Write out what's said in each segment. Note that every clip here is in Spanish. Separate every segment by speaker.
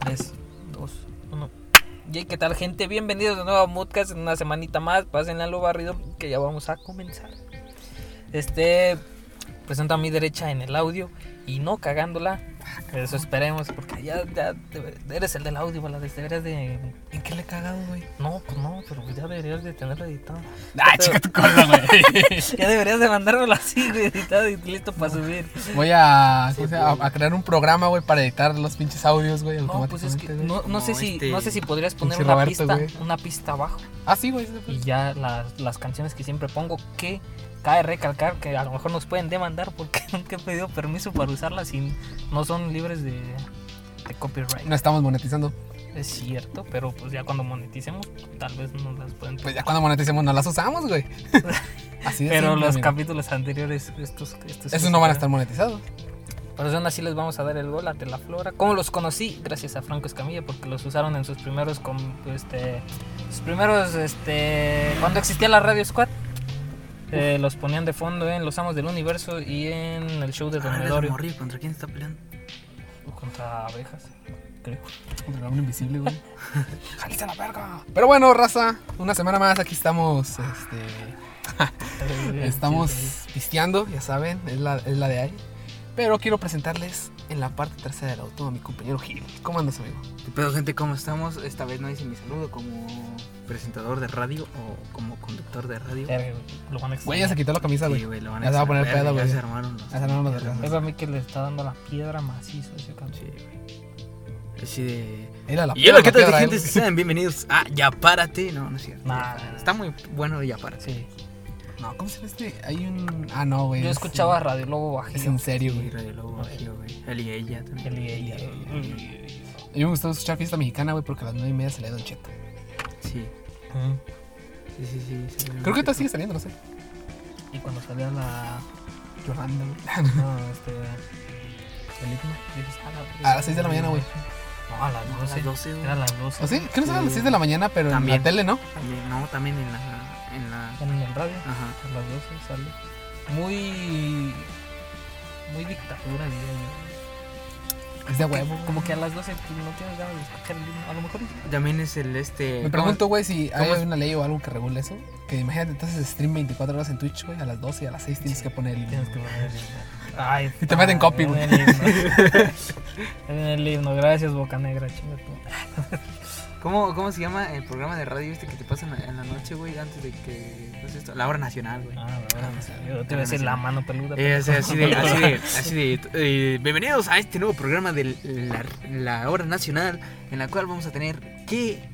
Speaker 1: 3, 2, 1. Y qué tal, gente, bienvenidos de nuevo a Moodcast en una semanita más. Pásenle a lo barrido que ya vamos a comenzar. Este, presento a mi derecha en el audio y no cagándola. Eso esperemos, porque ya, ya debe- eres el del audio, Valadez. Deberías de.
Speaker 2: ¿En qué le he cagado, güey?
Speaker 1: No, pues no, pero ya deberías de tenerlo editado.
Speaker 2: Ah, chica tu cola, güey.
Speaker 1: Ya deberías de mandármelo así, güey, editado y listo para subir.
Speaker 2: Voy a, ¿cómo se llama? a, a crear un programa, güey, para editar los pinches audios, güey,
Speaker 1: No, pues es
Speaker 2: automáticamente.
Speaker 1: que
Speaker 2: güey.
Speaker 1: no, no sé
Speaker 3: Como
Speaker 1: si,
Speaker 3: este-
Speaker 1: no sé si podrías poner
Speaker 2: Pinche
Speaker 1: una
Speaker 2: Roberto,
Speaker 1: pista,
Speaker 2: güey.
Speaker 1: una pista abajo.
Speaker 2: Ah, sí, güey. sí,
Speaker 1: Y
Speaker 2: sí.
Speaker 1: ya las, las canciones que siempre pongo, que cabe recalcar que a lo mejor nos pueden demandar porque nunca he pedido permiso para usarlas y no son libres de, de copyright.
Speaker 2: No estamos monetizando.
Speaker 1: Es cierto, pero pues ya cuando moneticemos, tal vez nos las pueden
Speaker 2: Pues ya cuando moneticemos no las usamos, güey. Así es.
Speaker 1: Pero los capítulos anteriores, estos, estos
Speaker 2: Esos no van a estar monetizados.
Speaker 1: Pero Pues aún así les vamos a dar el gol a la Flora. ¿Cómo los conocí? Gracias a Franco Escamilla, porque los usaron en sus primeros. com- este, sus primeros. este Cuando existía la Radio Squad, eh, los ponían de fondo en Los Amos del Universo y en el show de Domedorio.
Speaker 3: morir, ¿contra quién está peleando?
Speaker 1: Contra abejas, creo.
Speaker 2: Contra el hombre invisible, güey. ¡Jálese a la verga! Pero bueno, raza, una semana más aquí estamos, este... Estamos pisteando, ya saben, es la, es la de ahí. Pero quiero presentarles en la parte trasera del auto a mi compañero Gil. ¿Cómo andas, amigo?
Speaker 3: ¿Qué pedo, gente? ¿Cómo estamos? Esta vez no hice mi saludo como presentador de radio o como conductor de radio.
Speaker 1: Verga, güey, Lo van a
Speaker 2: Güey, ya se
Speaker 1: extrañar.
Speaker 2: quitó la camisa, güey.
Speaker 3: Sí, güey, lo van
Speaker 2: Ya se va a
Speaker 3: extrañar.
Speaker 2: poner pedo, güey.
Speaker 3: Ya se armaron los.
Speaker 2: Ya se armaron los
Speaker 3: ya se
Speaker 2: vergazos.
Speaker 1: Es para mí que le está dando la piedra macizo a ese canto.
Speaker 3: Sí, güey. Así de.
Speaker 2: Era la ¿eh?
Speaker 3: Y hola, ¿qué tal,
Speaker 2: piedra,
Speaker 3: gente?
Speaker 2: él.
Speaker 3: Sean bienvenidos a Ya Párate. No, no es cierto.
Speaker 1: Nah.
Speaker 3: Está muy bueno Ya Párate.
Speaker 1: Sí.
Speaker 2: No, ¿cómo se llama este? Hay un. Ah, no, güey.
Speaker 1: Yo
Speaker 2: es-
Speaker 1: escuchaba Radio Lobo
Speaker 2: Es
Speaker 1: Bajío.
Speaker 2: en serio,
Speaker 3: Sí,
Speaker 2: güey.
Speaker 3: Radio Lobo, Bajío, güey. Él y ella también.
Speaker 1: El- el-
Speaker 2: A mí me gustaba escuchar fiesta mexicana, güey, porque a las nueve y media salía Don Cheto.
Speaker 3: Sí.
Speaker 1: Ujú.
Speaker 3: Sí, sí, sí. sí,
Speaker 2: Creo que
Speaker 3: sí.
Speaker 2: todavía sigue saliendo, no sé.
Speaker 1: Y cuando salía la.
Speaker 2: Llorando, güey.
Speaker 1: No, este. El himno. dices, ah, la verga.
Speaker 2: A las seis de la mañana, güey.
Speaker 1: No, a las
Speaker 3: No, a las
Speaker 1: 12.
Speaker 3: 12, güey.
Speaker 1: Era a las 12.
Speaker 2: ¿O ¿Ah, sí? Creo que son a las
Speaker 3: Sí.
Speaker 2: 6 de la mañana, pero en
Speaker 3: También.
Speaker 2: la tele, ¿no?
Speaker 3: También, no, también en la. En la.
Speaker 1: En el radio.
Speaker 3: Ajá.
Speaker 1: A las 12 sale. Muy. Muy dictadura, diría yo.
Speaker 2: Es de huevo.
Speaker 1: Que-
Speaker 2: güey.
Speaker 1: Como que a las 12 no tienes ganas de escuchar el himno. A lo mejor.
Speaker 3: También es el
Speaker 1: Eh,
Speaker 3: este.
Speaker 2: Me pregunto, güey, si hay
Speaker 3: cómo es?
Speaker 2: una ley o algo que regule eso. Que imagínate, entonces stream 24 horas en Twitch, güey, a las 12 y a las 6 tienes que poner el
Speaker 1: Tienes
Speaker 2: himno.
Speaker 1: que poner el himno. Ay,
Speaker 2: Y te meten copy,
Speaker 1: en
Speaker 2: güey.
Speaker 1: el himno. En el himno. Gracias, Boca Negra, chingato.
Speaker 3: ¿Cómo, ¿Cómo se llama el programa de radio este que te pasa en la, en la noche, güey? Antes de que. No sé esto. La hora nacional, güey.
Speaker 1: Ah, la verdad, no sé. Yo te
Speaker 3: Ah,
Speaker 1: iba a decir
Speaker 3: sí.
Speaker 1: la mano peluda.
Speaker 3: Eh, o sea, así de. Así de, así de eh, bienvenidos a este nuevo programa de la, la hora nacional. En la cual vamos a tener. ¿Qué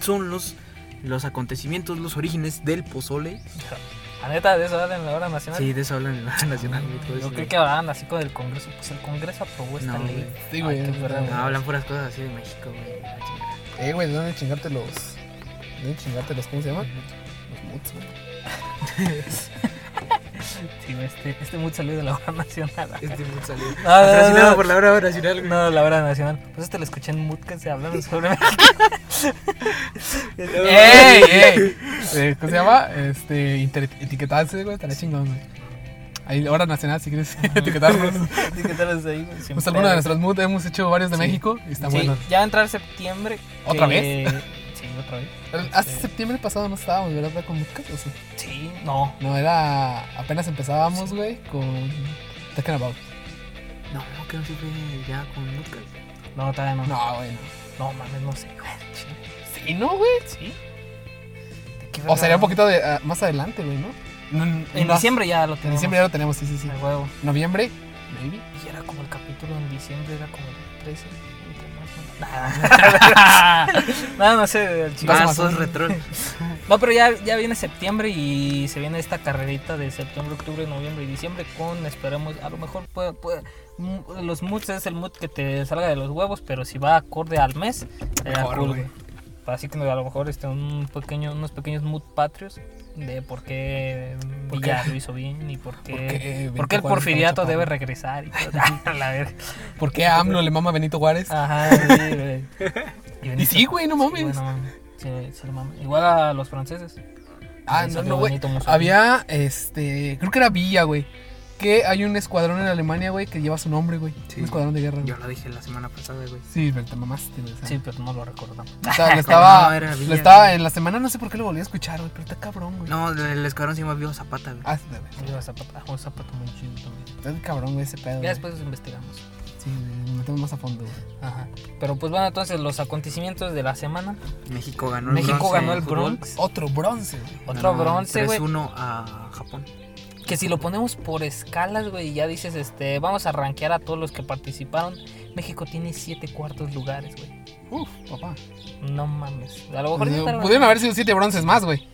Speaker 3: son los. Los acontecimientos, los orígenes del pozole.
Speaker 1: La neta, de eso hablan en la hora nacional.
Speaker 3: Sí, de eso hablan en la hora
Speaker 2: ah,
Speaker 3: nacional. güey, todo eso,
Speaker 1: Yo creo
Speaker 3: güey.
Speaker 1: que hablaban así con el Congreso. Pues el Congreso aprobó esta
Speaker 3: No,
Speaker 1: ley.
Speaker 3: güey.
Speaker 2: Sí,
Speaker 1: Ay,
Speaker 2: güey.
Speaker 1: qué verga,
Speaker 3: No, hablan puras cosas así de México, güey. Ah, la chingada.
Speaker 2: Eh, güey, ¿de dónde chingarte los. ¿De dónde chingarte los. ¿Cómo se llama? Los muts, güey.
Speaker 1: Sí, güey, este, este muy salió de la hora nacional.
Speaker 3: Este mood salió.
Speaker 1: no, no.
Speaker 3: Patrocinado por la hora nacional, güey.
Speaker 1: Ah, No, la hora nacional. Pues este lo escuché en Mood que se hablaban sobre México.
Speaker 2: ¡Ey, ey! Eh, ¿Cómo se llama? Este. inter- Etiquetarse, güey, estaría chingón, güey. Ahí, hora nacional, si quieres etiquetarnos.
Speaker 1: Sí, ¿Qué tal es ahí? güey? Sin
Speaker 2: Pues algunos
Speaker 1: pedo.
Speaker 2: de nuestros moods hemos hecho varios de
Speaker 3: Sí.
Speaker 2: México y está
Speaker 1: Sí,
Speaker 2: bueno.
Speaker 1: ya va a entrar septiembre.
Speaker 2: ¿Otra
Speaker 1: que- Sí, otra vez. Este,
Speaker 2: Hace septiembre pasado no estábamos, ¿verdad? Con Moodcast, o sí.
Speaker 1: Sí, no.
Speaker 2: No, era. Apenas empezábamos, güey, con. Talking About.
Speaker 3: No, que no se fue ya con Lucas.
Speaker 1: No, todavía no. No,
Speaker 2: No, güey. no.
Speaker 1: mames, no sé. güey, ching-
Speaker 2: Sí, no, güey.
Speaker 1: Sí. ¿De qué
Speaker 2: O
Speaker 1: verga
Speaker 2: sería
Speaker 1: hablan?
Speaker 2: un poquito de, ah, más adelante, güey, ¿no? En,
Speaker 1: En diciembre ya lo
Speaker 2: En
Speaker 1: tenemos.
Speaker 2: diciembre ya lo tenemos, sí, sí, sí.
Speaker 1: Me huevo.
Speaker 2: Noviembre, maybe.
Speaker 1: Y era como el capítulo en diciembre, era como el 13. entre más, ¿no? Nada, no sé, el chico.
Speaker 2: Vas
Speaker 3: Ah,
Speaker 2: más,
Speaker 3: sos
Speaker 2: ¿no?
Speaker 3: retro.
Speaker 1: No, pero ya, ya viene septiembre y se viene esta carrerita de septiembre, octubre, noviembre y diciembre con, esperemos, a lo mejor puede, puede- mm, los moods es el mood que te salga de los huevos, pero si va acorde al mes, eh,
Speaker 2: Mejor,
Speaker 1: cool,
Speaker 2: güey.
Speaker 1: güey. Así que a lo mejor este, un pequeño, unos pequeños mood patrios de por qué
Speaker 2: ¿Por
Speaker 1: Villa
Speaker 2: qué?
Speaker 1: lo hizo bien y por qué,
Speaker 2: ¿Por qué
Speaker 1: por qué el
Speaker 2: Benito Juárez
Speaker 1: porfiriato
Speaker 2: estaba
Speaker 1: debe
Speaker 2: chapado?
Speaker 1: regresar. Y todo. La verga.
Speaker 2: ¿Por qué a AMLO le mama a Benito Juárez?
Speaker 1: Ajá, sí, güey. Benito-
Speaker 2: sí, güey, no mames.
Speaker 1: güey, no mames. Sí, güey, sí, no mames. Igual a los franceses.
Speaker 2: Ah,
Speaker 1: Ahí
Speaker 2: no,
Speaker 1: salió
Speaker 2: no, güey.
Speaker 1: Benito Mussolini.
Speaker 2: Había, este, creo que era Villa, güey. que hay un escuadrón en Alemania, güey, que lleva su nombre, güey.
Speaker 3: Sí.
Speaker 2: Un escuadrón de guerra. güey.
Speaker 3: Yo lo dije la semana pasada, güey.
Speaker 2: Sí, pero te mamaste, güey. o sea,
Speaker 1: Sí, pero no lo recordamos.
Speaker 2: o sea, lo
Speaker 3: Como no
Speaker 2: estaba,
Speaker 3: era
Speaker 2: lo
Speaker 3: Villa,
Speaker 2: estaba
Speaker 3: güey.
Speaker 2: en la semana, no sé por qué lo volví a escuchar, güey, pero está cabrón, güey.
Speaker 3: No, el- el escuadrón se llama Vivo Zapata, güey.
Speaker 2: Ah, sí, güey.
Speaker 1: Lleva zapato, ah, un zapato muy chido también.
Speaker 2: Está cabrón, güey, ese pedo.
Speaker 1: Ya
Speaker 2: güey.
Speaker 1: después los investigamos.
Speaker 2: Sí, güey, nos metemos más a fondo, güey.
Speaker 1: Ajá. Pero pues bueno, entonces los acontecimientos de la semana.
Speaker 3: México ganó el
Speaker 1: México
Speaker 3: bronce
Speaker 1: ganó
Speaker 3: en
Speaker 1: el
Speaker 3: fútbol.
Speaker 1: Bronx.
Speaker 2: Otro bronce, güey.
Speaker 1: Otro
Speaker 3: Ganaron
Speaker 1: bronce, güey.
Speaker 3: 3-1 a Japón.
Speaker 1: Que si lo ponemos por escalas, güey, y ya dices, este, vamos a rankear a todos los que participaron. México tiene siete cuartos lugares, güey.
Speaker 2: Uf, papá.
Speaker 1: No mames. A lo mejor ya
Speaker 2: Pudieron
Speaker 1: estaban-
Speaker 2: pudieron haber sido siete bronces más, güey.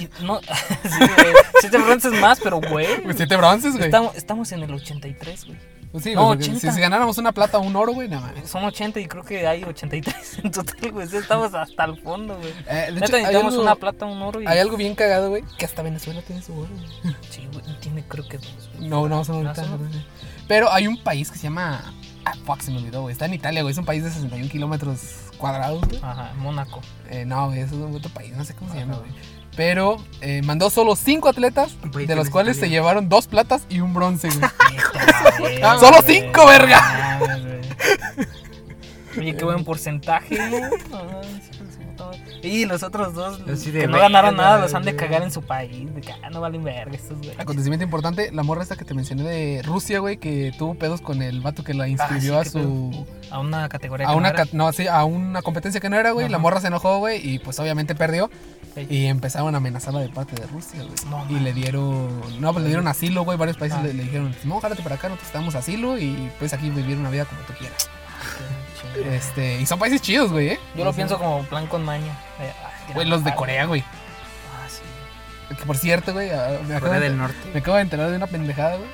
Speaker 1: y No, sí, güey. siete bronces más, pero, güey.
Speaker 2: Pues Siete bronces, güey.
Speaker 1: Estamos, estamos en el 83, güey.
Speaker 2: Pues sí,
Speaker 1: No,
Speaker 2: güey, porque
Speaker 1: 80.
Speaker 2: si, si ganáramos una plata o un oro, güey, nada más. Eh,
Speaker 1: Son 80 y creo que hay 83 en total, güey. Sí, Estamos hasta el fondo, güey.
Speaker 2: Eh, de hecho,
Speaker 1: Neta,
Speaker 2: hay
Speaker 1: necesitamos
Speaker 2: algo-
Speaker 1: una plata, un oro y.
Speaker 2: Hay algo bien cagado, güey, que hasta Venezuela tiene su oro. güey.
Speaker 1: Sí, güey, y tiene creo que dos, güey.
Speaker 2: No, no, son
Speaker 1: Ah,
Speaker 2: ahorita.
Speaker 1: son-
Speaker 2: güey. Pero hay un país que se llama. Ah, fuck, se me olvidó, güey. Está en Italia, güey. Es un país de 61 kilómetros cuadrados, güey.
Speaker 1: Ajá, Mónaco.
Speaker 2: Eh, no, güey, eso es otro país, no sé cómo se
Speaker 1: Ajá.
Speaker 2: llama, güey. Pero eh, mandó solo cinco atletas,
Speaker 3: Güey,
Speaker 2: de
Speaker 3: que
Speaker 2: los
Speaker 3: no es
Speaker 2: cuales se
Speaker 3: Italia.
Speaker 2: llevaron dos platas y un bronce, güey.
Speaker 1: Neta,
Speaker 2: Solo
Speaker 1: güey.
Speaker 2: cinco, verga.
Speaker 1: No mames, güey. Oye, qué buen porcentaje. güey. No mames, hijo de su puta madre. Y los otros dos
Speaker 3: Así de
Speaker 1: que no
Speaker 3: verga,
Speaker 1: ganaron nada, los
Speaker 3: güey.
Speaker 1: han de cagar en su país. De que, ah, no valen verga estos, güey.
Speaker 2: Acontecimiento importante, la morra esta que te mencioné de Rusia, güey, que tuvo pedos con el vato que la
Speaker 1: sí,
Speaker 2: inscribió
Speaker 1: qué
Speaker 2: a su...
Speaker 1: A una categoría.
Speaker 2: A
Speaker 1: que no
Speaker 2: una,
Speaker 1: era.
Speaker 2: ca- no, sí, a una competencia que no era, güey.
Speaker 1: Ajá.
Speaker 2: La morra se enojó, güey, y pues obviamente perdió.
Speaker 1: Sí.
Speaker 2: Y empezaron a amenazarla de parte de Rusia, güey.
Speaker 1: No,
Speaker 2: y le dieron... No, pues le dieron asilo, güey. Varios países
Speaker 1: Ah.
Speaker 2: le, le dijeron, no, járate para acá, no te damos asilo. Y pues aquí vivir una vida como tú quieras.
Speaker 1: Qué chingón.
Speaker 2: Este, y son países chidos, güey, ¿eh?
Speaker 1: Yo lo pienso como plan con maña. Eh, ah,
Speaker 2: Güey, los de
Speaker 1: ah,
Speaker 2: Corea, güey.
Speaker 1: Ah, sí.
Speaker 2: Que por cierto, güey, ah, me acabo
Speaker 3: Corea
Speaker 2: de-
Speaker 3: del Norte.
Speaker 2: Me acabo de enterar de una pendejada, güey.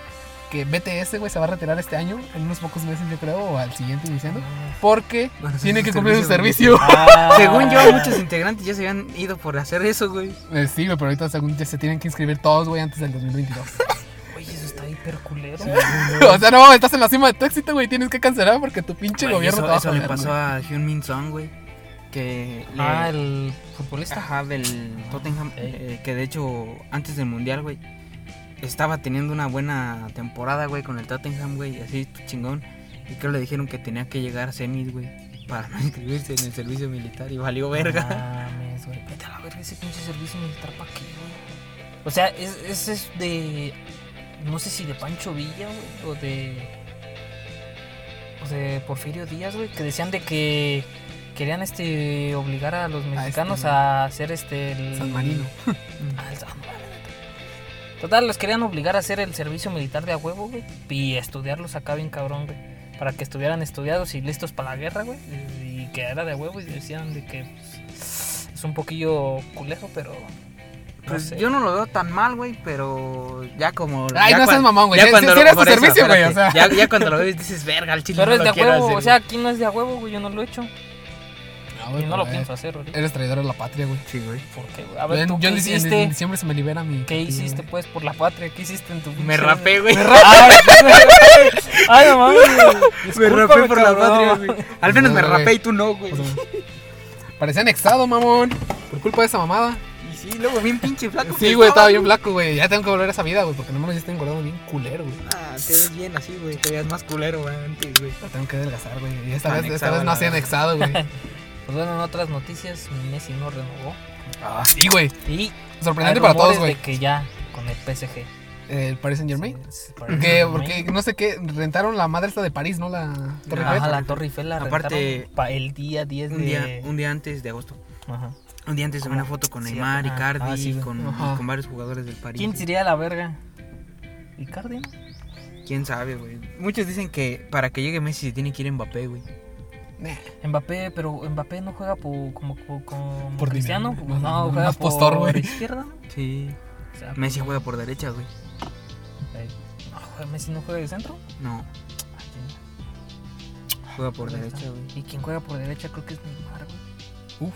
Speaker 2: Que BTS, güey, se va a retirar este año, en unos pocos meses, yo creo, o al siguiente iniciando. Porque
Speaker 3: Bueno, sí,
Speaker 2: tiene
Speaker 3: su
Speaker 2: que cumplir su
Speaker 3: servicio,
Speaker 2: servicio.
Speaker 1: Ah.
Speaker 3: Según yo, muchos integrantes ya se habían ido por hacer eso, güey.
Speaker 2: Eh, sí, güey, pero ahorita según ya se tienen que inscribir todos, güey, antes del 2022.
Speaker 1: Oye, eso está hiper culero.
Speaker 2: o sea, no mames, estás en la cima de tu éxito, güey, tienes que cancelar porque tu pinche
Speaker 3: Güey,
Speaker 2: gobierno te
Speaker 3: eso
Speaker 2: va a
Speaker 3: eso le
Speaker 2: joder,
Speaker 3: pasó
Speaker 2: güey.
Speaker 3: a Hyun Min Song, güey. Que le-
Speaker 1: Ah, el futbolista.
Speaker 3: Ajá, del Tottenham, eh, que de hecho antes del Mundial, güey, estaba teniendo una buena temporada, güey, con el Tottenham, güey, así chingón. Y creo le dijeron que tenía que llegar a semis, güey, para no inscribirse en el servicio militar y valió
Speaker 2: Ah,
Speaker 3: verga.
Speaker 1: No mames, güey. Vete a la verga ese pinche servicio militar para qué, güey. O sea, es- ese es, de. No sé si de Pancho Villa, güey, o de. O de Porfirio Díaz, güey, que decían de que querían este obligar a los mexicanos
Speaker 2: este,
Speaker 1: a hacer este. el-
Speaker 2: San Marino.
Speaker 1: Ah, el San Marino. Total, los querían obligar a hacer el servicio militar de a huevo, güey, y estudiarlos acá bien cabrón, güey. Para que estuvieran estudiados y listos para la guerra, güey. Y que era de a huevo y decían de que pues, es un poquillo culejo, pero. No
Speaker 3: Pues
Speaker 1: sé.
Speaker 3: yo no lo veo tan mal, güey, pero ya como...
Speaker 2: Ay,
Speaker 3: ya
Speaker 2: no seas
Speaker 3: cuan-
Speaker 2: mamón, güey.
Speaker 3: ya
Speaker 2: Sí,
Speaker 3: cuando
Speaker 2: sí,
Speaker 3: lo-
Speaker 2: sí era
Speaker 3: por
Speaker 2: su
Speaker 3: eso,
Speaker 2: servicio, güey,
Speaker 3: espérate.
Speaker 2: o sea.
Speaker 3: Ya, ya cuando lo ves dices, verga, al chile
Speaker 1: Pero
Speaker 3: no
Speaker 1: es de
Speaker 3: lo
Speaker 1: a
Speaker 3: quiero
Speaker 1: huevo,
Speaker 3: hacer,
Speaker 1: o sea, aquí no es de a huevo, güey. Yo no lo he hecho. y no lo pienso hacer, güey.
Speaker 2: eh, Eres traidor a la patria, güey.
Speaker 3: güey. Sí, güey.
Speaker 1: ¿Por qué, güey? A
Speaker 2: Yo,
Speaker 1: ver,
Speaker 2: en-
Speaker 1: ¿tú
Speaker 2: yo
Speaker 1: qué
Speaker 2: en, dic- en
Speaker 1: hiciste?
Speaker 2: diciembre se me libera mi.
Speaker 1: ¿Qué hiciste, pues, por la patria? ¿Qué hiciste en tu
Speaker 3: Me
Speaker 1: pinche-
Speaker 3: rapé, güey.
Speaker 1: Ay, no mames.
Speaker 3: Me
Speaker 1: Discúlpame,
Speaker 3: rapé por la
Speaker 1: cabrón.
Speaker 3: patria, güey. Al menos me
Speaker 2: No,
Speaker 3: rapé
Speaker 2: güey.
Speaker 3: y tú no, güey.
Speaker 2: O sea, Parecía anexado, mamón. Por culpa de esa mamada.
Speaker 3: Y sí, luego bien pinche flaco.
Speaker 2: Sí,
Speaker 3: que
Speaker 2: güey, estaba bien blanco, güey. Ya tengo que volver a esa vida, güey, porque no me ya estoy engordando bien culero, güey.
Speaker 3: Ah, te ves bien así, güey. Te veías más culero, güey, antes, güey.
Speaker 2: La tengo que adelgazar, güey. Y esta vez, esta
Speaker 3: Anexado
Speaker 2: vez
Speaker 3: a la
Speaker 2: no hacía
Speaker 3: verga.
Speaker 2: anexado, güey.
Speaker 1: Pues bueno, en otras noticias, Messi no renovó.
Speaker 2: Ah, sí, güey.
Speaker 1: Y
Speaker 2: Sorprendente
Speaker 1: hay
Speaker 2: para todos,
Speaker 1: rumores
Speaker 2: güey.
Speaker 1: de que ya con el PSG.
Speaker 2: El Paris Saint Germain.
Speaker 1: Sí,
Speaker 2: Porque,
Speaker 1: Germain.
Speaker 2: porque no sé qué, rentaron la madre esta de París, ¿no? La Torre
Speaker 3: Ajá.
Speaker 2: Eiffel.
Speaker 1: Ajá, la Torre Eiffel la
Speaker 3: Aparte-
Speaker 1: Aparte, el día 10 de...
Speaker 3: Un día, un día antes de agosto.
Speaker 1: Ajá.
Speaker 3: Un día antes tomé
Speaker 1: ¿Cómo?
Speaker 3: una foto con
Speaker 1: Sí,
Speaker 3: Neymar,
Speaker 1: ajá.
Speaker 3: Icardi,
Speaker 1: Ah, sí, güey.
Speaker 3: con,
Speaker 2: Ajá.
Speaker 3: y con varios jugadores del París.
Speaker 1: ¿Quién sería la verga? ¿Icardi? no?
Speaker 3: ¿Quién sabe, güey? Muchos dicen que para que llegue Messi se tiene que ir Mbappé, güey.
Speaker 2: Nah,
Speaker 1: Mbappé, pero Mbappé no juega por, como, como- como
Speaker 2: Por
Speaker 1: Cristiano.
Speaker 2: dinero.
Speaker 1: como-
Speaker 2: Más-
Speaker 1: no, juega
Speaker 2: más
Speaker 1: por
Speaker 2: postor, güey.
Speaker 1: izquierda. ¿no?
Speaker 3: Sí.
Speaker 1: O sea,
Speaker 3: Messi juega por derecha, güey.
Speaker 1: eh, No, juega- Messi no juega de centro.
Speaker 3: No,
Speaker 1: Ah, sí.
Speaker 3: juega por derecha, güey.
Speaker 1: Y quien juega por derecha creo que es Neymar, güey.
Speaker 2: Uf.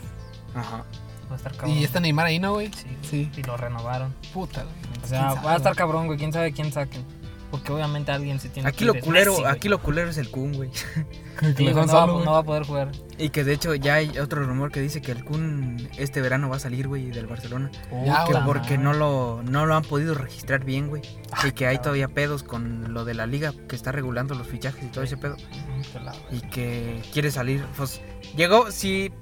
Speaker 3: Ajá.
Speaker 1: Va a estar cabrón.
Speaker 2: Y este está Neymar ahí, ¿no, güey?
Speaker 1: Sí,
Speaker 2: Sí.
Speaker 1: Y lo renovaron.
Speaker 2: Puta, güey.
Speaker 1: O sea,
Speaker 2: ¿Quién
Speaker 1: va a
Speaker 2: sabe?
Speaker 1: estar cabrón, güey. ¿Quién sabe quién saquen? Porque obviamente alguien se tiene
Speaker 3: Aquí
Speaker 1: que ir
Speaker 3: lo
Speaker 1: de
Speaker 3: culero,
Speaker 1: Messi, güey.
Speaker 3: aquí lo culero es el Kun, güey.
Speaker 1: Sí,
Speaker 2: Que
Speaker 1: güey,
Speaker 2: lo
Speaker 1: no,
Speaker 2: dejaron
Speaker 1: va,
Speaker 2: solo, güey.
Speaker 1: no va a poder jugar.
Speaker 3: Y que de hecho ya hay otro rumor que dice que el Kun este verano va a salir, güey, del Barcelona.
Speaker 2: Ya,
Speaker 3: Que
Speaker 2: güey.
Speaker 3: porque no lo, no lo han podido registrar bien, güey. Y que hay todavía pedos con lo de la liga que está regulando los fichajes y todo ese pedo. Y que quiere salir. Pues llegó, sí.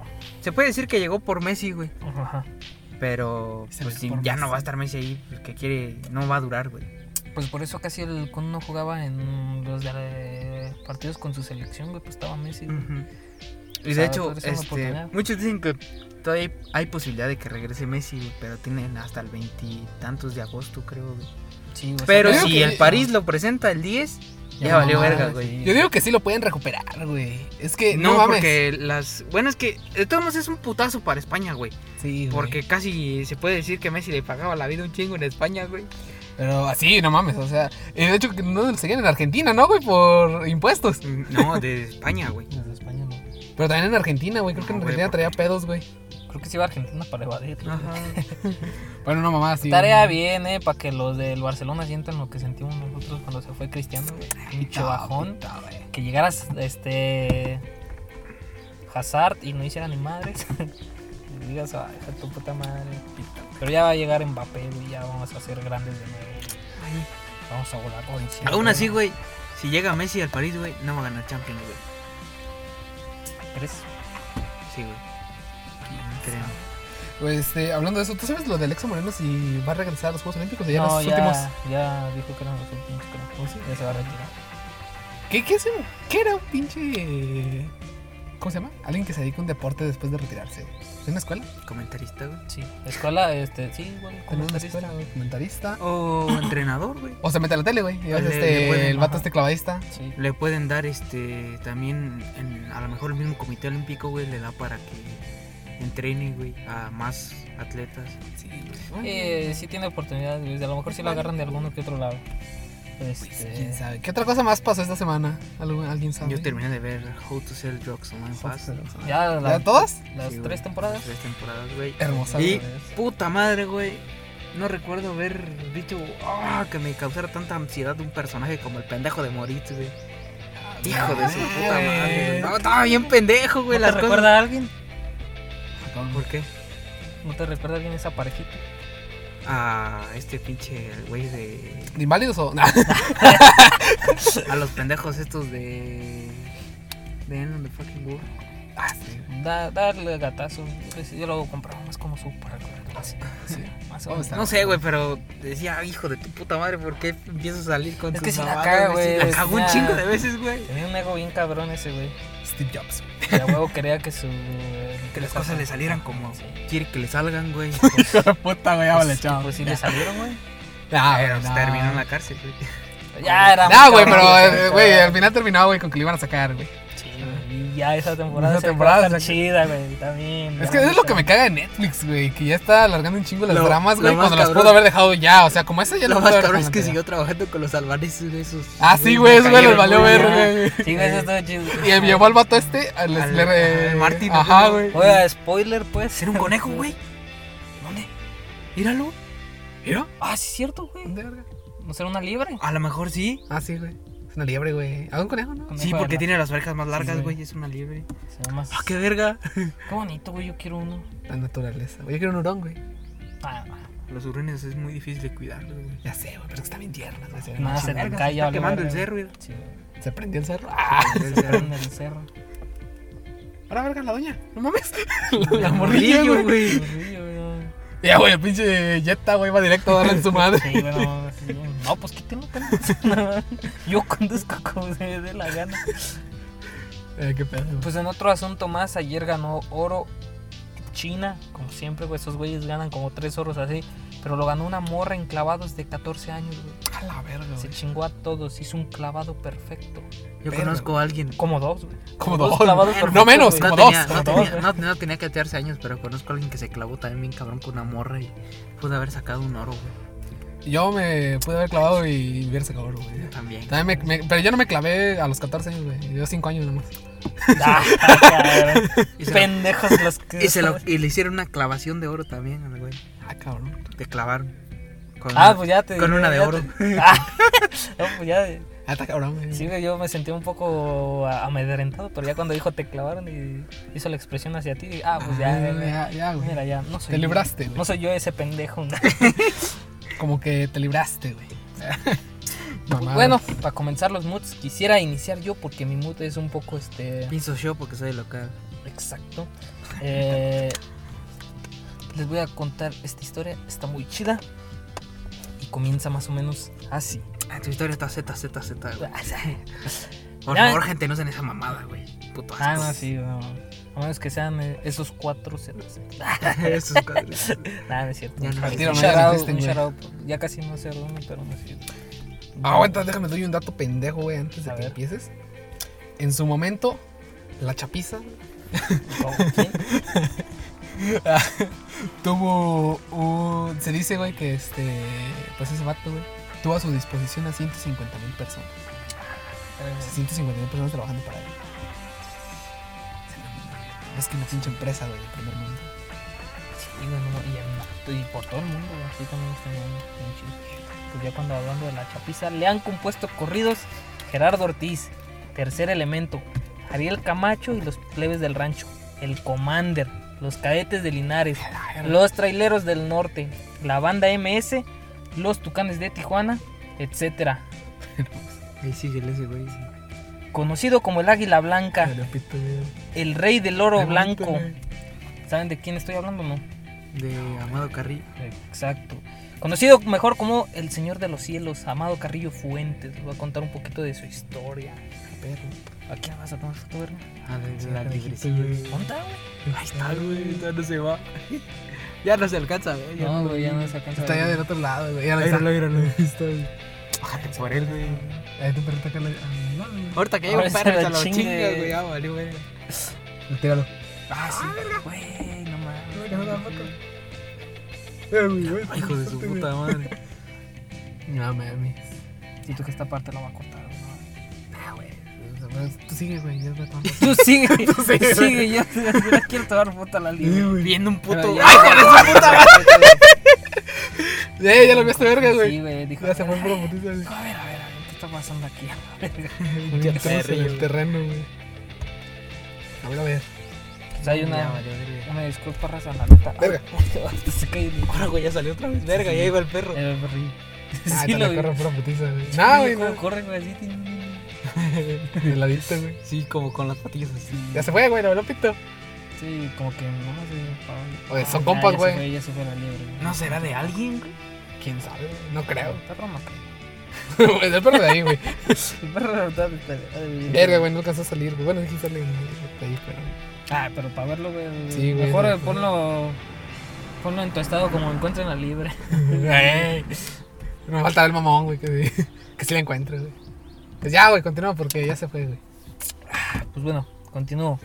Speaker 3: Se puede decir que llegó por Messi, güey.
Speaker 1: Ajá.
Speaker 3: Pero
Speaker 2: Se
Speaker 3: pues
Speaker 2: fue
Speaker 3: sí,
Speaker 2: por
Speaker 3: ya
Speaker 2: Messi.
Speaker 3: no va a estar Messi ahí. pues, que quiere, no va a durar, güey.
Speaker 1: Pues por eso casi el Kun no jugaba en los de- eh, partidos con su selección, güey, pues estaba Messi. güey.
Speaker 3: Y
Speaker 1: O
Speaker 3: de
Speaker 1: sea,
Speaker 3: hecho,
Speaker 1: es una
Speaker 3: este,
Speaker 1: oportunidad.
Speaker 3: muchos dicen que todavía hay, hay posibilidad de que regrese Messi, güey, pero tienen hasta el veintitantos de agosto, creo, güey.
Speaker 1: Sí, güey,
Speaker 3: Pero
Speaker 1: o sea,
Speaker 2: creo
Speaker 3: si
Speaker 2: que-
Speaker 3: el París lo presenta el 10, ya,
Speaker 1: Ya
Speaker 3: valió
Speaker 1: mamadas,
Speaker 3: verga, güey.
Speaker 2: Yo digo que sí lo pueden recuperar, güey. Es que Eh, no,
Speaker 3: No,
Speaker 2: mames.
Speaker 3: porque las... Bueno, es que de todos modos es un putazo para España, güey.
Speaker 2: Sí, güey.
Speaker 3: Porque casi se puede decir que Messi le pagaba la vida un chingo en España, güey.
Speaker 2: Pero así, no mames. O sea, eh, de hecho, que no lo seguían en Argentina, ¿no, güey? Por impuestos.
Speaker 3: No, de España, güey.
Speaker 1: Desde España no.
Speaker 2: Pero también en Argentina, güey. Creo que en
Speaker 3: No, güey,
Speaker 2: Argentina traía pedos, güey.
Speaker 1: Creo que se iba a Argentina para evadir. güey.
Speaker 3: Ajá.
Speaker 2: Bueno, no mamá, sí.
Speaker 1: Tarea
Speaker 2: güey.
Speaker 1: bien, eh, para que los del Barcelona sientan lo que sentimos nosotros cuando se fue Cristiano, güey. Pinche
Speaker 2: No,
Speaker 1: bajón.
Speaker 2: puta, güey.
Speaker 1: Que llegaras, este. Hazard y no hiciera ni madres. Y digas, ay, hija de tu puta madre. Pero ya va a llegar Mbappé, güey, ya vamos a ser grandes de nuevo.
Speaker 3: Ay.
Speaker 1: Vamos a volar por encima.
Speaker 3: Aún así, güey, si llega Messi al París, güey, no va a ganar Champions, güey.
Speaker 1: ¿Crees?
Speaker 3: Sí, güey. Creo.
Speaker 2: Pues, este, hablando de eso, ¿tú sabes lo de Alexa Moreno si va a regresar a los Juegos Olímpicos? O ya
Speaker 1: No,
Speaker 2: los
Speaker 1: ya,
Speaker 2: últimos. ¿Oh,
Speaker 1: ya dijo que eran los últimos, creo. Ya se va a retirar.
Speaker 2: ¿Qué, qué, es eso? ¿Qué era un pinche. ¿Cómo se llama? Alguien que se dedica a un deporte después de retirarse. ¿De una escuela?
Speaker 3: Comentarista, güey.
Speaker 1: Sí, escuela, este, sí, igual,
Speaker 2: En una
Speaker 1: comentarista.
Speaker 2: escuela, güey. Comentarista.
Speaker 3: O entrenador, güey.
Speaker 2: O se mete a la tele, güey. Y ves,
Speaker 3: Le-
Speaker 2: este,
Speaker 3: le pueden,
Speaker 2: el vato
Speaker 1: ajá.
Speaker 2: este clavadista.
Speaker 1: Sí.
Speaker 3: Le pueden dar este también en- a lo mejor el mismo comité olímpico, güey, le da para que entrene, güey, a más atletas.
Speaker 2: Ah,
Speaker 1: Eh, sí tiene oportunidades, güey. A lo mejor sí lo agarran de alguno que otro lado.
Speaker 2: Pues,
Speaker 1: Este,
Speaker 2: ¿Quién sabe? ¿Qué otra cosa más pasó esta semana? ¿Algu- ¿Alguien sabe? Pues,
Speaker 3: Yo terminé de ver How to Sell Drugs Online Fast.
Speaker 1: ya, la-
Speaker 2: ¿Ya todas?
Speaker 1: Las
Speaker 3: Sí, güey,
Speaker 1: tres temporadas.
Speaker 3: Las tres temporadas, güey.
Speaker 2: Hermosa.
Speaker 3: Y
Speaker 2: güey.
Speaker 3: puta madre, güey. No recuerdo haber dicho ah, que me causara tanta ansiedad un personaje como el pendejo de Moritz, güey. Hijo de su puta madre. güey. No, estaba bien pendejo,
Speaker 1: ¿No
Speaker 3: güey.
Speaker 1: te
Speaker 3: las cosas-
Speaker 1: recuerda a alguien?
Speaker 3: ¿Por qué?
Speaker 1: ¿No te recuerda a alguien esa parejita?
Speaker 3: A este pinche el güey de
Speaker 2: ¿De ¿Inválidos o.?
Speaker 3: A los pendejos estos de. De End of the Fucking World.
Speaker 2: Ah, sí.
Speaker 1: Da- darle gatazo. Pues, Yo lo compraba más como su para correr más.
Speaker 2: sí.
Speaker 1: más o
Speaker 2: Vamos
Speaker 1: menos.
Speaker 2: a
Speaker 3: No sé, güey, pero decía, hijo de tu puta madre, ¿por qué empiezo a salir con
Speaker 1: Es
Speaker 3: tus
Speaker 1: que sí la
Speaker 3: mamadas,
Speaker 1: caga,
Speaker 3: Sí,
Speaker 1: güey,
Speaker 3: La cagó un
Speaker 1: ya.
Speaker 3: chingo de veces, güey.
Speaker 1: Tenía un ego bien cabrón ese güey.
Speaker 2: Steve Jobs.
Speaker 1: Que a huevo quería que su.
Speaker 3: Que las cosas le salieran como
Speaker 1: Sí.
Speaker 3: quiere que le salgan, güey.
Speaker 2: puta, güey,
Speaker 1: Pues, pues sí le salieron, güey.
Speaker 2: Ah,
Speaker 3: Pero
Speaker 2: güey,
Speaker 3: pues
Speaker 2: no.
Speaker 3: terminó en la cárcel, güey.
Speaker 1: Ya era.
Speaker 2: No,
Speaker 1: muy
Speaker 2: güey, pero,
Speaker 1: cabrón,
Speaker 2: eh, güey, al final terminaba, güey, con que le iban a sacar, güey.
Speaker 3: Sí,
Speaker 1: Y ya esa temporada
Speaker 2: Esa
Speaker 1: se
Speaker 2: temporada
Speaker 1: temporada
Speaker 2: se-
Speaker 1: chida, güey, también.
Speaker 2: Es
Speaker 1: ya
Speaker 2: que es lo
Speaker 1: mucho.
Speaker 2: que me caga de Netflix, güey, que ya está alargando un chingo las
Speaker 3: Lo-
Speaker 2: dramas,
Speaker 3: lo
Speaker 2: güey,
Speaker 3: más
Speaker 2: cuando las
Speaker 3: cabrón-
Speaker 2: pudo haber dejado ya. O sea, como esa ya las
Speaker 3: Lo más
Speaker 2: pudo haber
Speaker 3: cabrón es
Speaker 2: dejado
Speaker 3: que
Speaker 2: ya.
Speaker 3: siguió trabajando con los albaneses de esos.
Speaker 2: Ah, sí, güey,
Speaker 3: me
Speaker 2: eso, güey, les
Speaker 3: cayeron
Speaker 2: valió
Speaker 3: muy
Speaker 2: ver,
Speaker 3: bien.
Speaker 2: güey.
Speaker 1: Sí, güey, eso estuvo chido.
Speaker 2: Y llevó al vato este, al,
Speaker 3: Al-
Speaker 2: le-
Speaker 3: al Martin,
Speaker 2: Ajá,
Speaker 3: ¿no?
Speaker 2: güey.
Speaker 1: Oiga, spoiler, pues.
Speaker 3: Era un conejo, güey. ¿Dónde? Míralo. ¿Mira?
Speaker 1: Ah, sí, es cierto, güey.
Speaker 2: ¿Dónde, verga?
Speaker 1: No será una liebre.
Speaker 3: A lo mejor sí.
Speaker 2: Ah, sí, güey. Es una liebre, güey.
Speaker 3: Ah,
Speaker 2: ¿Algún conejo, no?
Speaker 1: Conejo
Speaker 3: Sí,
Speaker 1: de
Speaker 3: porque
Speaker 1: la-
Speaker 3: tiene las orejas más largas,
Speaker 1: güey.
Speaker 3: güey. Es una liebre.
Speaker 1: Se llama-
Speaker 3: Ah, qué verga.
Speaker 1: Qué bonito, güey, yo quiero uno.
Speaker 2: La naturaleza. Güey, yo quiero un hurón, güey.
Speaker 1: Ah,
Speaker 3: Los urines es muy difícil de cuidarlos, güey.
Speaker 2: Ya sé, güey, pero es que está bien tierna, güey. Se,
Speaker 1: Nada, se te
Speaker 3: Verga,
Speaker 1: cae
Speaker 3: se
Speaker 1: ya.
Speaker 3: está
Speaker 1: valió
Speaker 3: quemando el
Speaker 1: verga.
Speaker 3: cerro, güey.
Speaker 1: Sí, güey.
Speaker 2: se prendió el cerro.
Speaker 1: Se prende el cerro.
Speaker 2: Ah, Ahora, verga, la doña. No mames.
Speaker 3: La
Speaker 2: morrilla,
Speaker 3: morrillo, güey.
Speaker 1: Horrible, güey.
Speaker 2: Ya, güey, el pinche Jetta, güey, va directo a darle en su madre.
Speaker 1: Sí, bueno, sí, güey. No, pues quítenlo, carnal. Yo conduzco como se me dé la gana.
Speaker 2: Eh, qué pedo. güey.
Speaker 1: Pues en otro asunto más, ayer ganó oro China, como siempre, güey. Esos güeyes ganan como tres oros así. Pero lo ganó una morra en clavados de 14 años, güey.
Speaker 2: a la verga,
Speaker 1: Se
Speaker 2: güey.
Speaker 1: chingó a todos, hizo un clavado perfecto.
Speaker 3: Yo
Speaker 2: Verga.
Speaker 3: conozco a alguien.
Speaker 1: Como dos, güey.
Speaker 2: Como
Speaker 1: Dos
Speaker 2: dos.
Speaker 1: clavados
Speaker 2: güey. No
Speaker 1: perfectos,
Speaker 2: menos,
Speaker 1: güey.
Speaker 2: como
Speaker 3: No tenía,
Speaker 2: dos.
Speaker 3: no,
Speaker 1: como
Speaker 3: tenía,
Speaker 1: dos,
Speaker 3: no, no tenía que atearse años, pero conozco a alguien que se clavó también bien cabrón con una morra y pudo haber sacado un oro, güey.
Speaker 2: Yo me pude haber clavado y hubiera sacado oro, güey.
Speaker 3: También.
Speaker 2: También me- me- pero yo no me clavé a los 14 años, güey. Yo 5 años nomás.
Speaker 1: Ah, cabrón.
Speaker 3: Y se, lo,
Speaker 1: Pendejos los que.
Speaker 3: y se lo- y le hicieron una clavación de oro también al güey.
Speaker 2: Ah, cabrón.
Speaker 3: Te clavaron. Con,
Speaker 1: Ah, pues ya te.
Speaker 3: Con una de
Speaker 1: ya
Speaker 3: oro.
Speaker 1: te- Ah, no, pues ya.
Speaker 2: Ah, está cabrón, güey.
Speaker 1: Sí, güey, yo me sentí un poco a- amedrentado, pero ya cuando dijo te clavaron y hizo la expresión hacia ti, dije, ah, pues ya.
Speaker 2: Ah,
Speaker 1: güey.
Speaker 2: ya, ya, güey.
Speaker 1: Mira, ya. No soy
Speaker 2: Te
Speaker 1: yo.
Speaker 2: libraste, güey.
Speaker 1: No soy yo ese pendejo.
Speaker 2: Como que te libraste, güey. Mamá.
Speaker 1: Bueno, para comenzar los moods, quisiera iniciar yo porque mi mood es un poco este.
Speaker 3: Pienso yo porque soy local.
Speaker 1: Exacto. Eh, les voy a contar esta historia, está muy chida. Y comienza más o menos así.
Speaker 3: Ah, tu historia está Z, Z, Z, güey. Por
Speaker 1: Ya.
Speaker 3: favor, gente, no sean esa mamada, güey. Puto asco.
Speaker 1: Ah, no, sí, no. A menos que sean eh, esos cuatro ceros.
Speaker 3: Esos cuadros.
Speaker 1: Nada, no es cierto.
Speaker 3: Ya
Speaker 1: Un
Speaker 3: no
Speaker 1: shout-
Speaker 3: existen,
Speaker 1: un
Speaker 2: ya no
Speaker 1: shout-out,
Speaker 2: existen,
Speaker 1: un
Speaker 2: güey.
Speaker 1: shout-out. Ya casi no sé dónde, pero no es cierto.
Speaker 2: Ah, Aguanta, déjame doy un dato pendejo, güey, antes de
Speaker 1: A
Speaker 2: que
Speaker 1: ver.
Speaker 2: empieces. En su momento, la chapiza
Speaker 1: ¿Cómo? ¿Quién?
Speaker 2: tuvo un. Se dice, güey, que este. Pues ese vato, güey, tuvo a su disposición a 150 mil personas. O sea, 150 mil personas trabajando para él. O sea, no mames, Es que una pinche empresa, güey, del primer mundo.
Speaker 1: Sí, güey, no, y, en- y por todo el mundo, güey, así también está bien, bien chido. Pues ya cuando hablando de la chapiza, le han compuesto corridos Gerardo Ortiz, Tercer Elemento, Ariel Camacho y los plebes del rancho, el Commander, los cadetes de Linares, los traileros del norte, la banda MS, los tucanes de Tijuana, etcétera.
Speaker 3: Ahí síguele ese güey. sí.
Speaker 1: Conocido como el Águila Blanca,
Speaker 2: Pero, pito, güey.
Speaker 1: el Rey del Oro
Speaker 2: Pregúntame.
Speaker 1: Blanco. ¿Saben de quién estoy hablando o no?
Speaker 3: De Amado Carrillo.
Speaker 1: Exacto. Conocido mejor como el Señor de los Cielos, Amado Carrillo Fuentes. Les voy a contar un poquito de su historia.
Speaker 2: Perro.
Speaker 1: Aquí la vas a tomar foto, verga?
Speaker 3: Ah, de, de la
Speaker 1: Sí,
Speaker 3: digresión.
Speaker 2: güey.
Speaker 1: ¿Conta, güey?
Speaker 3: Ahí está, güey. Ya no se va. Ya no se alcanza, güey. ya
Speaker 1: No, güey, ya no se alcanza.
Speaker 2: Está allá del otro lado, güey. Ya no está.
Speaker 3: Míralo, míralo.
Speaker 2: Está, güey.
Speaker 3: Bájate por él, güey.
Speaker 2: Ahí tu perrito acá a la- a mi lado, güey.
Speaker 3: Ahorita que
Speaker 1: Ahora
Speaker 3: lleva un
Speaker 1: se
Speaker 3: perro,
Speaker 1: lo
Speaker 3: se lo
Speaker 1: chingue.
Speaker 3: chinga, güey. Ya valió, güey.
Speaker 2: Tíralo.
Speaker 1: Ah, sí, güey, no mames.
Speaker 3: Hijo de su puta madre.
Speaker 2: No mames.
Speaker 1: Siento que esta parte la va a cortar, ¿no?
Speaker 2: Ah, güey. Tú sigue, güey. Yo voy a tomar.
Speaker 1: Tú sigue, tú sigue, yo, yo la quiero tomar foto a la libre.
Speaker 3: Viendo un puto.
Speaker 1: Pero ya-
Speaker 3: ¡Ay, hijo de su puta madre!
Speaker 2: Eh, ya lo viste verga,
Speaker 1: Sí,
Speaker 2: güey.
Speaker 1: güey, dijo.
Speaker 2: Ya se fue por la
Speaker 1: "Ay, A ver, a ver, a ver, ¿qué está pasando aquí?
Speaker 2: Ya estamos en el terreno, güey. A ver, a ver.
Speaker 1: O sea, hay
Speaker 3: Ya
Speaker 1: una,
Speaker 3: valió, verga.
Speaker 1: una disculpa, raza, la neta.
Speaker 2: Verga.
Speaker 1: Se cae mi
Speaker 3: Ahora, güey, ya salió otra vez. Verga, ya iba el perro.
Speaker 1: El perrillo.
Speaker 2: Ah,
Speaker 1: Sí,
Speaker 2: te
Speaker 1: lo
Speaker 2: la
Speaker 1: vi.
Speaker 2: corro pura putiza, güey. No, güey,
Speaker 1: Cómo
Speaker 2: no.
Speaker 1: Corre, güey, así. tin, tin, tin.
Speaker 2: El adicto, güey.
Speaker 3: Sí, como con las patillas así.
Speaker 2: Ya se fue, güey, lo pito.
Speaker 1: Sí, como que no sé.
Speaker 2: Oye, son compas, güey.
Speaker 1: Ya se fue la liebre. güey.
Speaker 3: ¿No será de alguien, güey?
Speaker 2: ¿Quién sabe? güey? No creo.
Speaker 1: Está rama.
Speaker 2: Es el perro de ahí, güey.
Speaker 1: El perro de verdad está- ay,
Speaker 2: Verga, güey, no alcanzó a salir, güey. Bueno, sí sale de ahí, pero.
Speaker 1: Ah, pero para verlo, güey.
Speaker 2: Sí, güey,
Speaker 1: Mejor
Speaker 2: no,
Speaker 1: eh,
Speaker 2: pues.
Speaker 1: ponlo. Ponlo en tu estado como encuentren la liebre.
Speaker 2: Ey. No me faltará el mamón, güey, que, sí- que sí la encuentro, güey. Pues ya, güey, continúa porque ya se fue, güey.
Speaker 1: Pues bueno, continúo.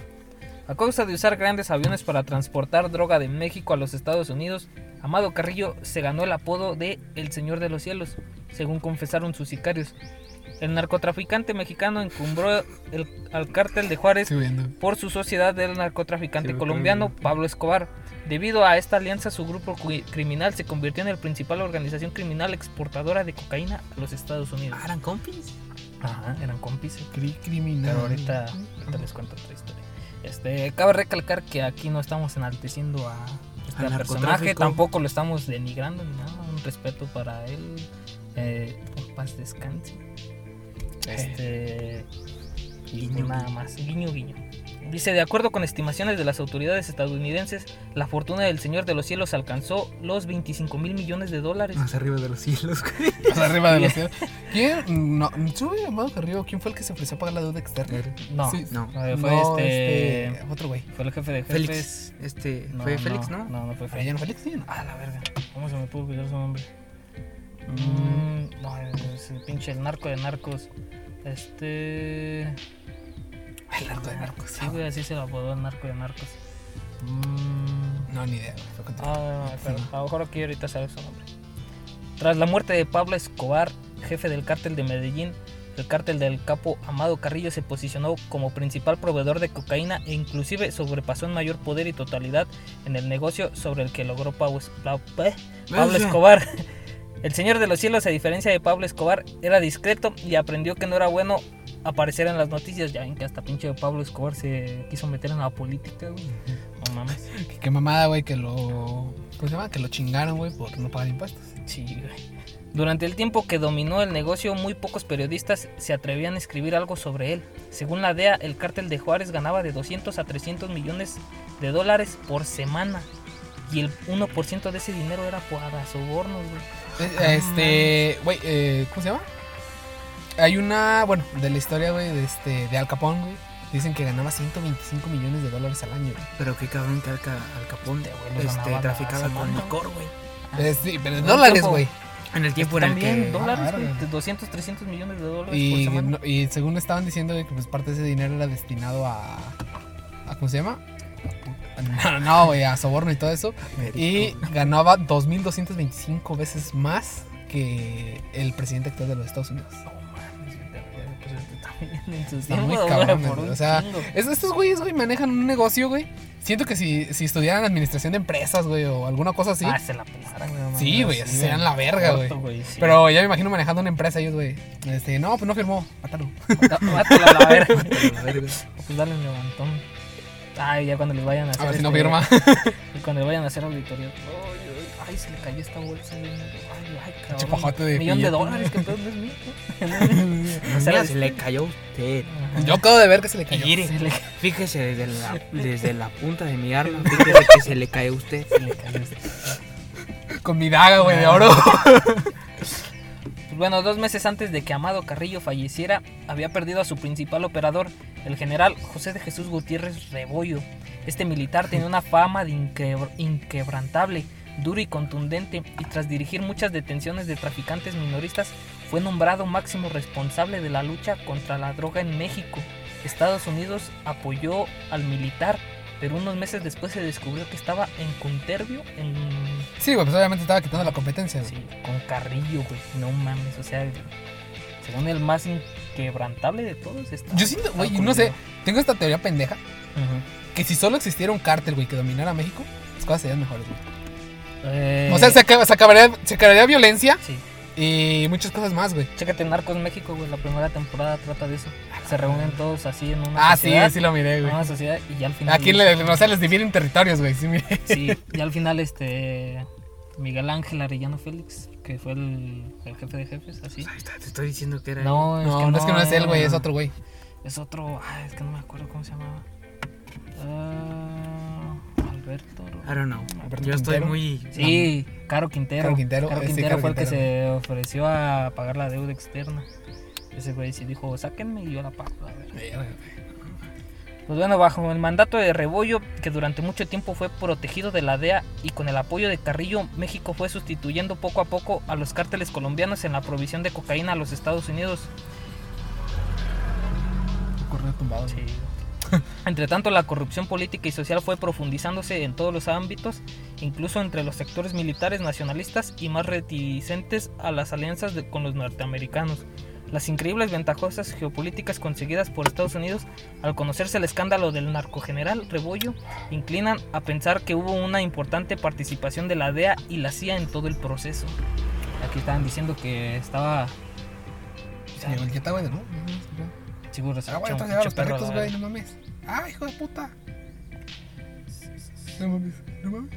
Speaker 1: A causa de usar grandes aviones para transportar droga de México a los Estados Unidos, Amado Carrillo se ganó el apodo de El Señor de los Cielos, según confesaron sus sicarios. El narcotraficante mexicano encumbró el- al cártel de Juárez
Speaker 2: Subiendo.
Speaker 1: por su sociedad del narcotraficante
Speaker 3: Sí, me
Speaker 1: colombiano
Speaker 3: acuerdo.
Speaker 1: Pablo Escobar. Debido a esta alianza, su grupo cri- criminal se convirtió en el principal organización criminal exportadora de cocaína a los Estados Unidos.
Speaker 3: Ah, ¿Eran compis?
Speaker 1: Ajá, eran cómplices.
Speaker 2: Cri- criminal.
Speaker 1: Pero ahorita, ahorita les cuento otra historia. Este, cabe recalcar que aquí no estamos enalteciendo a este personaje,
Speaker 3: Al narcotráfico.
Speaker 1: tampoco lo estamos denigrando ni nada. Un respeto para él. Eh, en paz descanse.
Speaker 3: Eh.
Speaker 1: Este.
Speaker 3: Guiño,
Speaker 1: nada más. Guiño, guiño. Dice, de acuerdo con estimaciones de las autoridades estadounidenses, la fortuna del Señor de los Cielos alcanzó los 25 mil millones de dólares.
Speaker 3: Más arriba de los cielos, güey.
Speaker 1: eh,
Speaker 2: Más arriba de los cielos. ¿Quién? No, sube llamado Carrillo. ¿Quién fue el que se ofreció a pagar la deuda externa?
Speaker 1: No,
Speaker 2: Sí.
Speaker 3: No.
Speaker 1: eh, fue
Speaker 2: No,
Speaker 1: este,
Speaker 2: este, Otro güey.
Speaker 1: Fue el jefe de jefes.
Speaker 3: Félix. Este. ¿Fue Félix, no? Ah,
Speaker 1: No, no fue
Speaker 2: ¿Pero
Speaker 1: Félix.
Speaker 2: ya no Félix? ¿sí?
Speaker 1: A la verga. ¿Cómo se me pudo olvidar su nombre? Mm,
Speaker 2: Mm.
Speaker 1: no, es el pinche el narco de narcos. Este.
Speaker 2: Ah, El arco de narcos.
Speaker 1: Sí, güey, así se lo apodó el narco de narcos.
Speaker 2: Mm, No, ni idea. güey, fue contigo.
Speaker 1: Ah, pero a lo mejor aquí ahorita sabes su nombre. Tras la muerte de Pablo Escobar, jefe del cártel de Medellín, el cártel del capo Amado Carrillo se posicionó como principal proveedor de cocaína e inclusive sobrepasó en mayor poder y totalidad en el negocio sobre el que logró Pau- Pau- Pablo ¿eh? Escobar. El Señor de los Cielos, a diferencia de Pablo Escobar, era discreto y aprendió que no era bueno aparecer en las noticias. Ya ven que hasta pinche Pablo Escobar se quiso meter en la política, güey. No mames.
Speaker 2: Qué, qué mamada, güey, que lo. ¿Cómo se llama? Que lo chingaron, güey, por no pagar impuestos.
Speaker 1: Sí, güey. Durante el tiempo que dominó el negocio, muy pocos periodistas se atrevían a escribir algo sobre él. Según la DEA, el cártel de Juárez ganaba de 200 a 300 millones de dólares por semana. Y el 1% de ese dinero era para sobornos, güey.
Speaker 2: Eh,
Speaker 1: Ah.
Speaker 2: Este, güey, eh, ¿cómo se llama? Hay una, bueno, de la historia, güey, de, este, de Al Capone, güey. Dicen que ganaba 125 millones de dólares al año, güey.
Speaker 3: Pero qué cabrón que Al, Ca- Al Capón
Speaker 1: Este, güey, lo
Speaker 3: este,
Speaker 1: ganaba
Speaker 3: traficaba
Speaker 1: semana,
Speaker 3: con
Speaker 1: ¿no?
Speaker 3: licor, güey.
Speaker 2: Eh, sí, pero en
Speaker 1: Ah. No,
Speaker 2: dólares,
Speaker 1: tiempo.
Speaker 2: güey.
Speaker 3: En el tiempo en el
Speaker 1: También
Speaker 3: que...
Speaker 1: dólares,
Speaker 2: Ah,
Speaker 1: güey,
Speaker 2: verga.
Speaker 1: de 200, 300 millones de dólares por
Speaker 2: Y,
Speaker 1: semana.
Speaker 2: no- y según estaban diciendo güey, que pues parte de ese dinero era destinado a, a ¿cómo se llama? No, no, güey, a soborno y todo eso. Y ganaba 2.225 veces más que el presidente actual de los Estados Unidos.
Speaker 1: No mames, güey, también, pues, este también en su
Speaker 2: Está
Speaker 1: tiempo,
Speaker 2: muy
Speaker 1: güey,
Speaker 2: cabrón,
Speaker 1: por
Speaker 2: güey,
Speaker 1: un
Speaker 2: o sea,
Speaker 1: chingo.
Speaker 2: Es- estos güeyes, güey, manejan un negocio, güey. Siento que si, si estudiaran administración de empresas, güey, o alguna cosa así.
Speaker 1: Ah, se la pelaran, güey. no
Speaker 2: sí,
Speaker 1: mames,
Speaker 2: güey, serían la verga, güey.
Speaker 1: Corto, sí.
Speaker 2: Pero ya me imagino manejando una empresa ellos, güey. Este, no, pues no firmó, mátalo.
Speaker 1: Mata- mátala a la verga.
Speaker 3: A la verga.
Speaker 1: Pues dale un levantón. Ay, ya cuando les vayan a hacer.
Speaker 2: A ver si no
Speaker 1: este-
Speaker 2: firma.
Speaker 1: Y cuando le vayan a hacer auditoría. Ay, ay, ay, se le cayó esta bolsa. güey. Ay, ay, cabrón.
Speaker 2: Pinche pajote de
Speaker 1: Millón de
Speaker 2: billete.
Speaker 1: dólares, que todo no es mío. O sea,
Speaker 3: Mira, se le cayó a usted.
Speaker 1: Ajá.
Speaker 2: Yo acabo de ver que se le cayó.
Speaker 3: Mire,
Speaker 1: Se le,
Speaker 3: fíjese desde la, desde la punta de mi arma, fíjese que se le cae a usted.
Speaker 1: se le cayó este.
Speaker 2: Con mi daga, güey, de oro.
Speaker 1: Pues bueno, dos meses antes de que Amado Carrillo falleciera, había perdido a su principal operador, el general José de Jesús Gutiérrez Rebollo. Este militar tenía una fama de inquebr- inquebrantable, duro y contundente, y tras dirigir muchas detenciones de traficantes minoristas, fue nombrado máximo responsable de la lucha contra la droga en México. Estados Unidos apoyó al militar, pero unos meses después se descubrió que estaba en Conterbio, en
Speaker 2: Sí, güey, pues obviamente estaba quitando la competencia, güey.
Speaker 1: Sí, con Carrillo, güey. No mames, o sea, según el más inquebrantable de todos está.
Speaker 2: Yo siento, güey,
Speaker 1: está
Speaker 2: no sé,
Speaker 1: ocurrido.
Speaker 2: tengo esta teoría pendeja
Speaker 1: Ujú.
Speaker 2: que si solo existiera un cártel, güey, que dominara México, las cosas serían mejores, güey.
Speaker 1: Eh,
Speaker 2: O sea, se, acaba- se acabaría, se acabaría violencia
Speaker 1: Sí.
Speaker 2: y muchas cosas más, güey.
Speaker 1: Chécate Narcos México, güey. La primera temporada trata de eso. Se reúnen todos así en una
Speaker 2: Ah, sí,
Speaker 1: sociedad.
Speaker 2: sí lo miré,
Speaker 1: en
Speaker 2: güey.
Speaker 1: una sociedad y ya al final.
Speaker 2: Aquí, le, no sé, les dividen territorios, güey. Sí, miré.
Speaker 1: Sí, y al final este. Miguel Ángel Arellano Félix, que fue el, el jefe de jefes, así.
Speaker 3: Ahí está, te estoy diciendo que era...
Speaker 1: No,
Speaker 2: No, no, es que no es él, güey,
Speaker 1: era-
Speaker 2: es otro güey.
Speaker 1: Es otro. Ay, es que no me acuerdo cómo se llamaba. Ah, Alberto.
Speaker 3: I don't know.
Speaker 2: Alberto
Speaker 3: Yo estoy
Speaker 2: Quintero.
Speaker 3: muy...
Speaker 1: Sí, Caro Quintero.
Speaker 2: Caro Quintero, eh, sí, Caro
Speaker 1: fue el que
Speaker 2: Quintero.
Speaker 1: se ofreció a pagar la deuda externa. Ese güey sí dijo, sáquenme y yo la pago. la verga". Pues bueno, bajo el mandato de Rebollo, que durante mucho tiempo fue protegido de la DEA y con el apoyo de Carrillo, México fue sustituyendo poco a poco a los cárteles colombianos en la provisión de cocaína a los Estados Unidos.
Speaker 2: Correo tumbado.
Speaker 1: Sí. Entre tanto, la corrupción política y social fue profundizándose en todos los ámbitos, incluso entre los sectores militares nacionalistas y más reticentes a las alianzas de- con los norteamericanos. Las increíbles ventajosas geopolíticas conseguidas por Estados Unidos al conocerse el escándalo del narcogeneral Rebollo inclinan a pensar que hubo una importante participación de la DEA y la CIA en todo el proceso. Aquí estaban diciendo que estaba...
Speaker 2: Sí, güey, ¿qué está, güey? No, no, no.
Speaker 1: Seguro, se
Speaker 2: Ah, güey,
Speaker 1: escucha
Speaker 2: entonces
Speaker 1: un
Speaker 2: llegaron los
Speaker 1: pinche perro a
Speaker 2: perritos,
Speaker 1: la
Speaker 2: güey,
Speaker 1: verga.
Speaker 2: no mames. Ah, hijo de puta. No mames, no mames.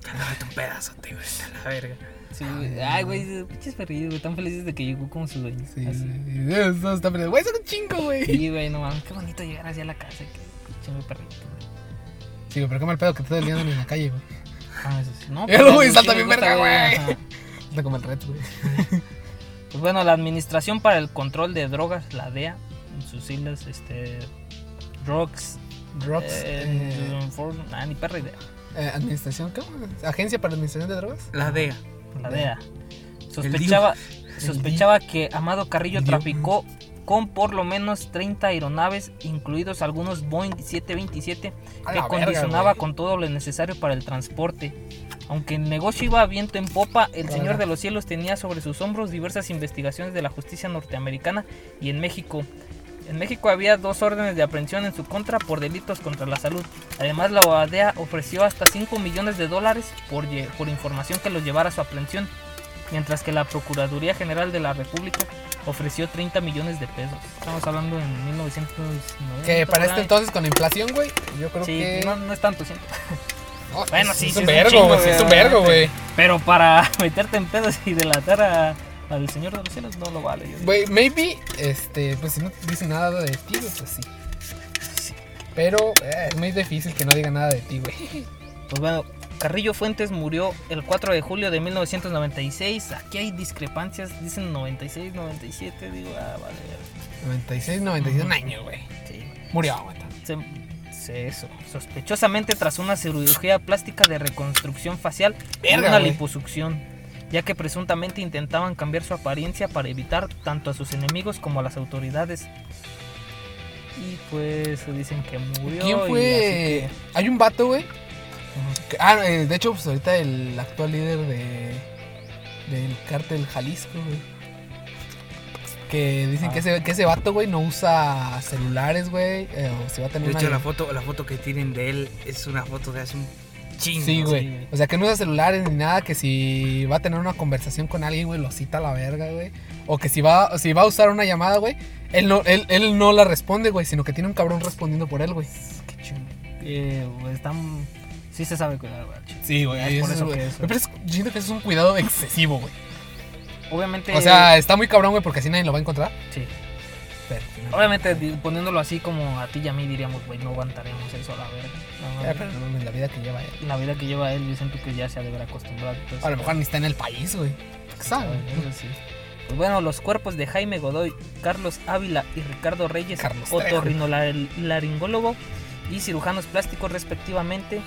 Speaker 3: Te la meto un pedazote, güey, a la verga.
Speaker 1: Sí, Este, güey. Ay, güey, pinches perrillos, güey. Tan felices de que llegó con su dueño.
Speaker 2: Sí,
Speaker 1: Así.
Speaker 2: sí, eso está peleado. Güey, son un chingo, güey. Sí,
Speaker 1: Sí, güey, no mames. Qué bonito llegar así a la casa. y Que pinche mi perrito. güey.
Speaker 2: güey, pero qué mal pedo que te estás liando en la calle, güey.
Speaker 1: Ah, eso sí. No,
Speaker 2: El
Speaker 1: ya,
Speaker 2: güey
Speaker 1: sí
Speaker 2: salta
Speaker 1: me
Speaker 2: bien
Speaker 1: gusta,
Speaker 2: verga, güey.
Speaker 1: ajá.
Speaker 2: Está como el reto, güey.
Speaker 1: Pues bueno, la Administración para el Control de Drogas, la DEA, en sus siglas, este. Drugs.
Speaker 2: Drops.
Speaker 1: eh,
Speaker 2: eh,
Speaker 1: for- ah, ni perra idea.
Speaker 2: eh, administración, ¿cómo? ¿Agencia para administración de drogas?
Speaker 3: La DEA.
Speaker 1: La
Speaker 2: DEA.
Speaker 1: DEA. Sospechaba,
Speaker 2: El
Speaker 1: sospechaba que Amado Carrillo
Speaker 2: El Dio.
Speaker 1: traficó con por lo menos 30 aeronaves, incluidos algunos Boeing 727,
Speaker 2: A
Speaker 1: que
Speaker 2: la verga,
Speaker 1: condicionaba
Speaker 2: güey.
Speaker 1: con todo lo necesario para el transporte. Aunque el negocio iba a viento en popa, el
Speaker 2: La
Speaker 1: Señor
Speaker 2: verdad.
Speaker 1: de los Cielos tenía sobre sus hombros diversas investigaciones de la justicia norteamericana y en México. En México había dos órdenes de aprehensión en su contra por delitos contra la salud. Además, la OADEA ofreció hasta 5 millones de dólares por, lle- por información que los llevara a su aprehensión. mientras que la Procuraduría General de la República ofreció 30 millones de pesos. Estamos hablando en 1990.
Speaker 2: Que para este
Speaker 1: ¿verdad?
Speaker 2: entonces con la inflación, güey, yo creo
Speaker 1: Sí,
Speaker 2: que...
Speaker 1: no, no es tanto, sí.
Speaker 2: No,
Speaker 1: bueno,
Speaker 2: es-
Speaker 1: sí,
Speaker 2: Es
Speaker 1: sí, es
Speaker 2: un
Speaker 1: un
Speaker 2: vergo,
Speaker 1: chingo,
Speaker 2: güey, sí, es un
Speaker 1: güey,
Speaker 2: vergo, güey.
Speaker 1: Pero para meterte en pedos y delatar a, al Señor de los Cielos no lo vale. yo digo.
Speaker 2: Güey, maybe, este, pues si no dice nada de ti, güey, pues sí. Pero eh, es muy difícil que no diga nada de ti, güey.
Speaker 1: Pues bueno, Carrillo Fuentes murió el 4 de julio de 1996. Aquí hay discrepancias, dicen 96, 97. Digo, ah, vale.
Speaker 2: 96, 96, un año, güey.
Speaker 1: Sí.
Speaker 2: Murió, aguanta.
Speaker 1: Se, se- eso. Sospechosamente tras una cirugía plástica de reconstrucción facial y
Speaker 2: Verga,
Speaker 1: una
Speaker 2: güey.
Speaker 1: liposucción, ya que presuntamente intentaban cambiar su apariencia para evitar tanto a sus enemigos como a las autoridades. Y pues dicen que murió.
Speaker 2: ¿Quién
Speaker 1: y así
Speaker 2: fue?
Speaker 1: que-
Speaker 2: Hay un vato, güey.
Speaker 1: Ujú.
Speaker 2: que- Ah, eh, de hecho, pues ahorita el actual líder de del cártel Jalisco, güey. Que dicen
Speaker 1: Ah.
Speaker 2: que, ese, que ese vato, güey, no usa celulares, güey. eh, o si va a tener
Speaker 3: De
Speaker 2: una-
Speaker 3: hecho, la foto, la foto que tienen de él es una foto de hace un chingo.
Speaker 2: Sí,
Speaker 1: Sí,
Speaker 2: güey.
Speaker 1: güey.
Speaker 2: O sea, que no usa celulares ni nada, que si va a tener una conversación con alguien, güey, lo cita a la verga, güey. O que si va, si va a usar una llamada, güey, él no, él, él no la responde, güey, sino que tiene un cabrón respondiendo por él, güey.
Speaker 1: Qué chingo. Eh, güey, están. Sí se sabe cuidar, güey, chido.
Speaker 2: Sí, güey.
Speaker 1: Es por
Speaker 2: eso,
Speaker 1: eso
Speaker 2: güey.
Speaker 1: que eso.
Speaker 2: Pero es- yo siento que eso es un cuidado excesivo, güey.
Speaker 1: Obviamente.
Speaker 2: O sea, está muy cabrón, güey, porque así nadie lo va a encontrar.
Speaker 1: sí.
Speaker 2: Pero,
Speaker 1: Obviamente, di- poniéndolo así como a ti y a mí diríamos, güey, no aguantaremos eso a la verga. No, no,
Speaker 2: Eh, pero no mames, la vida que lleva él.
Speaker 1: la vida que lleva él, yo siento que ya se ha de ver acostumbrado. entonces,
Speaker 2: A lo mejor ni está en el país, güey. ¿Qué sabe?
Speaker 1: ¿sabes? Eso sí. Pues bueno, los cuerpos de Jaime Godoy, Carlos Ávila y Ricardo Reyes,
Speaker 2: Carlos Trejo.
Speaker 1: otorrinolaringólogo y cirujanos plásticos respectivamente,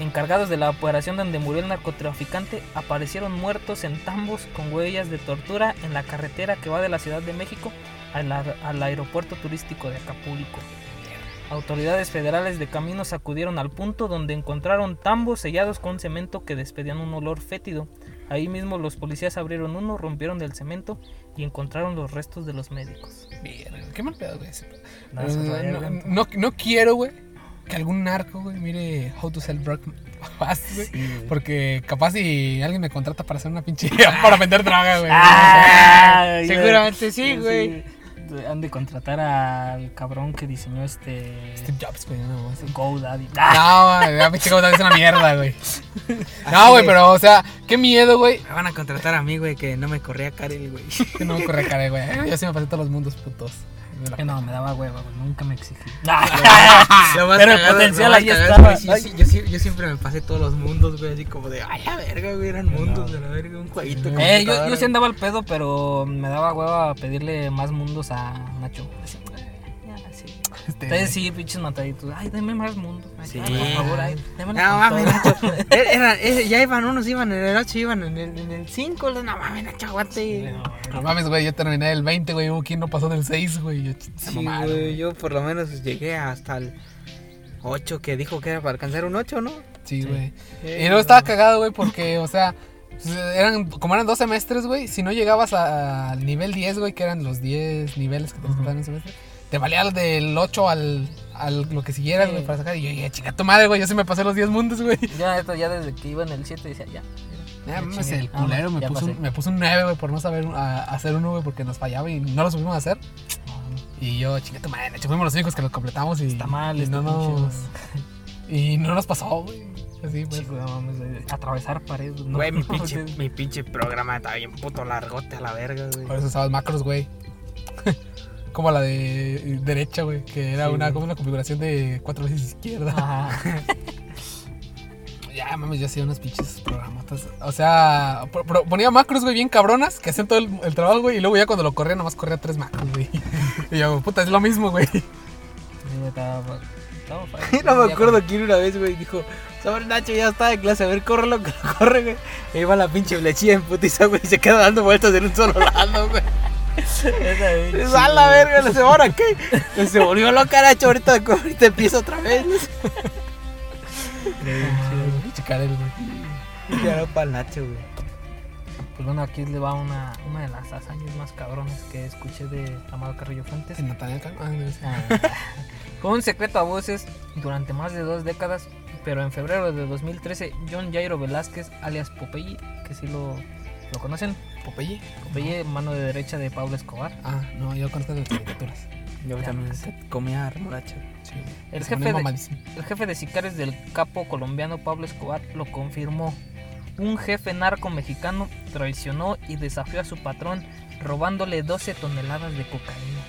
Speaker 1: encargados de la operación donde murió el narcotraficante, aparecieron muertos en tambos con huellas de tortura en la carretera que va de la Ciudad de México al, aer- al aeropuerto turístico de Acapulco. Autoridades federales de caminos acudieron al punto donde encontraron tambos sellados con cemento que despedían un olor fétido. Ahí mismo los policías abrieron uno, rompieron el cemento y encontraron los restos de los médicos.
Speaker 2: Verga, Qué mal pedo, güey. ese pedo.
Speaker 1: Nada,
Speaker 3: Eh,
Speaker 1: se fue
Speaker 2: No,
Speaker 1: violento.
Speaker 2: no- no quiero, güey, que algún narco, güey, mire How to Sell Drug Fast, güey.
Speaker 1: Sí, güey.
Speaker 2: Porque capaz si alguien me contrata para hacer una pinche... para vender droga, güey.
Speaker 1: Ah,
Speaker 2: No sé.
Speaker 1: ya.
Speaker 2: Seguramente sí, güey.
Speaker 1: Sí. Han de contratar al cabrón que diseñó este.
Speaker 2: Steve Jobs, güey, no, más.
Speaker 1: Go Daddy.
Speaker 3: Ah,
Speaker 2: No, güey, ya me chico, es una mierda, güey. No, güey, pero, o sea, qué miedo, güey.
Speaker 3: Me van a contratar a mí, güey, que no me corría Karel, güey.
Speaker 2: Que no me corre cara, güey. Yo sí me pasé todos los mundos putos. Me la-
Speaker 1: Ah, No, me daba hueva, güey. Nunca me exigí. Ah,
Speaker 3: Lo más
Speaker 1: Pero el
Speaker 3: cagado-
Speaker 1: potencial
Speaker 3: lo más
Speaker 1: ahí
Speaker 3: cagado,
Speaker 1: estaba.
Speaker 3: güey, sí,
Speaker 1: Ay. eh,
Speaker 3: sí, yo, sí- yo siempre me pasé todos los mundos, güey, así como de, ay, la verga, güey, eran mundos, de la verga, un jueguito. de
Speaker 1: Eh, yo, yo
Speaker 3: computadora".
Speaker 1: sí andaba al pedo, pero me daba hueva pedirle más mundos a Nacho. Así, ya, sí.
Speaker 2: Este,
Speaker 1: Entonces sí, pinches mataditos. Ay, deme más mundos. Ay,
Speaker 3: Sí.
Speaker 1: Por favor, ay, deme
Speaker 3: No mames, Nacho. Er- era- es- ya iban unos, iban en el 8, iban en el, en el 5. No mames, Nacho, aguante.
Speaker 2: No mames, güey, yo terminé el 20, güey. Hubo quien no pasó del 6, güey. Yo,
Speaker 3: Sí,
Speaker 2: no mames,
Speaker 3: güey, yo por lo menos llegué hasta el 8 que dijo que era para alcanzar un 8, ¿no?
Speaker 2: Sí, güey.
Speaker 3: Eh,
Speaker 2: Y luego estaba cagado, güey, porque, o sea, pues, eran, como eran dos semestres, güey, si no llegabas a- al nivel 10, güey, que eran los 10 niveles que te
Speaker 1: Ujú.
Speaker 2: daban en un semestre, te valía el del 8 al, al lo que siguieras,
Speaker 1: Sí.
Speaker 2: güey, para sacar. Y yo dije, chinga tu madre, güey, yo sí me pasé los 10 mundos, güey.
Speaker 1: Ya, esto, ya desde que iba en el 7 decía, ya.
Speaker 2: Nah,
Speaker 1: Ya
Speaker 2: mames,
Speaker 1: chingué.
Speaker 2: el
Speaker 1: Ah,
Speaker 2: culero me
Speaker 1: ya
Speaker 2: puso,
Speaker 1: pasé.
Speaker 2: un, me puso un 9, güey, por no saber a- hacer uno, güey, porque nos fallaba y no lo supimos hacer. Y yo, chinga tu madre, Nacho, fuimos los únicos que lo completamos y.
Speaker 1: Está mal,
Speaker 2: y
Speaker 1: este
Speaker 2: no,
Speaker 1: pinche-
Speaker 2: nos, y no nos pasó, güey. Así, pues.
Speaker 1: Chico, no mames, eh, atravesar paredes. no.
Speaker 3: Güey, mi, pinche, mi pinche programa está bien puto largote a la verga, güey.
Speaker 2: Por eso usabas macros, güey. Como la de derecha, güey, que era
Speaker 1: Sí,
Speaker 2: una,
Speaker 1: güey.
Speaker 2: como una configuración de cuatro veces izquierda.
Speaker 1: Ajá.
Speaker 2: Ya, mames, yo hacía unos pinches programatas. O sea, pro- pro- ponía macros, güey, bien cabronas, que hacían todo el, el trabajo, güey, y luego ya cuando lo corría, nomás corría tres macros, güey. Y yo, puta, es lo mismo, güey.
Speaker 1: Sí, güey, estaba- estaba
Speaker 3: Sí,
Speaker 1: padre.
Speaker 3: no me
Speaker 1: Ya
Speaker 3: acuerdo quién una vez, güey, dijo, sobre Nacho ya está de clase, a ver, córrelo, que lo corre, güey. E iba la pinche flechilla en putiza, güey, y se queda dando vueltas en un solo lado, güey.
Speaker 1: cuando- Esa, güey,
Speaker 3: Es
Speaker 1: chico.
Speaker 3: a la verga, no sé, ¿ahora qué? Pues se volvió loca, Nacho, ahorita, ahorita empieza otra vez.
Speaker 2: Pinche Karel, güey.
Speaker 3: Ya para Nacho, güey.
Speaker 1: Pues bueno, aquí le va una, una de las hazañas más cabrones que escuché de Amado Carrillo Fuentes.
Speaker 2: En Nathaniel Cano. Ah, no, sí.
Speaker 1: Fue un secreto a voces durante más de dos décadas, pero en febrero de 2013, John Jairo Velázquez, alias Popeye, que sí lo, ¿Lo conocen?
Speaker 2: Popeye.
Speaker 1: Popeye, mano de derecha de Pablo Escobar.
Speaker 2: Ah, no, yo conozco las caricaturas.
Speaker 3: Yo
Speaker 1: Ya.
Speaker 3: también comía remolacha.
Speaker 2: Sí, güey.
Speaker 1: El
Speaker 2: Se
Speaker 1: jefe
Speaker 2: pone
Speaker 1: de-
Speaker 2: mamadísimo.
Speaker 1: El jefe de sicarios del capo colombiano Pablo Escobar lo confirmó. Un jefe narco mexicano traicionó y desafió a su patrón robándole 12 toneladas de cocaína.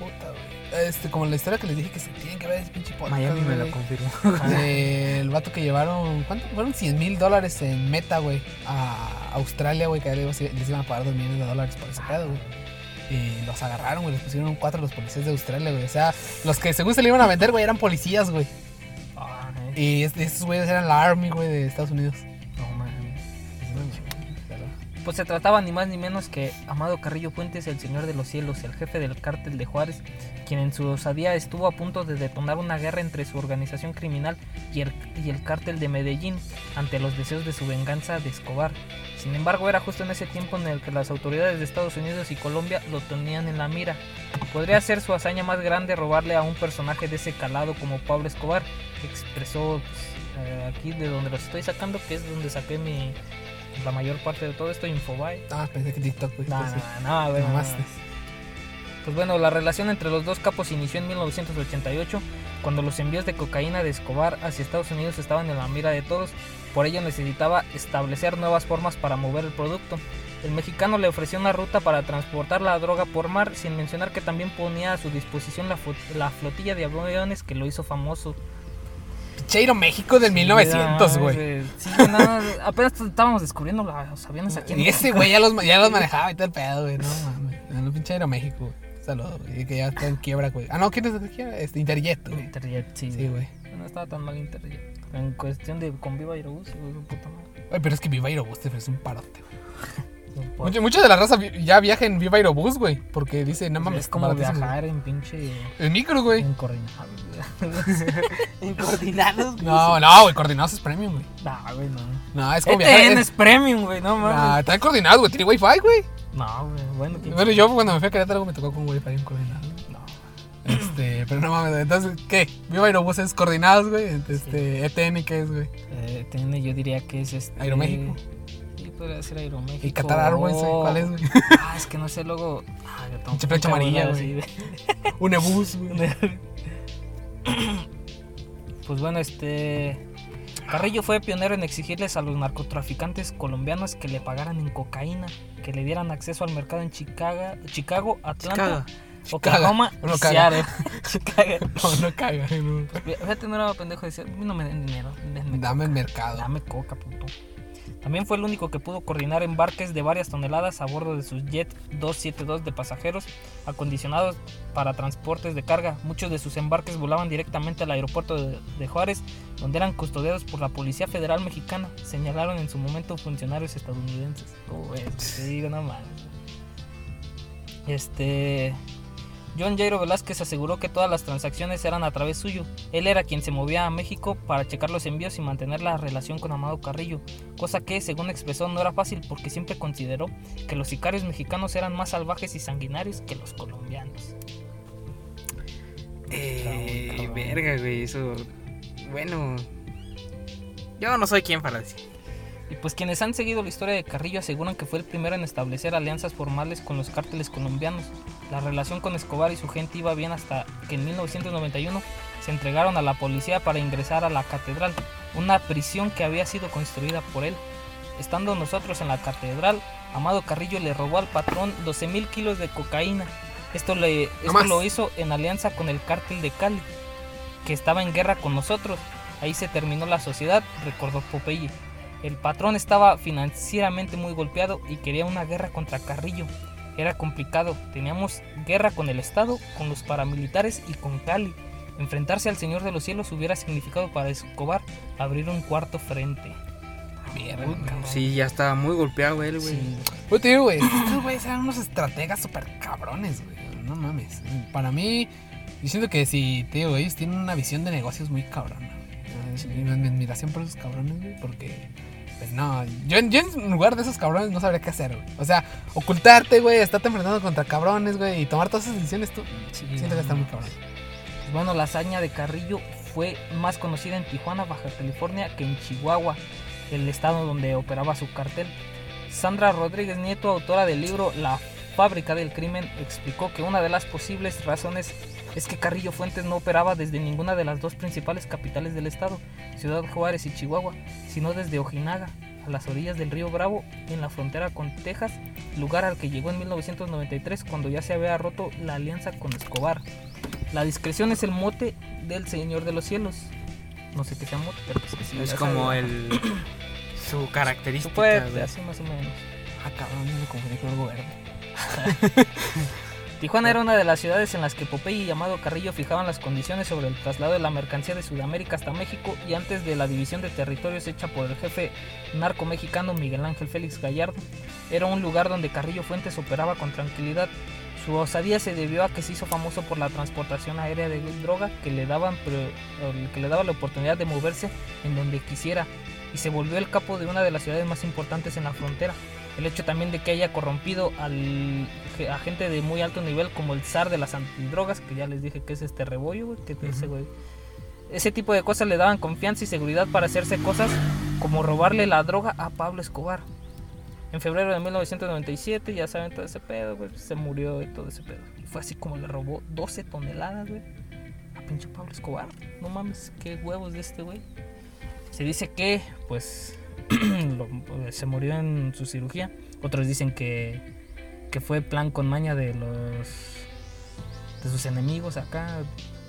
Speaker 2: Puta, güey. Este, como la historia que les dije que se tienen que ver ese pinche podcast.
Speaker 3: Miami me
Speaker 2: güey.
Speaker 3: lo confirmó.
Speaker 2: Del vato que llevaron, ¿cuánto? Fueron 100 mil dólares en meta, güey, a Australia, güey, que ahí les les iban a pagar 2 millones de dólares por ese pedo, güey. Y los agarraron, güey, les pusieron un cuatro a los policías de Australia, güey. O sea, los que según se le iban a vender, güey, eran policías, güey. Y es- estos güeyes eran la Army, güey, de Estados Unidos.
Speaker 1: No mames.
Speaker 2: O sea, lo-
Speaker 1: Pues se trataba ni más ni menos que Amado Carrillo Puentes, el señor de los cielos, el jefe del cártel de Juárez, quien en su osadía estuvo a punto de detonar una guerra entre su organización criminal y el, y el cártel de Medellín ante los deseos de su venganza de Escobar. Sin embargo, era justo en ese tiempo en el que las autoridades de Estados Unidos y Colombia lo tenían en la mira. Podría ser su hazaña más grande robarle a un personaje de ese calado como Pablo Escobar, expresó pues, eh, aquí de donde los estoy sacando, que es donde saqué mi, la mayor parte de todo esto, Infobae.
Speaker 2: Ah, pensé que TikTok, güey.
Speaker 1: No,
Speaker 2: pues,
Speaker 1: no, no, güey, no,
Speaker 2: nomás,
Speaker 1: no. Pues bueno, la relación entre los dos capos inició en 1988, cuando los envíos de cocaína de Escobar hacia Estados Unidos estaban en la mira de todos. Por ello necesitaba establecer nuevas formas para mover el producto. El mexicano le ofreció una ruta para transportar la droga por mar, sin mencionar que también ponía a su disposición la, fo- la flotilla de aviones que lo hizo famoso.
Speaker 2: Cheiro México del 1900, güey.
Speaker 1: Sí, no, apenas estábamos descubriendo los aviones aquí en
Speaker 2: Y ese güey ya los, ya los manejaba y todo el pedo, güey. No mames. En el pinche Aeroméxico, güey. Saludos, güey. y Que ya está en quiebra, güey. Ah, no, ¿quién es el que quiebra? Este, Interjet, güey.
Speaker 1: Interjet, sí,
Speaker 2: Sí, güey.
Speaker 1: No estaba tan mal Interjet. En cuestión de con Viva Aerobús, güey, puta madre. Pues,
Speaker 2: Ay, pero es que Viva Aerobús te ofrece un parote, güey.
Speaker 1: No puedo.
Speaker 2: Mucha, mucha de la raza vi- ya viaja en Viva Aerobús, güey. Porque dice, no mames,
Speaker 1: es como
Speaker 2: baratísimo, güey.
Speaker 1: viajar en pinche
Speaker 2: En micro, güey.
Speaker 1: incoordinado.
Speaker 3: Incoordinados.
Speaker 2: No, no, güey. Coordinados es premium, güey.
Speaker 1: No, güey, no.
Speaker 2: No, es como viajar.
Speaker 1: ETN
Speaker 2: en-
Speaker 1: E es premium, güey, no
Speaker 2: No,
Speaker 1: mames.
Speaker 2: está coordinado, güey. Tiene wifi, güey.
Speaker 1: No, güey, bueno. ¿quién
Speaker 2: Bueno,
Speaker 1: sabe?
Speaker 2: yo cuando me fui a Querétaro me tocó con wifi en coordinado.
Speaker 1: No.
Speaker 2: Este, pero no mames, entonces, ¿qué? Viva Aerobús es coordinados, güey. Este, ETN, ¿qué es, güey?
Speaker 1: Eh, ETN yo diría que es este...
Speaker 2: Aeroméxico.
Speaker 1: Sí, podría ser Aeroméxico.
Speaker 2: Y Qatar Airways, güey,
Speaker 1: o-
Speaker 2: ¿cuál es, güey?
Speaker 1: Ah, es que no sé, luego... Ah, yo
Speaker 2: Pinche
Speaker 1: tampoco.
Speaker 2: flecha amarilla,
Speaker 1: así
Speaker 2: güey.
Speaker 1: de-
Speaker 2: Unebus, güey.
Speaker 1: Pues bueno, este. Carrillo fue pionero en exigirles a los narcotraficantes colombianos que le pagaran en cocaína, que le dieran acceso al mercado en Chicago, Chicago Atlanta, Oklahoma
Speaker 2: Uno
Speaker 1: y
Speaker 2: caga.
Speaker 1: Seattle. Chicago.
Speaker 2: No, no caga, no.
Speaker 1: Fíjate, no era pendejo decir, "A mí no me den dinero, denme
Speaker 2: Dame el
Speaker 1: coca,
Speaker 2: mercado.
Speaker 1: dame coca, puto. También fue el único que pudo coordinar embarques de varias toneladas a bordo de sus Jet 272 de pasajeros acondicionados para transportes de carga. Muchos de sus embarques volaban directamente al aeropuerto de, de Juárez, donde eran custodiados por la Policía Federal Mexicana. Señalaron en su momento funcionarios estadounidenses. ¿Cómo ves? Te digo, no mames. Este. John Jairo Velázquez aseguró que todas las transacciones eran a través suyo. Él era quien se movía a México para checar los envíos y mantener la relación con Amado Carrillo, cosa que, según expresó, no era fácil porque siempre consideró que los sicarios mexicanos eran más salvajes y sanguinarios que los colombianos.
Speaker 3: Eh,
Speaker 1: Cabrón.
Speaker 3: verga, güey, eso. Bueno. Yo no soy quien para decir.
Speaker 1: Y pues quienes han seguido la historia de Carrillo aseguran que fue el primero en establecer alianzas formales con los cárteles colombianos. La relación con Escobar y su gente iba bien hasta que en 1991 se entregaron a la policía para ingresar a la catedral, una prisión que había sido construida por él. Estando nosotros en la catedral, Amado Carrillo le robó al patrón 12 mil kilos de cocaína. Esto, le, esto
Speaker 2: más.
Speaker 1: lo hizo en alianza con el cártel de Cali, que estaba en guerra con nosotros. Ahí se terminó la sociedad, recordó Popeye. El patrón estaba financieramente muy golpeado y quería una guerra contra Carrillo. Era complicado, teníamos guerra con el Estado, con los paramilitares y con Cali. Enfrentarse al Señor de los Cielos hubiera significado para Escobar abrir un cuarto frente.
Speaker 2: Mierda,
Speaker 1: Uy,
Speaker 2: güey.
Speaker 1: cabrón.
Speaker 3: Sí, ya estaba muy golpeado él, güey.
Speaker 1: Sí.
Speaker 2: Yo Pues te digo, güey, estos güeyes eran unos estrategas súper cabrones, güey. No mames. Para mí, yo siento que si, te digo, ellos tienen una visión de negocios muy cabrona, güey.
Speaker 1: Sí.
Speaker 2: Y Mi, mi admiración por esos cabrones, güey, porque, pues no, yo, en- yo en lugar de esos cabrones no sabría qué hacer, güey. O sea, ocultarte, güey, estarte enfrentando contra cabrones, güey, y tomar todas esas decisiones tú.
Speaker 1: Sí,
Speaker 2: Siento
Speaker 1: no,
Speaker 2: que está muy
Speaker 1: no.
Speaker 2: cabrón.
Speaker 1: Bueno, la hazaña de Carrillo fue más conocida en Tijuana, Baja California, que en Chihuahua, el estado donde operaba su cartel. Sandra Rodríguez Nieto, autora del libro La fábrica del crimen, explicó que una de las posibles razones es que Carrillo Fuentes no operaba desde ninguna de las dos principales capitales del estado, Ciudad Juárez y Chihuahua, sino desde Ojinaga, a las orillas del río Bravo, en la frontera con Texas, lugar al que llegó en 1993 cuando ya se había roto la alianza con Escobar. La discreción es el mote del Señor de los Cielos. No sé qué sea mote, pero pues que sí,
Speaker 3: Es
Speaker 1: ya
Speaker 3: como
Speaker 1: sabe.
Speaker 3: el. Su
Speaker 1: Su
Speaker 3: característica.
Speaker 1: puede,
Speaker 3: güey.
Speaker 1: así más o menos.
Speaker 2: Ah, cabrón, yo me confundí con algo verde.
Speaker 1: Tijuana era una de las ciudades en las que Popeye y Amado Carrillo fijaban las condiciones sobre el traslado de la mercancía de Sudamérica hasta México y antes de la división de territorios hecha por el jefe narco mexicano Miguel Ángel Félix Gallardo. Era un lugar donde Carrillo Fuentes operaba con tranquilidad. Su osadía se debió a que se hizo famoso por la transportación aérea de droga que le, daban, pre- el que le daba la oportunidad de moverse en donde quisiera y se volvió el capo de una de las ciudades más importantes en la frontera. El hecho también de que haya corrompido al, ge- a gente de muy alto nivel como el zar de las antidrogas, que ya les dije que es este rebollo, güey, que te dice, güey. Ese tipo de cosas le daban confianza y seguridad para hacerse cosas como robarle la droga a Pablo Escobar. En febrero de 1997, ya saben todo ese pedo, güey, se murió y todo ese pedo. Y fue así como le robó 12 toneladas, güey, a pinche Pablo Escobar. No mames, qué huevos de este güey. Se dice que, pues, lo- pues, se murió en su cirugía. Otros dicen que, que fue plan con maña de los de sus enemigos acá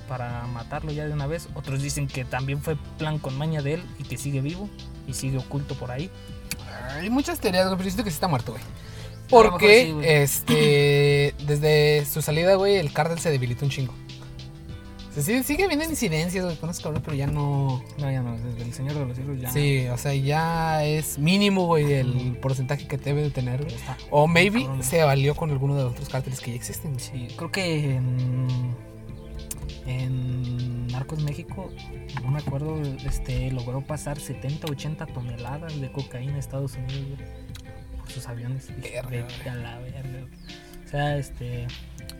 Speaker 1: para matarlo ya de una vez. Otros dicen que también fue plan con maña de él y que sigue vivo y sigue oculto por ahí.
Speaker 2: Hay muchas teorías, güey, pero yo siento que sí está muerto, güey.
Speaker 1: lo mejor
Speaker 2: Porque,
Speaker 1: sí, güey.
Speaker 2: este, desde su salida, güey, el cártel se debilitó un chingo. O sea, sí, sigue habiendo incidencias, güey, con ese cabrón, pero ya no...
Speaker 1: No, ya no, desde el Señor de los Cielos ya.
Speaker 2: Sí, o sea, ya es mínimo, güey, el porcentaje que debe de tener, güey.
Speaker 1: está.
Speaker 2: O maybe
Speaker 1: Cabrón.
Speaker 2: se valió con alguno de los otros cárteles que ya existen, güey.
Speaker 1: Sí, creo que en, en Narcos México, no me acuerdo, este, logró pasar 70, 80 toneladas de cocaína a Estados Unidos güey, por sus aviones. Dije,
Speaker 2: Verga,
Speaker 1: "Vete a la verga, güey". O sea, este.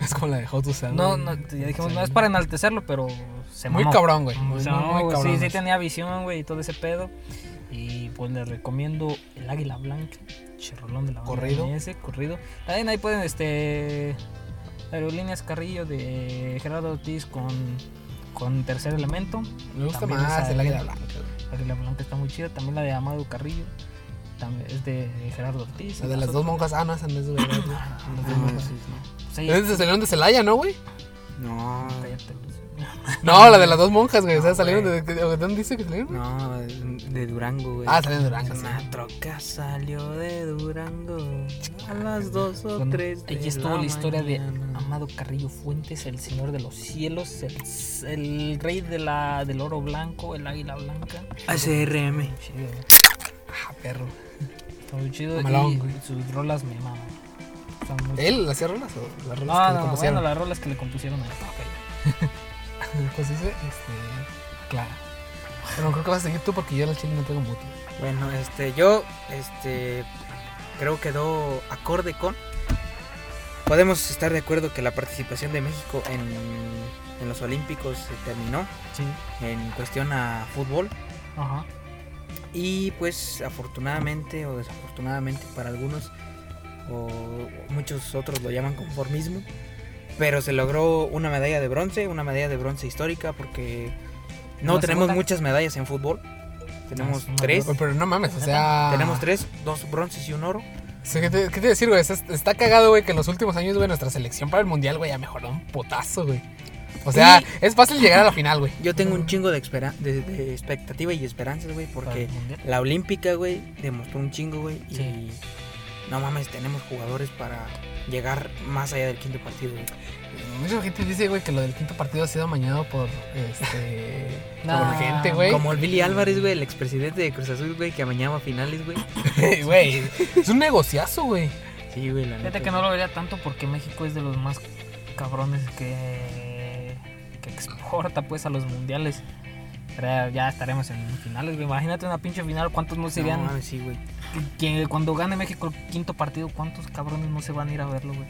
Speaker 2: Es como la de How to Sell,
Speaker 1: No,
Speaker 2: güey.
Speaker 1: no, ya dijimos,
Speaker 2: Sí.
Speaker 1: no es para enaltecerlo, pero se
Speaker 2: Muy
Speaker 1: mamó.
Speaker 2: cabrón, güey.
Speaker 1: O
Speaker 2: Muy,
Speaker 1: sea,
Speaker 2: muy,
Speaker 1: Pues, no,
Speaker 2: muy
Speaker 1: güey,
Speaker 2: cabrón.
Speaker 1: sí, sí tenía visión, güey, y todo ese pedo. Y pues les recomiendo El Águila Blanca, Chirrolón de la banda
Speaker 2: Corrido.
Speaker 1: MS, corrido. También ahí pueden, este. Aerolíneas Carrillo de Gerardo Ortiz con, con Tercer Elemento.
Speaker 2: Me gusta
Speaker 1: También
Speaker 2: más
Speaker 1: esa-
Speaker 2: el águila blanca, güey.
Speaker 1: Águila Blanca está muy chida. También la de Amado Carrillo. También es de Gerardo Ortiz.
Speaker 2: La de las dos monjas. Ah, no, esa no es de verdad, güey. Las dos
Speaker 3: Ah,
Speaker 2: monjas.
Speaker 3: sí, sí.
Speaker 1: Sí, Ah,
Speaker 2: Es de salieron de Celaya, ¿no, güey?
Speaker 3: No,
Speaker 1: cállate, pues. güey.
Speaker 2: No, la de las dos monjas, güey. O sea,
Speaker 3: No,
Speaker 2: salieron de.
Speaker 3: güey.
Speaker 2: de- ¿de ¿Dónde dice que salieron? güey?
Speaker 3: no, de Durango, güey.
Speaker 2: Ah, salieron de Durango, sí.
Speaker 3: Una troca salió de Durango a las dos
Speaker 2: Pues
Speaker 3: o
Speaker 1: Bueno,
Speaker 3: tres. de
Speaker 1: Allí estuvo la, historia de
Speaker 3: mañana.
Speaker 1: Amado Carrillo Fuentes, el señor de los cielos, el, el rey de la, del oro blanco, el águila blanca.
Speaker 3: ACRM.
Speaker 1: Chido, güey.
Speaker 2: Ah, perro.
Speaker 1: está muy chido.
Speaker 2: Mamalón,
Speaker 1: y
Speaker 2: güey.
Speaker 1: sus rolas me maman. Están muy chidas.
Speaker 2: ¿Él hacía rolas o
Speaker 1: No,
Speaker 2: las rolas que le
Speaker 1: no, no, bueno,
Speaker 2: compusieron?
Speaker 1: las rolas que le compusieron a él.
Speaker 2: Pues dice, este. Claro. Pero creo que vas a seguir tú porque yo en el chile no tengo mucho.
Speaker 3: Bueno, este, yo, este, creo quedó acorde con. Podemos estar de acuerdo que la participación de México en, en los Olímpicos se terminó
Speaker 1: Sí.
Speaker 3: en cuestión a fútbol.
Speaker 1: Ajá.
Speaker 3: Y pues afortunadamente o desafortunadamente para algunos, o muchos otros lo llaman conformismo, pero se logró una medalla de bronce, una medalla de bronce histórica porque no
Speaker 1: ¿La
Speaker 3: tenemos
Speaker 1: segunda?
Speaker 3: muchas medallas en fútbol. Tenemos
Speaker 1: es una Ah.
Speaker 3: tres,
Speaker 2: Pero no mames, o sea.
Speaker 3: tenemos tres, dos bronces y un oro.
Speaker 2: O sea, ¿qué, te, qué te decir, güey? Está, está cagado, güey, que en los últimos años, güey, nuestra selección para el mundial, güey, ha mejorado un potazo, güey. O sea,
Speaker 3: Sí.
Speaker 2: es fácil llegar a la final, güey.
Speaker 3: Yo tengo
Speaker 1: Mm.
Speaker 3: un chingo de, espera- de- de expectativa y esperanzas, güey,
Speaker 1: Para
Speaker 3: porque
Speaker 1: el mundial.
Speaker 3: la olímpica, güey, demostró un chingo, güey, y
Speaker 1: Sí.
Speaker 3: no mames, tenemos jugadores para llegar más allá del quinto partido, güey.
Speaker 2: Mucha gente dice, güey, que lo del quinto partido ha sido amañado por este.
Speaker 1: Nah.
Speaker 2: por gente, güey.
Speaker 3: Como el Billy Álvarez, güey, el expresidente de Cruz Azul, güey, que amañaba finales, güey.
Speaker 2: Güey, es un negociazo, güey.
Speaker 3: Sí, güey, la
Speaker 1: Fíjate
Speaker 3: neta,
Speaker 1: que no
Speaker 3: güey.
Speaker 1: lo vería tanto porque México es de los más cabrones que, que exporta pues a los mundiales. Pero ya estaremos en finales, güey. Imagínate una pinche final, ¿cuántos no
Speaker 3: No,
Speaker 1: serían?
Speaker 3: mames, sí, güey.
Speaker 1: que cuando gane México el quinto partido, ¿cuántos cabrones no se van a ir a verlo, güey?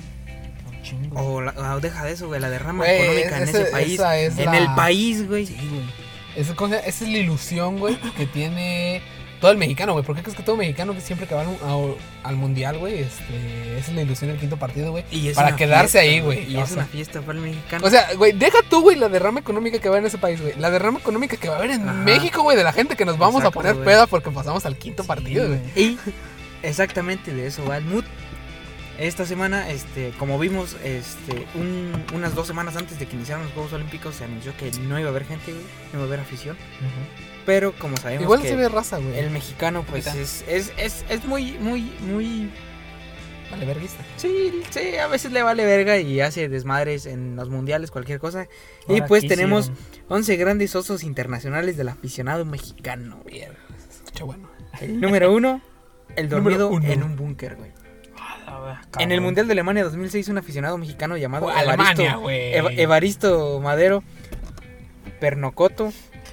Speaker 1: Un chingo.
Speaker 3: O, la- o deja de eso, güey, la derrama
Speaker 2: Güey,
Speaker 3: económica en
Speaker 2: esa-
Speaker 3: ese país.
Speaker 2: esa es
Speaker 3: en
Speaker 2: la-
Speaker 3: el país, güey.
Speaker 1: Sí, güey.
Speaker 2: Esa, cosa- esa es la ilusión, güey, que tiene Todo el mexicano, güey. ¿Por qué crees que todo mexicano que siempre que va al, a- al mundial, güey? Este, esa es la ilusión del quinto partido, güey.
Speaker 3: Y es
Speaker 2: Para
Speaker 3: una
Speaker 2: quedarse
Speaker 3: fiesta,
Speaker 2: ahí, güey.
Speaker 3: Y
Speaker 2: O
Speaker 3: es
Speaker 2: sea.
Speaker 3: una fiesta para el mexicano.
Speaker 2: O sea, güey, deja tú, güey, la derrama económica que va a haber en ese país, güey. La derrama económica que va a haber en
Speaker 3: Ajá.
Speaker 2: México, güey, de la gente que nos vamos
Speaker 3: Exacto,
Speaker 2: a poner
Speaker 3: güey.
Speaker 2: peda porque pasamos al quinto
Speaker 3: Sí,
Speaker 2: partido, güey.
Speaker 3: Y exactamente de eso va el mood. Esta semana, este, como vimos, este, un- unas dos semanas antes de que iniciaran los Juegos Olímpicos, se anunció que no iba a haber gente, güey, no iba a haber afición. Pero como sabemos
Speaker 2: Igual
Speaker 3: que
Speaker 2: se ve raza, güey.
Speaker 3: el mexicano, pues
Speaker 2: Ahorita.
Speaker 3: es, es, es, es muy, muy, muy.
Speaker 2: Vale, verguista.
Speaker 3: Sí, sí, a veces le vale verga y hace desmadres en los mundiales, cualquier cosa. y
Speaker 1: Ahora,
Speaker 3: pues
Speaker 1: ¿qué
Speaker 3: tenemos
Speaker 1: hicieron?
Speaker 3: 11 grandes osos internacionales del aficionado mexicano, güey.
Speaker 2: Mucho bueno.
Speaker 3: El número uno, el
Speaker 2: Número
Speaker 3: dormido
Speaker 2: uno.
Speaker 3: en un búnker, güey.
Speaker 1: A ver,
Speaker 3: En el
Speaker 1: cabrón.
Speaker 3: Mundial de Alemania 2006, un aficionado mexicano llamado
Speaker 2: Güey,
Speaker 3: Evaristo,
Speaker 2: Alemania, güey.
Speaker 3: Eva- Evaristo Madero Pernocoto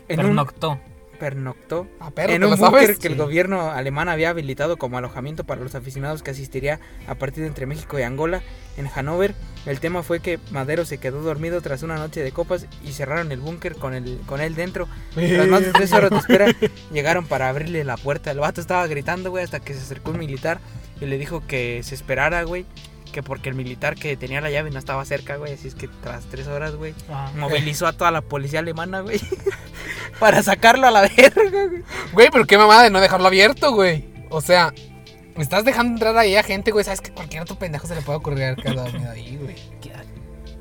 Speaker 3: en
Speaker 1: Pernoctó.
Speaker 3: un pernoctó
Speaker 2: A perro,
Speaker 3: en
Speaker 2: ¿te
Speaker 3: un
Speaker 2: lo
Speaker 3: búnker
Speaker 2: sabes?
Speaker 3: que el gobierno alemán había habilitado como alojamiento para los aficionados que asistiría a partido entre México y Angola en Hannover. El tema fue que Madero se quedó dormido tras una noche de copas y cerraron el búnker con, el, con él dentro. Tras más de tres horas de espera, llegaron para abrirle la puerta. El vato estaba gritando, güey, hasta que se acercó un militar y le dijo que se esperara, güey. Que porque el militar que tenía la llave no estaba cerca, güey. Así es que tras tres horas, güey,
Speaker 1: Ah,
Speaker 3: movilizó a toda la policía alemana, güey. para sacarlo a la verga, güey.
Speaker 2: Güey, pero qué mamada de no dejarlo abierto, güey. O sea, me estás dejando entrar ahí a gente, güey. Sabes que cualquier otro pendejo se le puede ocurrir que ha dormido ahí, güey.
Speaker 1: ¿Qué-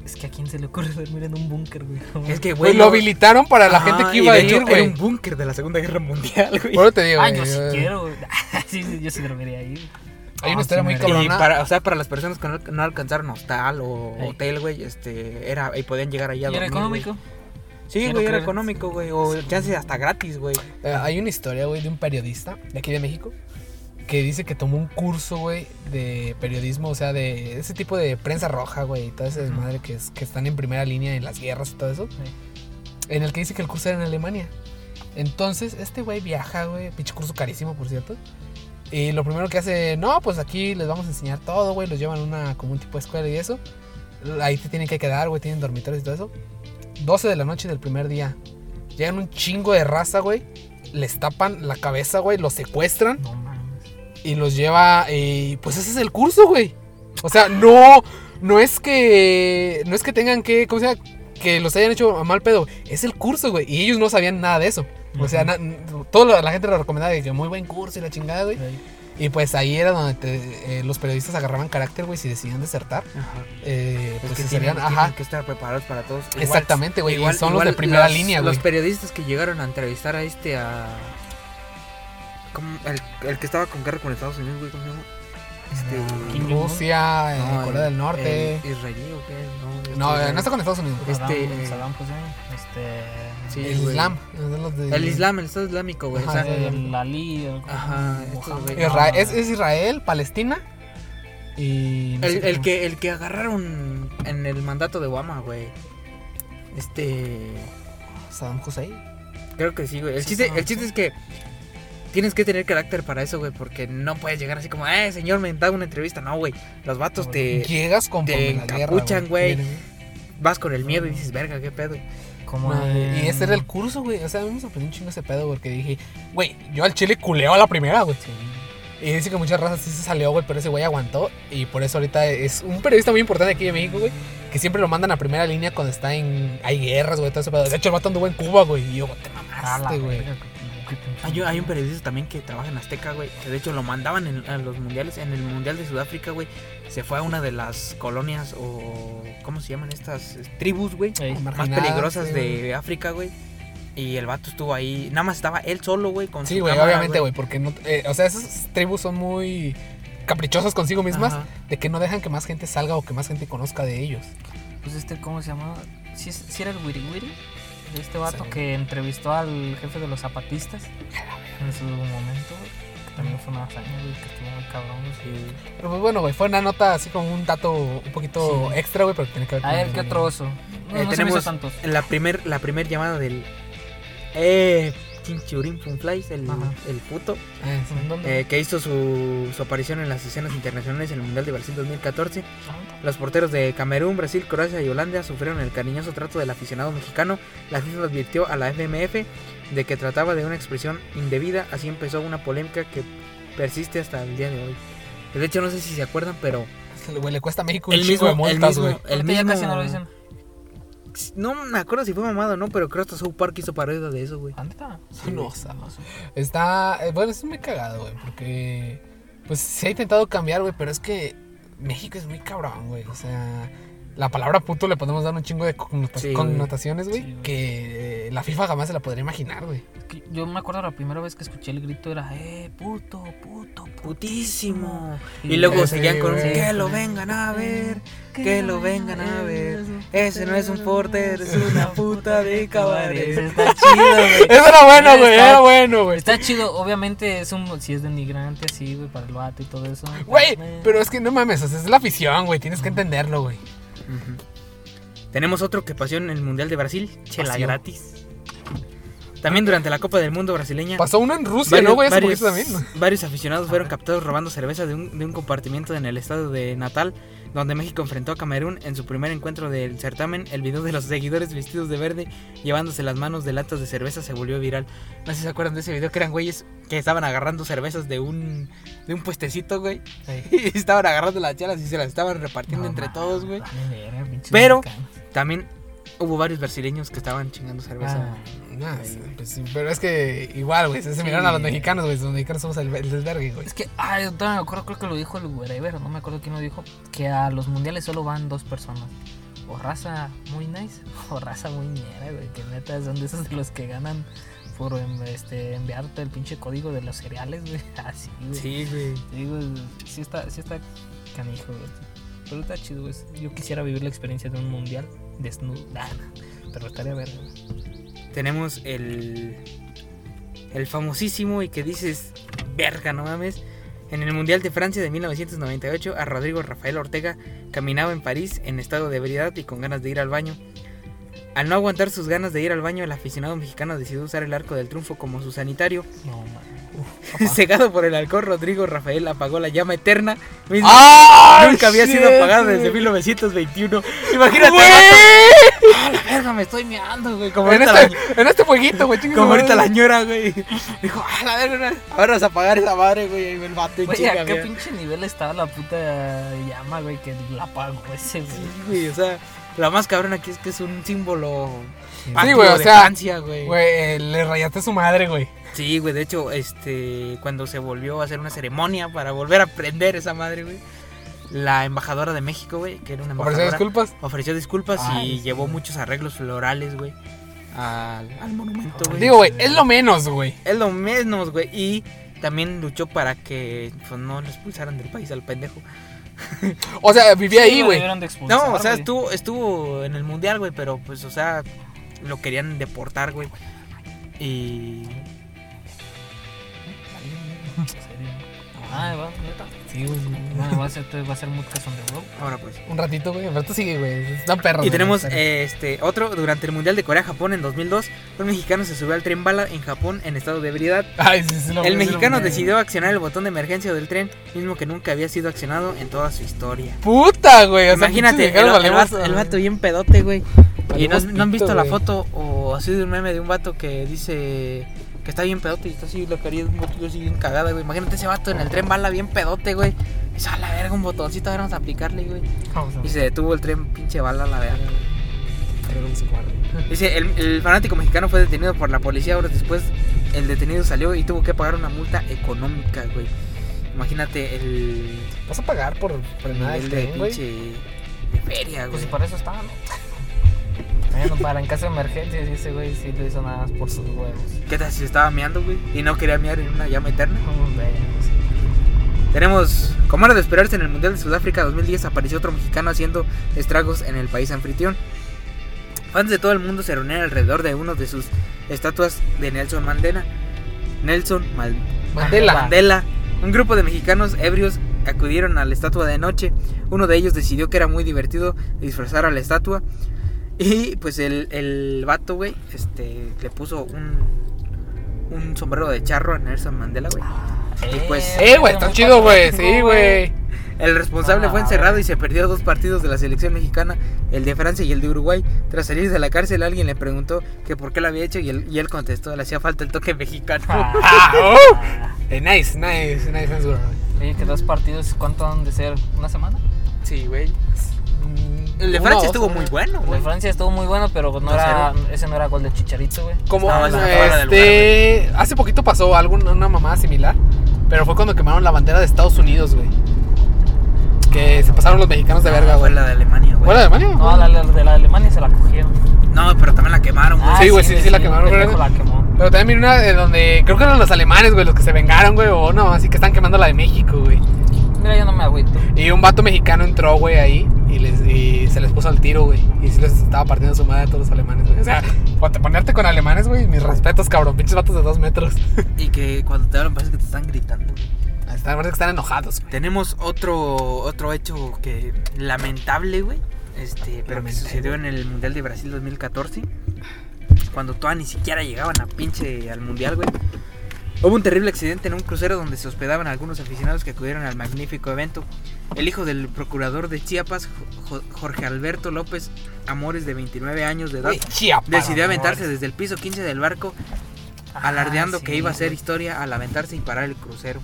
Speaker 1: Es que a quién se le ocurre dormir en un búnker, güey.
Speaker 3: Es
Speaker 2: Güey,
Speaker 3: que, güey.
Speaker 2: Pues lo
Speaker 3: no-
Speaker 2: habilitaron para la
Speaker 3: Ajá,
Speaker 2: gente que
Speaker 3: y
Speaker 2: iba a
Speaker 3: de hecho
Speaker 2: ir,
Speaker 3: Era
Speaker 2: güey.
Speaker 3: un búnker de la Segunda Guerra Mundial, güey.
Speaker 2: Por eso te digo,
Speaker 1: Ah,
Speaker 2: güey,
Speaker 1: yo
Speaker 2: eh,
Speaker 1: sí
Speaker 2: güey.
Speaker 1: quiero, güey. Sí, sí, yo sí dormiría ahí. Ah,
Speaker 2: Hay una historia
Speaker 1: sí,
Speaker 2: muy
Speaker 1: madre.
Speaker 2: cabrona.
Speaker 3: Y para, o sea, para las personas que no, no alcanzaron hostal o
Speaker 1: Ey.
Speaker 3: hotel, güey, este, era, y podían llegar ahí
Speaker 1: Y
Speaker 3: a
Speaker 1: era
Speaker 3: dormir, güey.
Speaker 1: económico.
Speaker 3: Sí,
Speaker 1: Quiero
Speaker 3: güey, era
Speaker 1: creer.
Speaker 3: económico, güey. O chance hasta gratis, güey.
Speaker 2: Eh, hay una historia, güey, de un periodista de aquí de México que dice que tomó un curso, güey, de periodismo, o sea, de ese tipo de prensa roja, güey, y todo ese desmadre que, es- que están en primera línea en las guerras y todo eso. En el que dice que el curso era en Alemania. Entonces, este güey viaja, güey, pinche curso carísimo, por cierto. Y lo primero que hace, no, pues aquí les vamos a enseñar todo, güey, los llevan a una, como un tipo de escuela y eso. Ahí te tienen que quedar, güey, tienen dormitorios y todo eso. 12 de la noche del primer día. Llegan un chingo de raza, güey les tapan la cabeza, güey, los secuestran
Speaker 1: No mames.
Speaker 2: y los lleva y pues ese es el curso, güey. O sea, no no es que no es que tengan que ¿cómo se llama? que los hayan hecho a mal pedo, es el curso, güey, y ellos no sabían nada de eso. O sea,
Speaker 1: Ujú.
Speaker 2: na- n- toda la- la gente lo recomendaba de que muy buen curso y la chingada, güey.
Speaker 1: Este,
Speaker 2: Y pues ahí era donde te- eh, los periodistas agarraban carácter, güey, si decidían desertar,
Speaker 3: Ajá.
Speaker 2: eh,
Speaker 3: Es
Speaker 2: pues
Speaker 3: que
Speaker 2: se
Speaker 3: tienen,
Speaker 2: salían,
Speaker 3: tienen
Speaker 2: ajá.
Speaker 3: que estar preparados para todos. Igual-
Speaker 2: Exactamente, güey, y
Speaker 3: igual-
Speaker 2: son los
Speaker 3: igual
Speaker 2: de primera
Speaker 3: los-
Speaker 2: línea, güey.
Speaker 3: Los periodistas que llegaron a entrevistar a este, a... ¿cómo? El, el que estaba con guerra con Estados Unidos, güey, ¿cómo se llama? Este...
Speaker 2: Mm.
Speaker 1: Kim Jong-un.
Speaker 2: Rusia, eh,
Speaker 3: no,
Speaker 2: Corea del Norte.
Speaker 3: el israelí o qué?
Speaker 2: no,
Speaker 3: este,
Speaker 2: eh, no está con Estados Unidos.
Speaker 3: Este,
Speaker 1: Saddam,
Speaker 3: eh,
Speaker 1: Saddam Hussein, pues, este.
Speaker 3: Sí,
Speaker 2: el
Speaker 3: güey.
Speaker 2: Islam. es de los de-
Speaker 3: El Islam, el Estado Islámico, güey.
Speaker 2: Ajá,
Speaker 3: o sea,
Speaker 2: sí.
Speaker 1: el Ali. el-
Speaker 3: Ajá, estos,
Speaker 1: Mohammed.
Speaker 3: güey.
Speaker 2: Isra-
Speaker 1: No,
Speaker 2: este, es, es Israel, Palestina y... no sé
Speaker 3: El,
Speaker 2: qué
Speaker 3: el
Speaker 2: más.
Speaker 3: que, el que agarraron en el mandato de Obama, güey. Este.
Speaker 2: Saddam Hussein.
Speaker 3: Creo que sí, güey. El,
Speaker 1: Sí,
Speaker 3: chiste,
Speaker 1: está,
Speaker 3: el chiste es que tienes que tener carácter para eso, güey. Porque no puedes llegar así como, eh, señor, me da una entrevista. No, güey. Los vatos te.
Speaker 2: Llegas con...
Speaker 3: te encapuchan, güey.
Speaker 2: Miren,
Speaker 3: Vas con el miedo y dices, verga, qué pedo.
Speaker 1: Como
Speaker 2: no,
Speaker 1: en-
Speaker 2: Y ese era el curso, güey. O sea, a mí me sorprendió un chingo ese pedo porque dije, güey, yo al chile culeo a la primera, güey. Y dice que muchas razas sí se salió, güey, pero ese güey aguantó. Y por eso ahorita es un periodista muy importante aquí de México, güey. Que siempre lo mandan a primera línea cuando está en... Hay guerras, güey, todo ese pedo. De hecho, el vato anduvo en Cuba, güey. Y yo, te
Speaker 1: Ah, la
Speaker 2: mamaste, güey.
Speaker 1: verga, qué- qué pinche-
Speaker 3: Hay, un- Ah, hay un periodista también que trabaja en Azteca, güey. Que de hecho lo mandaban en, a los mundiales. En el mundial de Sudáfrica, güey. Se fue a una de las colonias o. ¿Cómo se llaman estas? Eh, Tribus, güey.
Speaker 1: Ey,
Speaker 3: más
Speaker 2: Marginadas,
Speaker 3: peligrosas
Speaker 2: sí, güey.
Speaker 3: de África, güey. Y el vato estuvo ahí. Nada más estaba él solo, güey. Con
Speaker 2: Sí,
Speaker 3: su
Speaker 2: güey,
Speaker 3: cámara,
Speaker 2: obviamente, güey, porque no, eh, o sea, esas tribus son muy caprichosas consigo mismas
Speaker 3: Ajá.
Speaker 2: de que no dejan que más gente salga o que más gente conozca de ellos.
Speaker 1: Pues este, ¿cómo se llamaba? Si era el Wiri Wiri? De este vato
Speaker 2: Sí.
Speaker 1: que entrevistó al jefe de los zapatistas en su momento, güey, que también fue una hazaña, güey, que estuvo muy cabrón. güey.
Speaker 2: Pero pues bueno, güey, fue una nota así como un dato un poquito
Speaker 1: Sí.
Speaker 2: extra, güey, pero que tiene que ver
Speaker 1: A
Speaker 2: con
Speaker 1: ver,
Speaker 2: el-
Speaker 1: ¿qué otro oso? No,
Speaker 3: Eh,
Speaker 1: no se me hizo
Speaker 3: tenemos-
Speaker 1: tantos.
Speaker 3: La primer, la primer llamada del. Eh. Chinchurín Funflies, el,
Speaker 1: Ajá.
Speaker 3: el puto.
Speaker 2: Ah, sí.
Speaker 1: ¿Dónde?
Speaker 3: eh, que hizo su, su aparición en las escenas internacionales en el Mundial de Brasil 2014.
Speaker 1: Ah,
Speaker 3: Los porteros de Camerún, Brasil, Croacia y Holanda sufrieron el cariñoso trato del aficionado mexicano. La FIFA advirtió a la FMF de que trataba de una expresión indebida, así empezó una polémica que persiste hasta el día de hoy. De hecho, no sé si se acuerdan, pero
Speaker 2: Este, Güey, le cuesta a México
Speaker 3: el
Speaker 2: un chingo
Speaker 3: mismo,
Speaker 2: de
Speaker 3: el
Speaker 2: multas, güey.
Speaker 3: mismo, eh. el
Speaker 1: Ahorita este ya
Speaker 3: mismo,
Speaker 1: casi no lo dicen.
Speaker 3: no me acuerdo si fue mamado o no, pero creo que hasta South Park hizo parodia de eso, güey.
Speaker 1: Ah, ¿neta?
Speaker 2: Sí, no, o sea, no sé. Está. eh, Bueno, es muy cagado, güey, porque. Pues se ha intentado cambiar, güey, pero es que México es muy cabrón, güey. O sea, la palabra puto le podemos dar un chingo de connota-
Speaker 3: Sí, güey.
Speaker 2: connotaciones, güey,
Speaker 1: Sí, güey.
Speaker 2: que eh, la FIFA jamás se la podría imaginar, güey.
Speaker 1: Es que Yo me acuerdo la primera vez que escuché el grito era, eh, puto, puto, putísimo.
Speaker 3: Putísimo. Y luego
Speaker 2: Ya sé,
Speaker 3: seguían con un,
Speaker 2: Mm, güey.
Speaker 3: que lo vengan a ver, que lo vengan a ver. Ese no es un porter, es una puta de cabaret.
Speaker 1: Ese Está chido, güey.
Speaker 2: Eso era bueno, güey,
Speaker 1: Está-
Speaker 2: era bueno, güey.
Speaker 1: Está chido, obviamente es un si es denigrante así, güey, para el vato y todo eso.
Speaker 2: Güey,
Speaker 1: Eh,
Speaker 2: pero es que no mames, o sea, es la afición, güey, tienes que entenderlo, güey.
Speaker 3: Ujú. Tenemos otro que pasó en el Mundial de Brasil, chela
Speaker 2: Pasión.
Speaker 3: gratis. También durante la Copa del Mundo brasileña.
Speaker 2: Pasó uno en Rusia,
Speaker 3: varios-
Speaker 2: ¿no, güey? Hace
Speaker 3: varios-
Speaker 2: poquito también. ¿no?
Speaker 3: varios aficionados fueron captados robando cerveza de un, de un compartimiento en el estado de Natal, donde México enfrentó a Camerún en su primer encuentro del certamen. El video de los seguidores vestidos de verde llevándose las manos de latas de cerveza se volvió viral. No sé si se acuerdan de ese video que eran güeyes que estaban agarrando cervezas de un, de un puestecito, güey. Y estaban agarrando las chelas y se las estaban repartiendo
Speaker 1: no
Speaker 3: entre
Speaker 1: mames,
Speaker 3: todos, güey.
Speaker 1: vale, verga, pinches
Speaker 3: Pero-
Speaker 1: mexicanos.
Speaker 3: También hubo varios brasileños que estaban chingando cerveza.
Speaker 1: Ah,
Speaker 2: Nah, sí, pues sí, pero es que igual, güey, se se miraron a los
Speaker 1: Sí.
Speaker 2: mexicanos, güey, los mexicanos somos el, el desvergue, güey.
Speaker 1: Es que, ay, yo todavía me acuerdo, creo que lo dijo el wherever, no me acuerdo quién lo dijo, que a los mundiales solo van dos personas. O raza muy nice, o raza muy ñera, güey, que neta son de esos de los que ganan por em, este, enviarte el pinche código de los cereales, güey. Así, güey.
Speaker 3: Sí, güey.
Speaker 1: Digo, sí está, sí está canijo, güey. Pero está chido, güey. Yo quisiera vivir la experiencia de un mundial desnudo. Nah, nah, pero estaría verga.
Speaker 3: Tenemos el. El famosísimo y que dices. Verga, no mames. En el Mundial de Francia de 1998, a Rodrigo Rafael Ortega caminaba en París en estado de ebriedad y con ganas de ir al baño. Al no aguantar sus ganas de ir al baño, el aficionado mexicano decidió usar el arco del triunfo como su sanitario.
Speaker 1: No, man.
Speaker 3: Cegado por el alcohol, Rodrigo Rafael apagó la llama eterna. misma
Speaker 2: ¡Ah!
Speaker 3: Nunca había sido
Speaker 2: shit,
Speaker 3: apagada
Speaker 2: güey.
Speaker 3: desde 1921. Imagínate.
Speaker 2: ¡Güey!
Speaker 3: vato. ¡Ah, la verga, me estoy meando, güey. Como
Speaker 2: En
Speaker 3: ahorita, la,
Speaker 2: este, en este jueguito, güey, chingue su
Speaker 3: como ahorita la
Speaker 2: madre.
Speaker 3: ñora, güey. Dijo, ah, la verga. Ahora vas a apagar esa madre, güey. Ahí va el vato y
Speaker 1: Güey,
Speaker 3: chinga,
Speaker 1: ¿a qué
Speaker 3: mira.
Speaker 1: pinche nivel estaba la puta llama, güey? Que la apagó ese, güey.
Speaker 3: Sí, güey, o sea, la más cabrona aquí es que es un símbolo.
Speaker 2: Sí,
Speaker 3: patrio
Speaker 2: güey, o
Speaker 3: de
Speaker 2: sea,
Speaker 3: Francia, güey.
Speaker 2: güey, eh, le rayaste su madre, güey.
Speaker 3: Sí, güey, de hecho, este, cuando se volvió a hacer una ceremonia para volver a prender esa madre, güey. La embajadora de México, güey, que era una
Speaker 2: Ofreció
Speaker 3: embajadora.
Speaker 2: disculpas.
Speaker 3: ofreció disculpas
Speaker 2: Ay,
Speaker 3: y llevó muchos arreglos florales, güey, al, al monumento, güey.
Speaker 2: Digo, güey, es lo menos, güey.
Speaker 3: es lo menos, güey, y también luchó para que pues, no lo expulsaran del país al pendejo.
Speaker 2: O sea, vivía ahí,
Speaker 1: lo
Speaker 2: güey.
Speaker 1: debieron de expulsar,
Speaker 3: No, o sea,
Speaker 1: güey.
Speaker 3: estuvo, estuvo en el mundial, güey, pero pues, o sea, lo querían deportar, güey. Y
Speaker 1: En serio. Ah, va, neta.
Speaker 2: Sí, güey.
Speaker 1: No, va a ser, va a ser muchas on the road.
Speaker 3: ahora pues.
Speaker 2: Un ratito, güey. Pero tú sigue, güey. Están perros.
Speaker 3: Y
Speaker 2: güey,
Speaker 3: tenemos
Speaker 2: están-
Speaker 3: eh, este otro durante el mundial de Corea-Japón en 2002, un mexicano se subió al tren bala en Japón en estado de ebriedad
Speaker 2: Ay, sí, sí, lo
Speaker 3: El
Speaker 2: vi, sí, lo
Speaker 3: mexicano
Speaker 2: vi.
Speaker 3: decidió accionar el botón de emergencia del tren, mismo que nunca había sido accionado en toda su historia.
Speaker 2: Puta, güey. o sea,
Speaker 3: Imagínate,
Speaker 2: pinches
Speaker 3: el, el
Speaker 2: mexicanos valemos-
Speaker 3: vato, el vato bien pedote, güey. Y no,
Speaker 2: valemos
Speaker 3: no han visto
Speaker 2: pito,
Speaker 3: la
Speaker 2: güey.
Speaker 3: foto o así de un meme de un vato que dice que está bien pedote y está así la carilla de un botón así bien cagada, güey. Imagínate ese vato en el tren bala bien pedote, güey. Dice, a la verga, un botoncito, a ver, vamos a aplicarle, güey.
Speaker 2: Vamos a
Speaker 3: Y
Speaker 2: ver,
Speaker 3: se detuvo el tren, pinche bala, a la verga. güey.
Speaker 2: creo que se guarda.
Speaker 3: Dice, el, el fanático mexicano fue detenido por la policía horas después. El detenido salió y tuvo que pagar una multa económica, güey. Imagínate el,
Speaker 2: Vas a pagar por, por
Speaker 3: el
Speaker 2: Pues nada del
Speaker 3: nivel de
Speaker 2: tren, güey.
Speaker 3: pinche de
Speaker 2: Ah,
Speaker 3: feria,
Speaker 1: Pues
Speaker 3: güey.
Speaker 1: si para eso estaba, ¿no? Bueno, para en caso de emergencias, y ese güey sí lo hizo nada más por sus huevos.
Speaker 3: ¿Qué tal si estaba meando, güey? Y no quería mear en una llama eterna.
Speaker 1: Hombre, no sé.
Speaker 3: Tenemos, como era de esperarse en el Mundial de Sudáfrica 2010, apareció otro mexicano haciendo estragos en el país anfitrión. Fans de todo el mundo se reunieron alrededor de uno de sus estatuas de Nelson Mandela. Nelson Mal-
Speaker 2: Mandela.
Speaker 3: Mandela. Un grupo de mexicanos ebrios acudieron a la estatua de noche. Uno de ellos decidió que era muy divertido disfrazar a la estatua. Y pues el, el vato, güey, este, le puso un, un sombrero de charro a Nelson Mandela, güey.
Speaker 1: Ah,
Speaker 3: Y pues-
Speaker 2: Eh, güey, está chido, güey. Sí, güey.
Speaker 3: El responsable
Speaker 1: Ah,
Speaker 3: fue encerrado y se perdió dos partidos de la selección mexicana, el de Francia y el de Uruguay. Tras salir de la cárcel, alguien le preguntó que por qué lo había hecho y él, y él contestó, le hacía falta el toque mexicano.
Speaker 2: Ah, oh. Eh, nice, nice, nice, nice, bro.
Speaker 1: Oye, que dos partidos, ¿cuánto han de ser? ¿Una semana?
Speaker 3: Sí, güey. El de
Speaker 2: Una
Speaker 3: Francia
Speaker 2: o
Speaker 3: estuvo
Speaker 2: dos,
Speaker 3: muy
Speaker 2: ¿no?
Speaker 3: bueno,
Speaker 1: El de
Speaker 3: güey.
Speaker 1: Francia estuvo muy bueno, pero no era, ese no era gol de Chicharito, güey.
Speaker 2: Como
Speaker 3: Estaba en la tabla del
Speaker 2: este, hace poquito pasó algo, una mamada similar, pero fue cuando quemaron la bandera de Estados Unidos, güey. Que se pasaron los mexicanos de verga,
Speaker 3: Ah, Fue
Speaker 2: güey.
Speaker 3: la de Alemania, güey.
Speaker 2: ¿Fue la de Alemania?
Speaker 1: No, la, la- de la Alemania se la cogieron.
Speaker 3: No, pero también la quemaron, güey.
Speaker 1: Ah,
Speaker 2: sí, güey, sí, sí, la quemaron,
Speaker 1: el pendejo
Speaker 2: güey.
Speaker 1: la quemó.
Speaker 2: Pero también vi una en donde creo que eran los alemanes, güey, los que se vengaron, güey, o no, así que están quemando la de México, güey.
Speaker 1: Mira, yo no me agüito.
Speaker 2: Y un vato mexicano entró, güey, ahí y, les, y se les puso al tiro, güey. Y sí les estaba partiendo su madre a todos los alemanes, güey. O sea, cuando te- ponerte con alemanes, güey, mis respetos, cabrón. Pinches vatos de dos metros.
Speaker 3: Y que cuando te hablan parece que te están gritando.
Speaker 2: Están, parece que están enojados, güey.
Speaker 3: Tenemos otro, otro hecho que lamentable, güey. Este, pero que
Speaker 2: Lamentable.
Speaker 3: sucedió en el Mundial de Brasil 2014. Cuando todas ni siquiera llegaban a pinche al Mundial, güey. Hubo un terrible accidente en un crucero donde se hospedaban algunos aficionados que acudieron al magnífico evento. El hijo del procurador de Chiapas, Jo- Jo- Jorge Alberto López Amores, de 29 años de edad,
Speaker 2: Güey, Chiapas,
Speaker 3: decidió
Speaker 2: amor.
Speaker 3: aventarse desde el piso 15 del barco alardeando que iba a ser historia al aventarse y parar el crucero.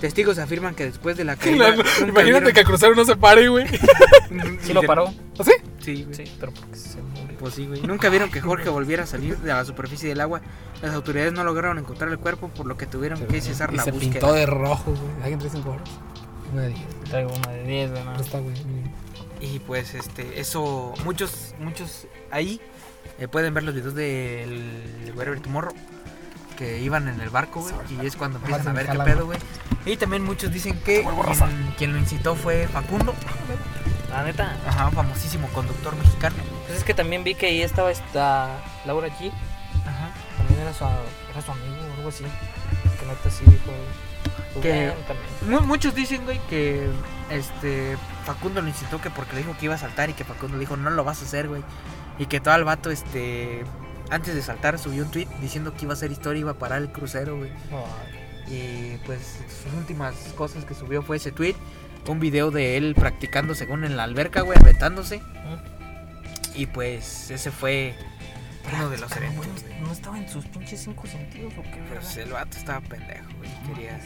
Speaker 3: Testigos afirman que después de la caída.
Speaker 2: Claro,
Speaker 3: nunca
Speaker 2: Imagínate
Speaker 3: vieron-
Speaker 2: que el crucero no se pare, güey.
Speaker 1: Sí lo paró.
Speaker 2: ¿Ah, sí?
Speaker 3: Sí, güey.
Speaker 1: Sí, pero porque se murió.
Speaker 3: Pues sí, güey. Nunca vieron que Jorge volviera a salir de la superficie del agua. Las autoridades no lograron encontrar el cuerpo, por lo que tuvieron que cesar
Speaker 2: y
Speaker 3: la
Speaker 2: se
Speaker 3: búsqueda.
Speaker 2: pintó de rojo, güey. ¿Alguien trae cinco horas? Una de diez.
Speaker 1: Traigo una de 10, güey. ¿no?
Speaker 2: Presta, güey. mínimo.
Speaker 3: Y pues este, eso, muchos, muchos ahí eh, pueden ver los videos del Wherever Tomorrow que iban en el barco, güey, y es cuando empiezan a ver qué pedo, güey. Y también muchos dicen que quien, quien lo incitó fue Facundo,
Speaker 1: La neta.
Speaker 3: ajá, un famosísimo conductor mexicano.
Speaker 1: Pues es que también vi que ahí estaba esta Laura G.
Speaker 3: Ajá.
Speaker 1: También era su, era su amigo o algo así. Que neta sí dijo. pues,
Speaker 3: Que-
Speaker 1: bueno, también.
Speaker 3: Mu- muchos dicen, güey, que este Facundo lo incitó que porque le dijo que iba a saltar y que Facundo le dijo, no lo vas a hacer, güey. Y que todo el vato, este, antes de saltar, subió un tweet diciendo que iba a hacer historia, iba a parar el crucero, güey. Y pues sus últimas cosas que subió fue ese tweet, un video de él practicando según en la alberca, güey, aventándose. Y pues ese fue uno de los
Speaker 1: Pero,
Speaker 3: eventos.
Speaker 1: güey, No estaba en sus pinches cinco sentidos o qué,
Speaker 3: Pero
Speaker 1: verga?
Speaker 3: pues, el vato estaba pendejo, güey. Querías.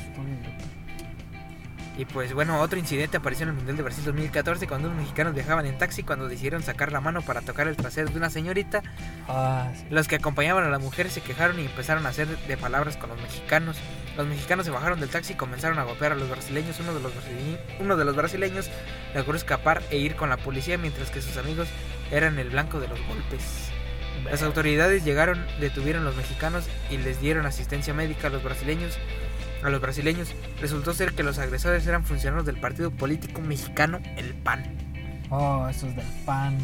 Speaker 3: Y pues bueno, otro incidente apareció en el Mundial de Brasil 2014 cuando unos mexicanos viajaban en taxi cuando decidieron sacar la mano para tocar el trasero de una señorita.
Speaker 1: Ah, sí.
Speaker 3: Los que acompañaban a la mujer se quejaron y empezaron a hacer de palabras con los mexicanos. Los mexicanos se bajaron del taxi y comenzaron a golpear a los brasileños. Uno de los, brasile- uno de los brasileños logró escapar e ir con la policía mientras que sus amigos eran el blanco de los golpes. Las autoridades llegaron, detuvieron a los mexicanos y les dieron asistencia médica a los brasileños. A los brasileños resultó ser que los agresores eran funcionarios del partido político mexicano El PAN.
Speaker 1: Oh, eso es del pan.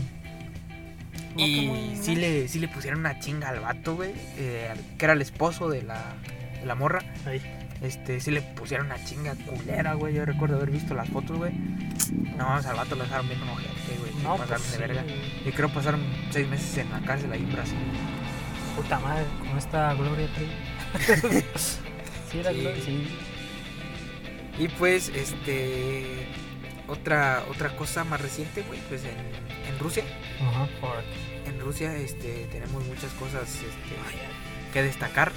Speaker 3: Y sí le, sí le pusieron una chinga al vato, güey, eh, al- que era el esposo de la, de la morra.
Speaker 1: Ay.
Speaker 3: Este, sí le pusieron una chinga culera, güey. Yo recuerdo haber visto las fotos, güey. No, vamos al vato lo dejaron bien ojete, güey. No,
Speaker 1: No,
Speaker 3: pasaron
Speaker 1: pues
Speaker 3: de
Speaker 1: sí.
Speaker 3: verga. Y creo pasaron seis meses en la cárcel ahí en Brasil.
Speaker 1: Puta madre, con esta Gloria Trevi. sí, era
Speaker 3: Sí.
Speaker 1: Gloria. Sí.
Speaker 3: Y pues, este. Otra, otra cosa más reciente, güey, pues en, en Rusia.
Speaker 1: Ajá, por
Speaker 3: En Rusia, este, tenemos muchas cosas este, que destacar.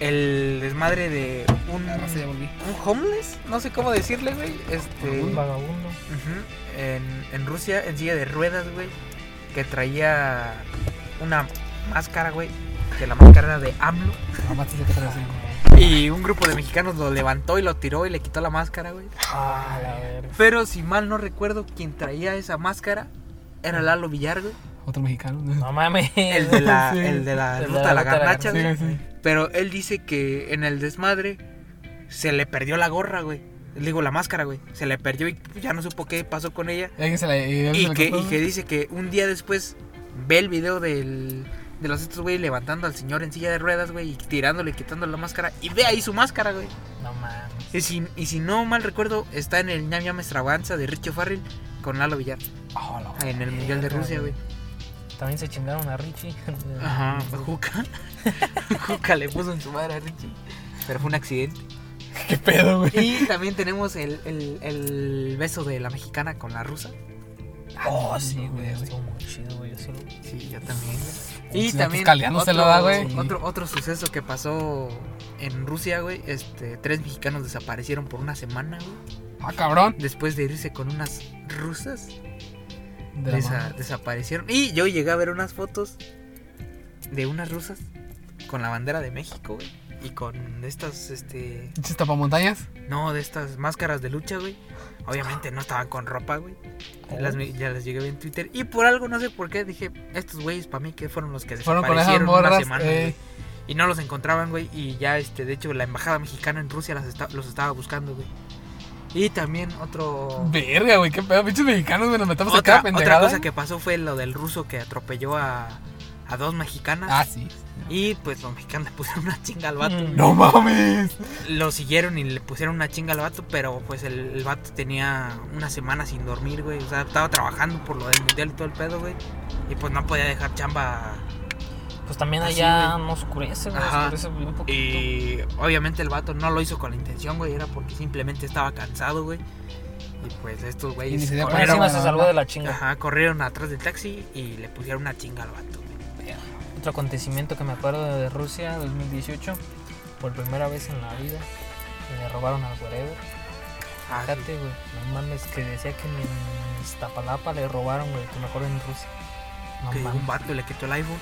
Speaker 3: El desmadre de un,
Speaker 2: La raza ya volví.
Speaker 3: un homeless, no sé cómo decirle, güey. Este,
Speaker 1: un vagabundo.
Speaker 3: ujú, en, en Rusia, en silla de ruedas, güey, que traía una máscara, güey, que la máscara era de AMLO.
Speaker 2: Mamá, te sé que te lo hacen, güey.
Speaker 3: Y un grupo de mexicanos lo levantó y lo tiró y le quitó la máscara, güey.
Speaker 1: Ah, la verga.
Speaker 3: Pero si mal no recuerdo, quien traía esa máscara era Lalo Villar, güey.
Speaker 2: Otro mexicano. ¿no?
Speaker 1: No mames.
Speaker 3: El de la,
Speaker 2: Sí.
Speaker 3: el de la
Speaker 1: El de
Speaker 3: ruta
Speaker 1: la
Speaker 3: de
Speaker 1: ruta
Speaker 3: la
Speaker 1: de la
Speaker 3: garnacha,
Speaker 2: Sí,
Speaker 3: güey.
Speaker 2: güey, sí.
Speaker 3: Pero él dice que en el desmadre se le perdió la gorra, güey. Digo, la máscara, güey. Se le perdió y ya no supo qué pasó con ella.
Speaker 2: Y alguien se la- y alguien se
Speaker 3: Y
Speaker 2: la
Speaker 3: que,
Speaker 2: compró,
Speaker 3: y que
Speaker 2: güey.
Speaker 3: dice que un día después ve el video del, de los estos, güey, levantando al señor en silla de ruedas, güey, y tirándole, y quitándole la máscara. Y ve ahí su máscara, güey.
Speaker 1: No mames.
Speaker 3: Y si, y si no mal recuerdo, está en el ñam ñam extravaganza de Richo Farrell con Lalo Villar.
Speaker 2: Ah, la
Speaker 3: En el Mundial de Rusia, güey.
Speaker 1: También se chingaron a Richie.
Speaker 3: Ajá, fue Juca. Juca le puso en su madre a Richie. Pero fue un accidente.
Speaker 2: ¿Qué pedo, güey?
Speaker 3: Y también tenemos el, el- el beso de la mexicana con la rusa.
Speaker 1: Oh, sí,
Speaker 2: no,
Speaker 1: güey.
Speaker 2: güey.
Speaker 1: Estuvo muy chido, güey. Eso lo-
Speaker 3: Sí, yo también.
Speaker 2: Sí,
Speaker 3: Y
Speaker 2: pues,
Speaker 3: también
Speaker 2: caleándosela,
Speaker 3: otro-
Speaker 2: güey.
Speaker 3: Otro, otro suceso que pasó en Rusia, güey. Este, tres mexicanos desaparecieron por una semana, güey.
Speaker 2: Ah, cabrón.
Speaker 3: Después de irse con unas rusas.
Speaker 2: De la
Speaker 3: Desa-
Speaker 2: mano.
Speaker 3: desaparecieron. Y yo llegué a ver unas fotos de unas rusas con la bandera de México, güey. Y con estas, este...
Speaker 2: Pinches tapamontañas.
Speaker 3: No, de estas máscaras de lucha, güey. Obviamente no estaban con ropa, güey.
Speaker 2: Oh.
Speaker 3: Las vi- ya las llegué a ver en Twitter. Y por algo, no sé por qué, dije, estos güeyes para mí que fueron los que
Speaker 2: Fueron con esas
Speaker 3: desaparecieron
Speaker 2: morras,
Speaker 3: una semana,
Speaker 2: eh.
Speaker 3: güey. Y no los encontraban, güey. Y ya, este, de hecho, la embajada mexicana en Rusia las esta- los estaba buscando, güey. Y también otro...
Speaker 2: Verga, güey, qué pedo. Pinches mexicanos, güey, nos metemos acá
Speaker 3: Otra,
Speaker 2: cada
Speaker 3: otra
Speaker 2: pues, pendejada. ¿eh?
Speaker 3: cosa que pasó fue lo del ruso que atropelló a, a dos mexicanas.
Speaker 2: Ah, sí.
Speaker 3: Y pues los mexicanos le pusieron una chinga al vato.
Speaker 1: Mm.
Speaker 2: ¡No mames!
Speaker 3: Lo siguieron y le pusieron una chinga al vato, pero pues el, el vato tenía una semana sin dormir, güey. O sea, estaba trabajando por lo del mundial y todo el pedo, güey. Y pues no podía dejar chamba.
Speaker 1: Pues también
Speaker 3: Así,
Speaker 1: allá no oscurece, güey.
Speaker 3: Ah, Ajá.
Speaker 1: Oscurece bien poquito.
Speaker 3: Y obviamente el vato no lo hizo con la intención, güey. Era porque simplemente estaba cansado, güey. Y pues
Speaker 2: Y
Speaker 3: estos
Speaker 2: ni
Speaker 3: güeyes
Speaker 2: se dio
Speaker 1: Por
Speaker 2: Pero
Speaker 3: corrieron,
Speaker 1: encima
Speaker 2: bueno,
Speaker 1: se salvó
Speaker 2: ¿no?
Speaker 1: de la chinga.
Speaker 3: ajá, corrieron atrás del taxi y le pusieron una chinga al vato, güey.
Speaker 1: Otro acontecimiento que me acuerdo de Rusia 2018. Por primera vez en la vida le robaron al wherever.
Speaker 3: Ah, sí.
Speaker 1: Fíjate, güey. No mames, que decía que ni en Iztapalapa le robaron, güey. Que mejor en Rusia. No
Speaker 3: que llegó
Speaker 1: mames.
Speaker 3: un Ah, vato y le quitó el iPhone.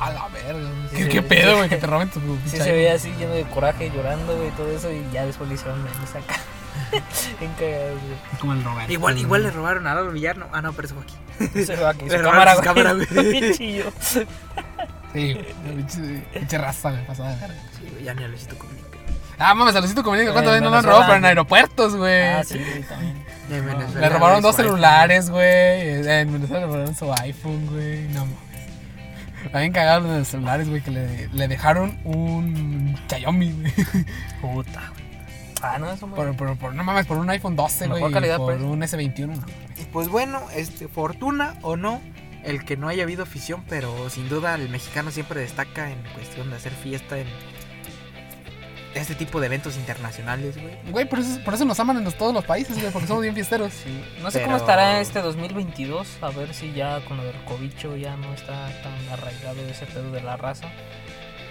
Speaker 2: ¡A la verga! güey.
Speaker 1: Sí,
Speaker 2: ¿Qué,
Speaker 1: sí,
Speaker 2: qué
Speaker 1: sí.
Speaker 2: pedo, güey? Que te roben tu pinche
Speaker 1: Sí, se
Speaker 2: iPhone.
Speaker 1: veía así lleno de coraje, llorando, güey, y todo eso. Y ya después le hicieron memes acá. Bien cagados, güey.
Speaker 2: Es como el Roberto.
Speaker 3: Igual,
Speaker 2: güey.
Speaker 3: igual le robaron a Álvaro Villar, no, ah no, pero eso fue aquí.
Speaker 1: Se ve aquí. Mm. Su
Speaker 3: Le
Speaker 1: cámara,
Speaker 3: robaron su cámara,
Speaker 1: güey.
Speaker 3: güey.
Speaker 1: Qué chillo.
Speaker 2: Sí, güey. Pinche- pinche raza, güey, pasada de verga.
Speaker 3: Sí, güey, ya ni a Luisito Comunica.
Speaker 2: Ah, mames, a Luisito Comunica, ¿cuántas
Speaker 1: Eh,
Speaker 2: veces no lo han
Speaker 1: Venezuela.
Speaker 2: robado? Pero en aeropuertos, güey.
Speaker 1: Ah, sí, güey, también.
Speaker 3: Ya en Venezuela,
Speaker 2: Le robaron
Speaker 3: güey,
Speaker 2: dos
Speaker 3: por ahí.
Speaker 2: celulares, güey. En Venezuela le robaron su iPhone, güey. No mames. También cagaron de los celulares, güey, que le, le dejaron un Xiaomi, güey.
Speaker 1: Puta, güey. Ah, no, eso, güey.
Speaker 2: Por, por, por- no mames, por un iPhone 12,
Speaker 1: Mejor
Speaker 2: güey. y
Speaker 1: calidad,
Speaker 2: por
Speaker 1: pues.
Speaker 2: un S21, no.
Speaker 3: Y Pues bueno, este, fortuna o no, el que no haya habido afición, pero sin duda el mexicano siempre destaca en cuestión de hacer fiesta en este tipo de eventos internacionales, güey.
Speaker 2: Güey, por eso, por eso nos aman en los- todos los países, güey, porque somos bien fiesteros.
Speaker 1: No sé
Speaker 3: Pero-
Speaker 1: cómo estará este 2022, a ver si ya con lo del cobicho ya no está tan arraigado ese pedo de la raza.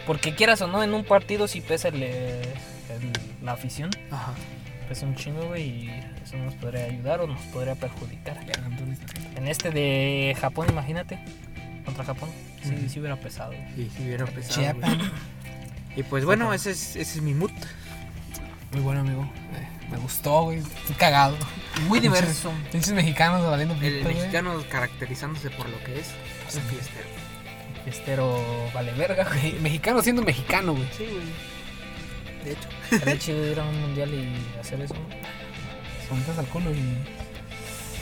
Speaker 1: Porque quieras o no, en un partido sí pesa el, eh, el- la afición,
Speaker 3: Ajá.
Speaker 1: pesa un chingo, güey, y eso nos podría ayudar o nos podría perjudicar. En este de Japón, imagínate, contra Japón, sí,
Speaker 3: Ujú.
Speaker 1: sí hubiera pesado. güey.
Speaker 3: Y si hubiera pesado,
Speaker 2: Chiapas.
Speaker 3: güey. Y pues bueno, ese es, ese es mi mood.
Speaker 2: Muy bueno, amigo. Eh, me gustó, güey. Estoy cagado.
Speaker 3: Muy
Speaker 2: Pinches-
Speaker 3: diverso.
Speaker 2: Pinches mexicanos valiendo
Speaker 3: El
Speaker 2: pito, güey.
Speaker 3: mexicano caracterizándose por lo que es, es un fiestero.
Speaker 1: Estero vale verga, güey.
Speaker 2: Me- Mexicano siendo mexicano, güey.
Speaker 3: Sí, güey. De hecho.
Speaker 1: Estaría chido ir a un mundial y hacer eso. ¿no?
Speaker 2: Son al culo y.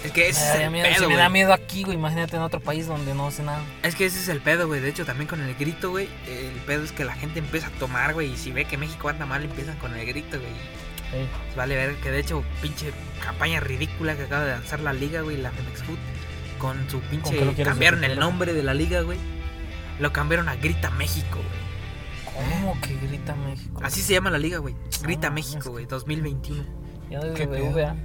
Speaker 3: Es que ese
Speaker 1: Me
Speaker 3: es
Speaker 1: daría
Speaker 3: el
Speaker 1: miedo,
Speaker 3: pedo,
Speaker 1: si me
Speaker 3: güey.
Speaker 1: da miedo aquí, güey, imagínate en otro país donde no sé nada.
Speaker 3: Es que ese es el pedo, güey. De hecho, también con el grito, güey. El pedo es que la gente empieza a tomar, güey. Y si ve que México anda mal, empiezan con el grito, güey. Pues
Speaker 1: Ey.
Speaker 3: Vale ver que, de hecho, pinche campaña ridícula que acaba de lanzar la liga, güey. La Femex Food. Con su pinche.
Speaker 1: que lo quieres
Speaker 3: cambiaron
Speaker 1: repetir?
Speaker 3: el nombre de la liga, güey. Lo cambiaron a Grita México, güey.
Speaker 1: ¿Cómo que grita México?
Speaker 3: Así se llama la liga, güey. Grita
Speaker 1: No, es
Speaker 3: México,
Speaker 1: que-
Speaker 3: güey. 2021.
Speaker 1: Ya desde
Speaker 2: Qué pedo.
Speaker 1: BBVA.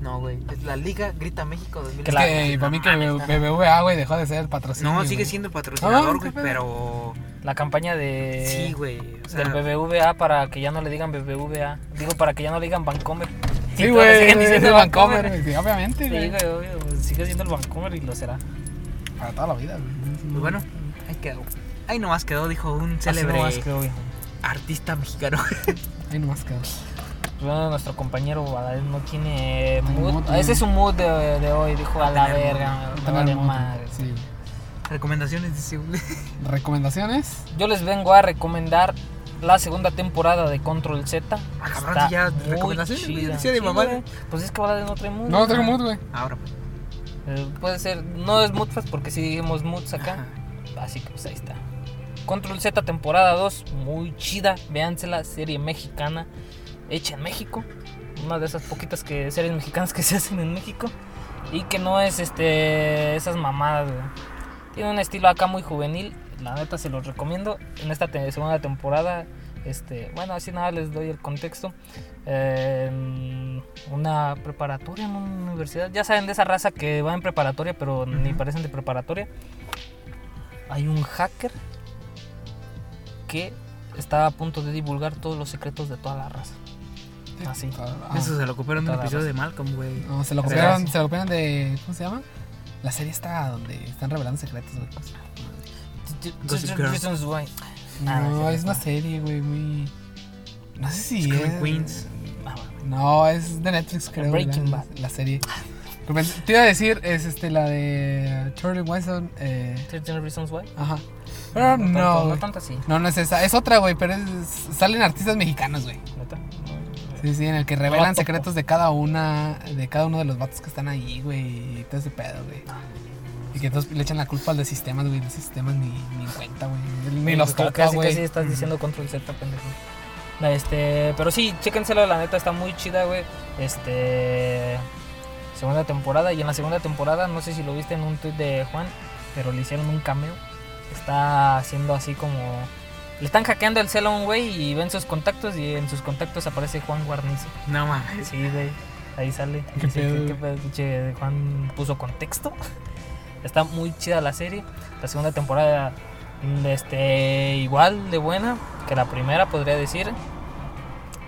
Speaker 3: No, güey. Es la liga Grita México 2021.
Speaker 1: Claro.
Speaker 2: que eh, para mí que BBVA, güey, dejó de ser el patrocinio.
Speaker 3: Ah, No, sigue
Speaker 2: güey.
Speaker 3: siendo patrocinador,
Speaker 2: Ah,
Speaker 3: güey.
Speaker 2: qué pedo.
Speaker 3: Pero.
Speaker 1: La campaña de.
Speaker 3: Sí, güey. o sea,
Speaker 1: del BBVA para que ya no le digan BBVA. Digo, para que ya no le digan Vancomer.
Speaker 2: Sí,
Speaker 1: Y
Speaker 2: güey.
Speaker 1: todavía siguen
Speaker 2: es
Speaker 1: diciendo
Speaker 2: de Vancomer,
Speaker 1: Vancomer.
Speaker 2: güey, sí, obviamente,
Speaker 1: Sí,
Speaker 2: güey.
Speaker 1: güey, obvio, pues, sigue siendo el Vancomer y lo será.
Speaker 2: Para toda la vida, güey.
Speaker 3: Pues bueno, ahí quedó. Ahí nomás quedó, dijo un célebre
Speaker 1: Así nomás que, obvio.
Speaker 3: artista mexicano.
Speaker 2: Ahí nomás quedó.
Speaker 1: Pues, Bueno, nuestro compañero Guadalupe no tiene
Speaker 2: No,
Speaker 1: mood.
Speaker 2: tiene-
Speaker 1: Ese es su mood de, de hoy. Dijo a la
Speaker 3: tener mood.
Speaker 1: verga, me
Speaker 2: Tener
Speaker 1: vale
Speaker 2: moto,
Speaker 1: madre".
Speaker 2: Sí, güey.
Speaker 3: Recomendaciones, dice un-
Speaker 2: ¿Recomendaciones?
Speaker 1: Yo les vengo a recomendar la segunda temporada de Control Z.
Speaker 3: Ah, cabrón,
Speaker 1: Está
Speaker 3: si ya
Speaker 1: muy
Speaker 3: recomendaciones, güey,
Speaker 1: chida.
Speaker 3: decía de
Speaker 1: Sí,
Speaker 3: mamá.
Speaker 1: güey. Pues es que Guadalupe no trae mood.
Speaker 2: No, no tengo mood, güey.
Speaker 3: Ahora, pues.
Speaker 1: Eh, puede ser, no es Moodfest porque sí dijimos Moods acá.
Speaker 3: Ajá.
Speaker 1: Así que pues ahí está. Control Z temporada 2, muy chida. Véansela, serie mexicana hecha en México. Una de esas poquitas que, series mexicanas que se hacen en México. Y que no es este esas mamadas. güey. Tiene un estilo acá muy juvenil. La neta se los recomiendo. En esta te- segunda temporada Este, bueno, así nada, les doy el contexto. Eh, una preparatoria, en una universidad. Ya saben de esa raza que va en preparatoria, pero ni parecen de preparatoria. Hay un hacker que está a punto de divulgar todos los secretos de toda la raza. Así.
Speaker 2: Ah,
Speaker 3: Eso se lo copiaron de un
Speaker 1: Toda la
Speaker 3: episodio de Malcolm, güey.
Speaker 2: no, se lo copiaron, se lo copiaron de. ¿Cómo se llama? La serie está donde están revelando secretos, güey.
Speaker 3: Gossip Girl.
Speaker 1: Reasons why. Ah,
Speaker 2: No,
Speaker 1: sí,
Speaker 2: es una serie, güey, muy. No sé si
Speaker 3: Scream
Speaker 2: es.
Speaker 3: Queens.
Speaker 1: Ah, bueno.
Speaker 2: No, es de Netflix, creo.
Speaker 1: Breaking
Speaker 2: la,
Speaker 1: Bad.
Speaker 2: La serie. Te iba a decir, es este, la de Charlie Winston. Eh,
Speaker 1: 13 Reasons Why.
Speaker 2: ajá. Pero
Speaker 1: tanto,
Speaker 2: Ah, no.
Speaker 1: No
Speaker 2: güey.
Speaker 1: tanto así.
Speaker 2: No, no es esa. Es otra, güey, pero es- salen artistas mexicanos, güey.
Speaker 1: Neta.
Speaker 2: Sí, sí, en el que revelan
Speaker 1: Vato,
Speaker 2: secretos de cada una, de cada uno de los vatos que están ahí, güey, y todo ese pedo, güey. Y que todos le echan la culpa al de sistemas, güey, los sistemas ni, ni en cuenta, güey, ni los toca,
Speaker 1: Casi,
Speaker 2: güey.
Speaker 1: casi estás diciendo control Z, pendejo. No, Este, pero sí, chéquenselo, la neta está muy chida, güey. Este. Segunda temporada, y en la segunda temporada, no sé si lo viste en un tweet de Juan, pero le hicieron un cameo. Está haciendo así como. Le están hackeando el cel a un güey y ven sus contactos, y en sus contactos aparece Juan Guarnizo.
Speaker 3: No mames.
Speaker 1: Sí, güey. Ahí sale.
Speaker 2: Qué
Speaker 1: Dice,
Speaker 2: pedo,
Speaker 1: "¿Qué-
Speaker 2: güey?"
Speaker 1: qué pedo, pinche Juan puso contexto. Está muy chida la serie. La segunda temporada, mm, este, igual de buena que la primera, podría decir.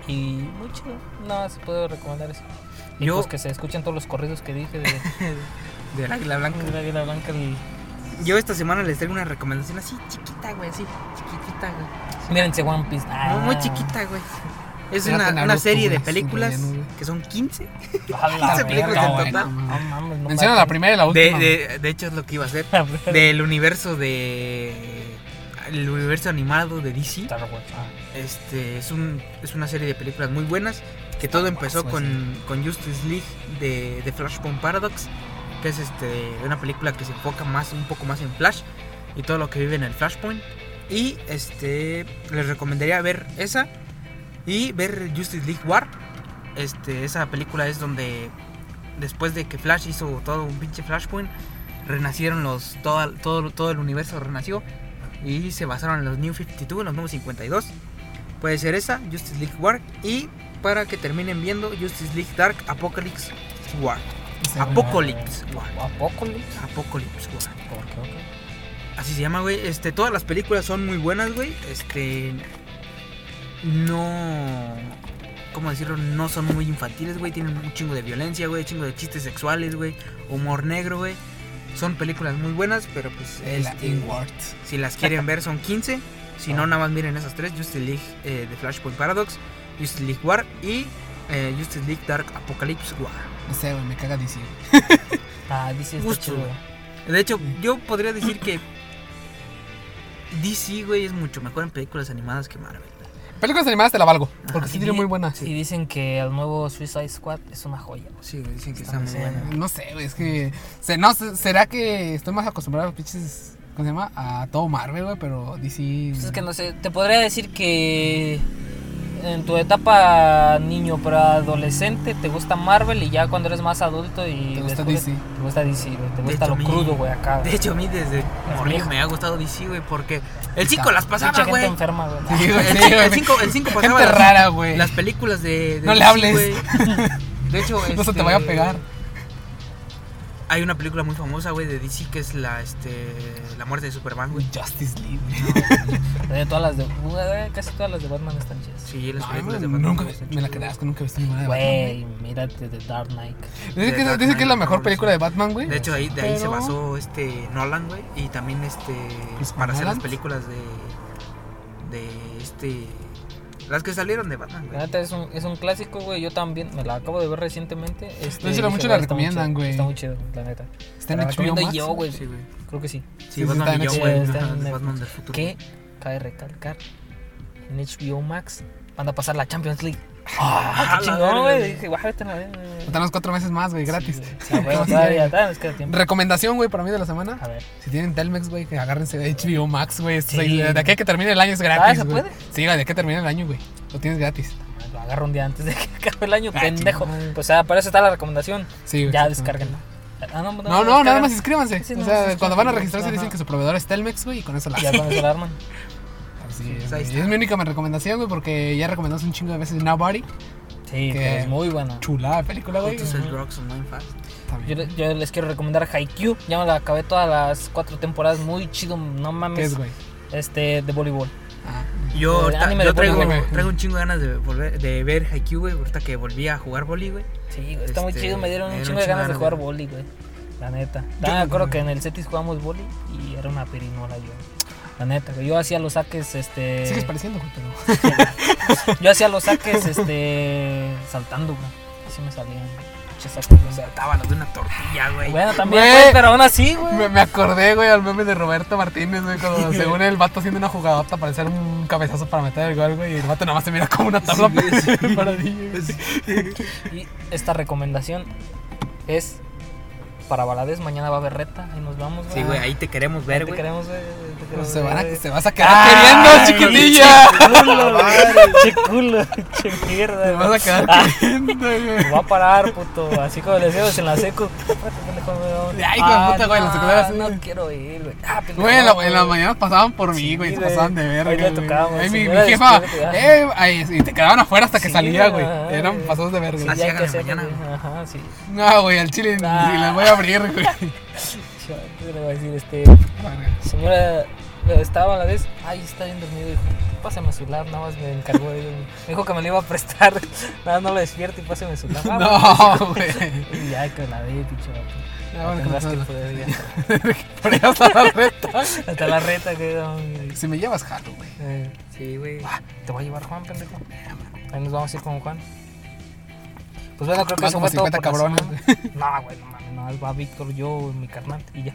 Speaker 1: Y muy chido. Nada más puedo recomendar eso. Y
Speaker 3: Yo-
Speaker 1: pues que se escuchen todos los corridos que dije de
Speaker 3: De la Águila Blanca.
Speaker 1: de Águila Blanca. y-
Speaker 3: Yo esta semana les traigo una recomendación así chiquita, güey, así chiquitita, güey.
Speaker 1: Mírense One Piece. Ah,
Speaker 3: No, muy chiquita, güey. Es
Speaker 2: Era
Speaker 3: una,
Speaker 2: tan
Speaker 3: una
Speaker 2: Naruto,
Speaker 3: serie de
Speaker 2: güey,
Speaker 3: películas
Speaker 2: sin relleno, güey.
Speaker 3: que son 15.
Speaker 1: A la
Speaker 3: 15 películas
Speaker 1: verga,
Speaker 3: en
Speaker 1: güey.
Speaker 3: total.
Speaker 1: No mames, no
Speaker 2: Menciona la
Speaker 1: mames.
Speaker 2: primera y la
Speaker 3: De,
Speaker 2: última.
Speaker 3: de- de hecho es lo que iba a hacer.
Speaker 1: La primera.
Speaker 3: Del universo de... El universo animado de DC.
Speaker 1: Star Wars, ah.
Speaker 3: Este, es, un, es una serie de películas muy buenas. Que todo empezó
Speaker 2: Wars,
Speaker 3: con, con Justice League de, de Flashpoint Paradox. Que es este, una película que se enfoca más, un poco más en Flash. Y todo lo que vive en el Flashpoint. Y este, les recomendaría ver esa. Y ver Justice League War. Este, esa película es donde después de que Flash hizo todo un pinche Flashpoint, renacieron los todo, todo, todo el universo renació y se basaron en los New 52, en los nuevos 52. Puede ser esa, Justice League War y para que terminen viendo Justice League Dark Apocalypse War.
Speaker 2: Sí, güey.
Speaker 3: Apocalypse War.
Speaker 1: Apocalypse.
Speaker 3: Apocalypse War.
Speaker 1: ¿Por qué?
Speaker 3: Así se llama, güey. Este, todas las películas son muy buenas, güey. Este no ¿Cómo decirlo? No son muy infantiles, güey. Tienen un chingo de violencia, güey. Chingo de chistes sexuales, güey. Humor negro, güey. Son películas muy buenas, pero pues...
Speaker 2: El
Speaker 3: este,
Speaker 2: Inward.
Speaker 3: si las quieren ver son 15. Si no, nada más miren esas tres. Justice League eh, de Flashpoint Paradox, Justice League War y eh, Justice League Dark Apocalypse War.
Speaker 2: No sé, güey, me caga DC. güey.
Speaker 1: Ah, dice está
Speaker 3: Justo,
Speaker 1: chido, güey.
Speaker 3: De hecho, yo podría decir que DC, güey, es mucho mejor en películas animadas que Marvel.
Speaker 2: Películas animadas te la valgo, porque
Speaker 3: Ajá.
Speaker 2: sí tiene muy buena.
Speaker 1: Y dicen que el nuevo Suicide Squad es una joya.
Speaker 3: Sí, güey, dicen que
Speaker 1: Está
Speaker 3: está muy
Speaker 1: muy
Speaker 3: buena.
Speaker 2: Eh, No sé, güey, es que. se- no, sé, ¿Será que estoy más acostumbrado a los pinches. ¿Cómo se llama? A todo Marvel, güey, pero DC.
Speaker 1: Pues es que no sé, te podría decir que en tu etapa niño para adolescente te gusta Marvel y ya cuando eres más adulto y
Speaker 2: Te gusta
Speaker 1: descubres-
Speaker 2: DC.
Speaker 1: te gusta DC, güey, te
Speaker 3: De
Speaker 1: gusta
Speaker 3: hecho,
Speaker 1: lo
Speaker 3: a mí-
Speaker 1: crudo, güey, acá.
Speaker 3: De hecho, a mí desde morir
Speaker 1: vieja.
Speaker 3: me ha gustado DC, güey, porque el 5
Speaker 2: Está-
Speaker 3: las
Speaker 1: Mucha
Speaker 3: pasaba,
Speaker 1: gente
Speaker 3: güey.
Speaker 1: enferma, güey.
Speaker 2: Sí, güey, sí, güey.
Speaker 3: El 5 el cinco
Speaker 1: Pues,
Speaker 3: pasaba
Speaker 2: Gente
Speaker 3: las-
Speaker 2: rara, güey.
Speaker 3: las películas de, de
Speaker 2: No le
Speaker 3: DC,
Speaker 2: hables.
Speaker 3: güey. De hecho,
Speaker 2: No se
Speaker 3: este,
Speaker 2: te vaya a pegar.
Speaker 3: Hay una película muy famosa, güey, de DC que es la, este, la muerte de Superman, güey.
Speaker 2: Justice League, güey.
Speaker 1: De todas las de, güey, casi todas las de Batman están chidas.
Speaker 3: Sí, las
Speaker 2: No,
Speaker 3: películas de
Speaker 2: güey,
Speaker 3: Batman.
Speaker 2: nunca
Speaker 3: güey, están
Speaker 2: me la
Speaker 3: chidas.
Speaker 2: creas que nunca he visto ninguna de Batman.
Speaker 1: Güey, mírate de Dark Knight.
Speaker 2: güey. Dicen
Speaker 3: The
Speaker 2: que,
Speaker 3: Dark
Speaker 2: dicen que es la
Speaker 3: Knight
Speaker 2: mejor
Speaker 3: Returns.
Speaker 2: película de Batman, güey.
Speaker 3: De hecho, ahí, de ahí se
Speaker 2: Pero-
Speaker 3: basó este Nolan, güey, y también este
Speaker 2: Christopher
Speaker 3: para hacer
Speaker 2: Nolan.
Speaker 3: las películas de de este las que salieron de Batman,
Speaker 1: La
Speaker 3: güey.
Speaker 1: neta es un, es un clásico, güey. Yo también me la acabo de ver recientemente. Este,
Speaker 2: De hecho, la
Speaker 1: dije,
Speaker 2: mucho
Speaker 1: güey,
Speaker 2: la
Speaker 1: está muy
Speaker 2: recomiendan,
Speaker 1: chido,
Speaker 2: güey.
Speaker 1: Está muy chido, la neta.
Speaker 2: Está en
Speaker 1: la
Speaker 2: HBO
Speaker 1: recomiendo
Speaker 2: Max.
Speaker 1: yo, güey.
Speaker 3: Sí, güey.
Speaker 1: Creo que sí.
Speaker 3: Sí,
Speaker 2: sí,
Speaker 3: Batman
Speaker 2: está en
Speaker 3: y yo,
Speaker 1: Netflix.
Speaker 3: güey,
Speaker 1: Está
Speaker 3: ajá,
Speaker 1: en
Speaker 3: de
Speaker 1: Netflix.
Speaker 3: Batman del futuro.
Speaker 1: que cabe recalcar en HBO Max van a pasar la Champions League. Ah, qué
Speaker 3: la
Speaker 1: chingón,
Speaker 3: verga.
Speaker 1: güey. Dije, "Guau, ahorita la ven, güey".
Speaker 2: Faltan unos cuatro meses más, güey, gratis.
Speaker 1: Sí, güey. Sí, güey, todavía, todavía nos queda tiempo.
Speaker 2: Recomendación, güey, para mí de la semana.
Speaker 1: A ver.
Speaker 2: Si tienen Telmex, güey, que agárrense de HBO Max, güey. Esto
Speaker 1: Sí. Ah,
Speaker 2: es- De aquí a que termine el año es gratis.
Speaker 1: ¿se
Speaker 2: güey.
Speaker 1: puede?
Speaker 2: Sí, güey, de aquí a que termine el año, güey. Lo tienes gratis.
Speaker 1: Lo agarro un día antes de que acabe el año,
Speaker 2: Ah,
Speaker 1: pendejo.
Speaker 2: chingón.
Speaker 1: Pues ah, para eso está la recomendación.
Speaker 2: Sí, güey.
Speaker 1: Ya
Speaker 2: exacto.
Speaker 1: descarguenlo. Ah, no,
Speaker 2: No, no, nada más inscríbanse.
Speaker 1: Sí,
Speaker 2: o
Speaker 1: nada
Speaker 2: sea,
Speaker 1: más
Speaker 2: cuando van a
Speaker 1: inscríbanse,
Speaker 2: registrarse
Speaker 1: ajá.
Speaker 2: dicen que su proveedor es Telmex, güey, y con eso la
Speaker 1: Ya con eso la arman.
Speaker 2: pues sí.
Speaker 3: Pues
Speaker 2: güey.
Speaker 3: ahí está.
Speaker 2: es mi única recomendación, güey, porque ya recomendamos un chingo de veces Nobody.
Speaker 1: Sí,
Speaker 2: Que-
Speaker 1: pero es muy buena.
Speaker 2: Chulada de película, güey.
Speaker 3: Juntos and Drugs Online Fast.
Speaker 1: Yo,
Speaker 2: También.
Speaker 1: le- yo les quiero recomendar Haikyuu. Ya me la acabé todas las cuatro temporadas. Muy chido, no
Speaker 2: ¿Qué es,
Speaker 1: mames.
Speaker 2: güey? Ah,
Speaker 1: este, de voleibol.
Speaker 3: Yo,
Speaker 1: Eh,
Speaker 3: ahorita-
Speaker 1: anime
Speaker 3: yo
Speaker 1: de
Speaker 3: traigo,
Speaker 2: poli, güey.
Speaker 3: traigo un chingo de ganas de, volver, de ver Haikyuu, güey. Ahorita que volví a jugar boli, güey.
Speaker 1: Sí, güey, está muy
Speaker 3: Este,
Speaker 1: chido. Me dieron
Speaker 3: me
Speaker 1: un
Speaker 3: dieron
Speaker 1: chingo de ganas de jugar
Speaker 3: güey.
Speaker 1: boli, güey. La neta.
Speaker 2: Yo
Speaker 1: Ya me acuerdo
Speaker 2: también.
Speaker 1: que en el Cetis jugamos boli y era una pirinola yo. La neta, güey. yo hacía los saques, este.
Speaker 2: Sigues pareciendo, güey, pero.
Speaker 1: Yo hacía los saques, este. saltando, güey. Así me salían. pinches saques, güey.
Speaker 3: O sea, tábanos de una tortilla, güey.
Speaker 1: Bueno, también,
Speaker 2: Güey.
Speaker 1: güey, pero aún así, güey.
Speaker 2: Me, me acordé, güey, al meme de Roberto Martínez, güey, cuando según el vato haciendo una jugadota para hacer un cabezazo para meter el gol, güey, y el vato nada más se mira como una tabla
Speaker 3: Sí, güey, sí.
Speaker 2: paradilla, güey.
Speaker 1: Y esta recomendación es para Valadez. Mañana va a haber reta. Ahí nos vamos, güey.
Speaker 3: Sí, güey, ahí te queremos
Speaker 1: Ahí
Speaker 3: ver,
Speaker 1: te
Speaker 3: güey.
Speaker 1: queremos, güey. ahí te queremos
Speaker 2: Pues Se, van
Speaker 1: ver,
Speaker 2: a,
Speaker 1: güey.
Speaker 2: se vas a quedar
Speaker 1: Ay,
Speaker 2: queriendo, chiquitilla.
Speaker 1: Culo, güey. Che culo, che mierda.
Speaker 2: Ah, Te
Speaker 1: güey. Ah,
Speaker 2: vas a quedar queriendo, güey.
Speaker 1: Me va a parar, puto. Así como le decíamos en la seco.
Speaker 2: Ay, hijo de puta, güey, en la secundaria sí.
Speaker 1: No, no quiero ir, güey. Ah, pendejo,
Speaker 2: Güey, en la- en las
Speaker 1: güey.
Speaker 2: mañanas pasaban por mí,
Speaker 1: Sí,
Speaker 2: güey, se
Speaker 1: güey.
Speaker 2: pasaban de
Speaker 1: Ahí
Speaker 2: verga.
Speaker 1: le
Speaker 2: güey.
Speaker 1: tocábamos,
Speaker 2: Ahí mi, mi
Speaker 1: señora,
Speaker 2: jefa,
Speaker 1: despídete, ya.
Speaker 2: eh, ahí, y te quedaban afuera hasta que
Speaker 1: Sí,
Speaker 2: salía, güey.
Speaker 1: güey, ajá,
Speaker 2: Eran
Speaker 1: güey.
Speaker 2: pasados de verga.
Speaker 1: Sí,
Speaker 3: Las
Speaker 1: ya hay
Speaker 3: ciegas
Speaker 1: que hacer,
Speaker 3: mañana,
Speaker 1: güey.
Speaker 3: güey.
Speaker 1: Ajá, sí.
Speaker 2: No, güey, al chile ni
Speaker 1: Ah.
Speaker 2: ni la voy a abrir, güey.
Speaker 1: Yo le voy a decir, este.
Speaker 2: Verga.
Speaker 1: Señora, eh, estaba a la vez. Ay, está bien dormido, dijo. Pásame su lab, nada más me encargó. de ello. Me dijo que me lo iba a prestar. Nada, no lo despierto y pásame su lab. Ah,
Speaker 2: No, güey.
Speaker 1: Y ya que la vi, pinche vato.
Speaker 2: Ya, Ah, bueno,
Speaker 1: Tendrás que
Speaker 2: con-
Speaker 1: poder ya.
Speaker 2: Por ahí hasta la reta.
Speaker 1: Hasta la reta que um,
Speaker 2: Si me llevas jalo, güey.
Speaker 1: eh,
Speaker 3: Sí, güey.
Speaker 1: Te voy a llevar Juan, pendejo. Ahí nos vamos a ir con Juan. Pues bueno, creo que
Speaker 2: Van
Speaker 1: eso
Speaker 2: como
Speaker 1: fue todo. por
Speaker 2: 50
Speaker 1: la
Speaker 2: cabrones.
Speaker 1: semana. No, güey, no mames, no, va Víctor, yo, mi carnal y ya.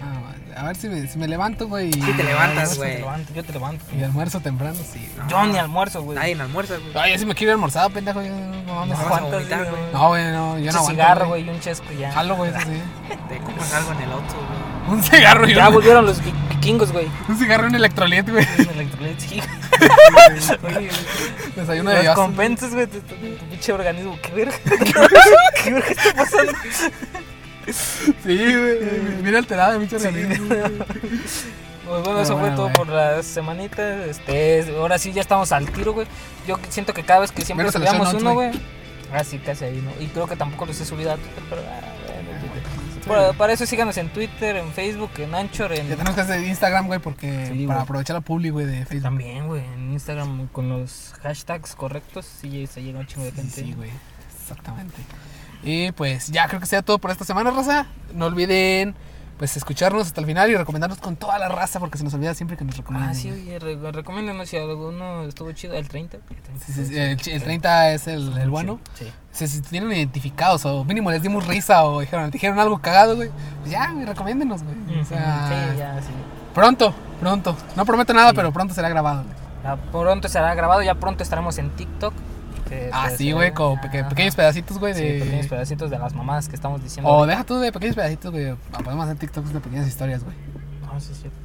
Speaker 2: Ah, vale. a ver si me, si me levanto, güey. Si
Speaker 3: Sí te levantas,
Speaker 1: Yo te
Speaker 3: güey.
Speaker 1: levanto, yo te levanto.
Speaker 2: Y almuerzo temprano, sí. güey.
Speaker 1: Yo ni almuerzo, güey.
Speaker 3: Nadie en almuerza, güey.
Speaker 2: Ay, ya si me quiero ir almorzado, pendejo. ya No,
Speaker 1: no
Speaker 2: mames.
Speaker 3: vas a
Speaker 1: aguantas,
Speaker 3: vomitar,
Speaker 1: güey.
Speaker 3: güey.
Speaker 2: No, güey, no, yo no
Speaker 1: Un
Speaker 2: aguanto.
Speaker 1: cigarro, güey, y un chesco y ya.
Speaker 2: Jalo, güey, eso sí.
Speaker 3: Te compras algo en el otro, güey.
Speaker 2: Un cigarro y
Speaker 1: Ya
Speaker 2: un,
Speaker 1: volvieron los vi- vikingos, güey.
Speaker 2: un cigarro y un electrolit, güey.
Speaker 1: Un electrolit, sí. Oye,
Speaker 2: Desayuno de
Speaker 1: los
Speaker 2: Dios.
Speaker 1: compensas, güey, tu, tu- tu pinche organismo. Qué verga. Qué verga está pasando.
Speaker 2: Sí, güey. Bien alterado, de mucho
Speaker 1: Sí.
Speaker 2: realismo.
Speaker 1: Pues bueno,
Speaker 2: Ah,
Speaker 1: eso fue
Speaker 2: bueno,
Speaker 1: todo
Speaker 2: güey.
Speaker 1: por la semanita. Este, es- ahora sí ya estamos al tiro, güey. Yo que- siento que cada vez que siempre
Speaker 2: Menos a los
Speaker 1: subíamos
Speaker 2: shoutouts,
Speaker 1: uno, güey. Así casi ahí, ¿no? Y creo que tampoco los he subido a Twitter, pero ah, bueno, Twitter. Bueno, para eso síganos en Twitter, en Facebook, en Anchor,
Speaker 2: Ya
Speaker 1: en
Speaker 2: tenemos que hacer Instagram, güey, porque
Speaker 1: Sí,
Speaker 2: para
Speaker 1: güey.
Speaker 2: aprovechar la publi, güey, de Facebook.
Speaker 1: también, güey, en Instagram con los hashtags correctos, sí se llega un chingo de gente.
Speaker 2: Sí, güey. Exactamente. Y pues ya creo que sea todo por esta semana, raza. No olviden pues escucharnos hasta el final y recomendarnos con toda la raza porque se nos olvida siempre que nos recomiendan.
Speaker 1: Ah, sí, oye, re- recomiéndanos si alguno estuvo chido, el 30. El 30,
Speaker 2: Sí, sí, sí, el, chi- el 30 es el, el bueno.
Speaker 1: Sí.
Speaker 2: Si se sintieron identificados o mínimo les dimos risa o dijeron, dijeron algo cagado, güey. Pues ya, güey, recomiéndenos, güey. O sea,
Speaker 1: sí, ya, sí.
Speaker 2: pronto, pronto. No prometo nada, pero pronto será grabado, güey.
Speaker 1: Ya pronto será grabado, ya pronto estaremos en TikTok. que
Speaker 2: Ah,
Speaker 1: puede
Speaker 2: sí,
Speaker 1: ser,
Speaker 2: güey, con peque-
Speaker 1: Este, Ajá.
Speaker 2: pequeños pedacitos, güey.
Speaker 1: Sí,
Speaker 2: de- Oh.
Speaker 1: pequeños pedacitos de las mamadas que estamos diciendo.
Speaker 2: O
Speaker 1: ahorita.
Speaker 2: deja tú de pequeños pedacitos, güey. Podemos hacer TikToks de pequeñas historias, güey.
Speaker 1: Ah, sí, es cierto.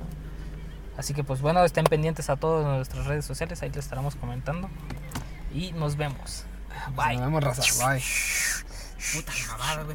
Speaker 1: Así que pues bueno, estén pendientes a todas nuestras redes sociales, ahí les estaremos comentando. Y nos vemos.
Speaker 2: Pues
Speaker 1: Bye.
Speaker 2: Nos vemos, raza. Bye.
Speaker 3: Puta mamada, güey.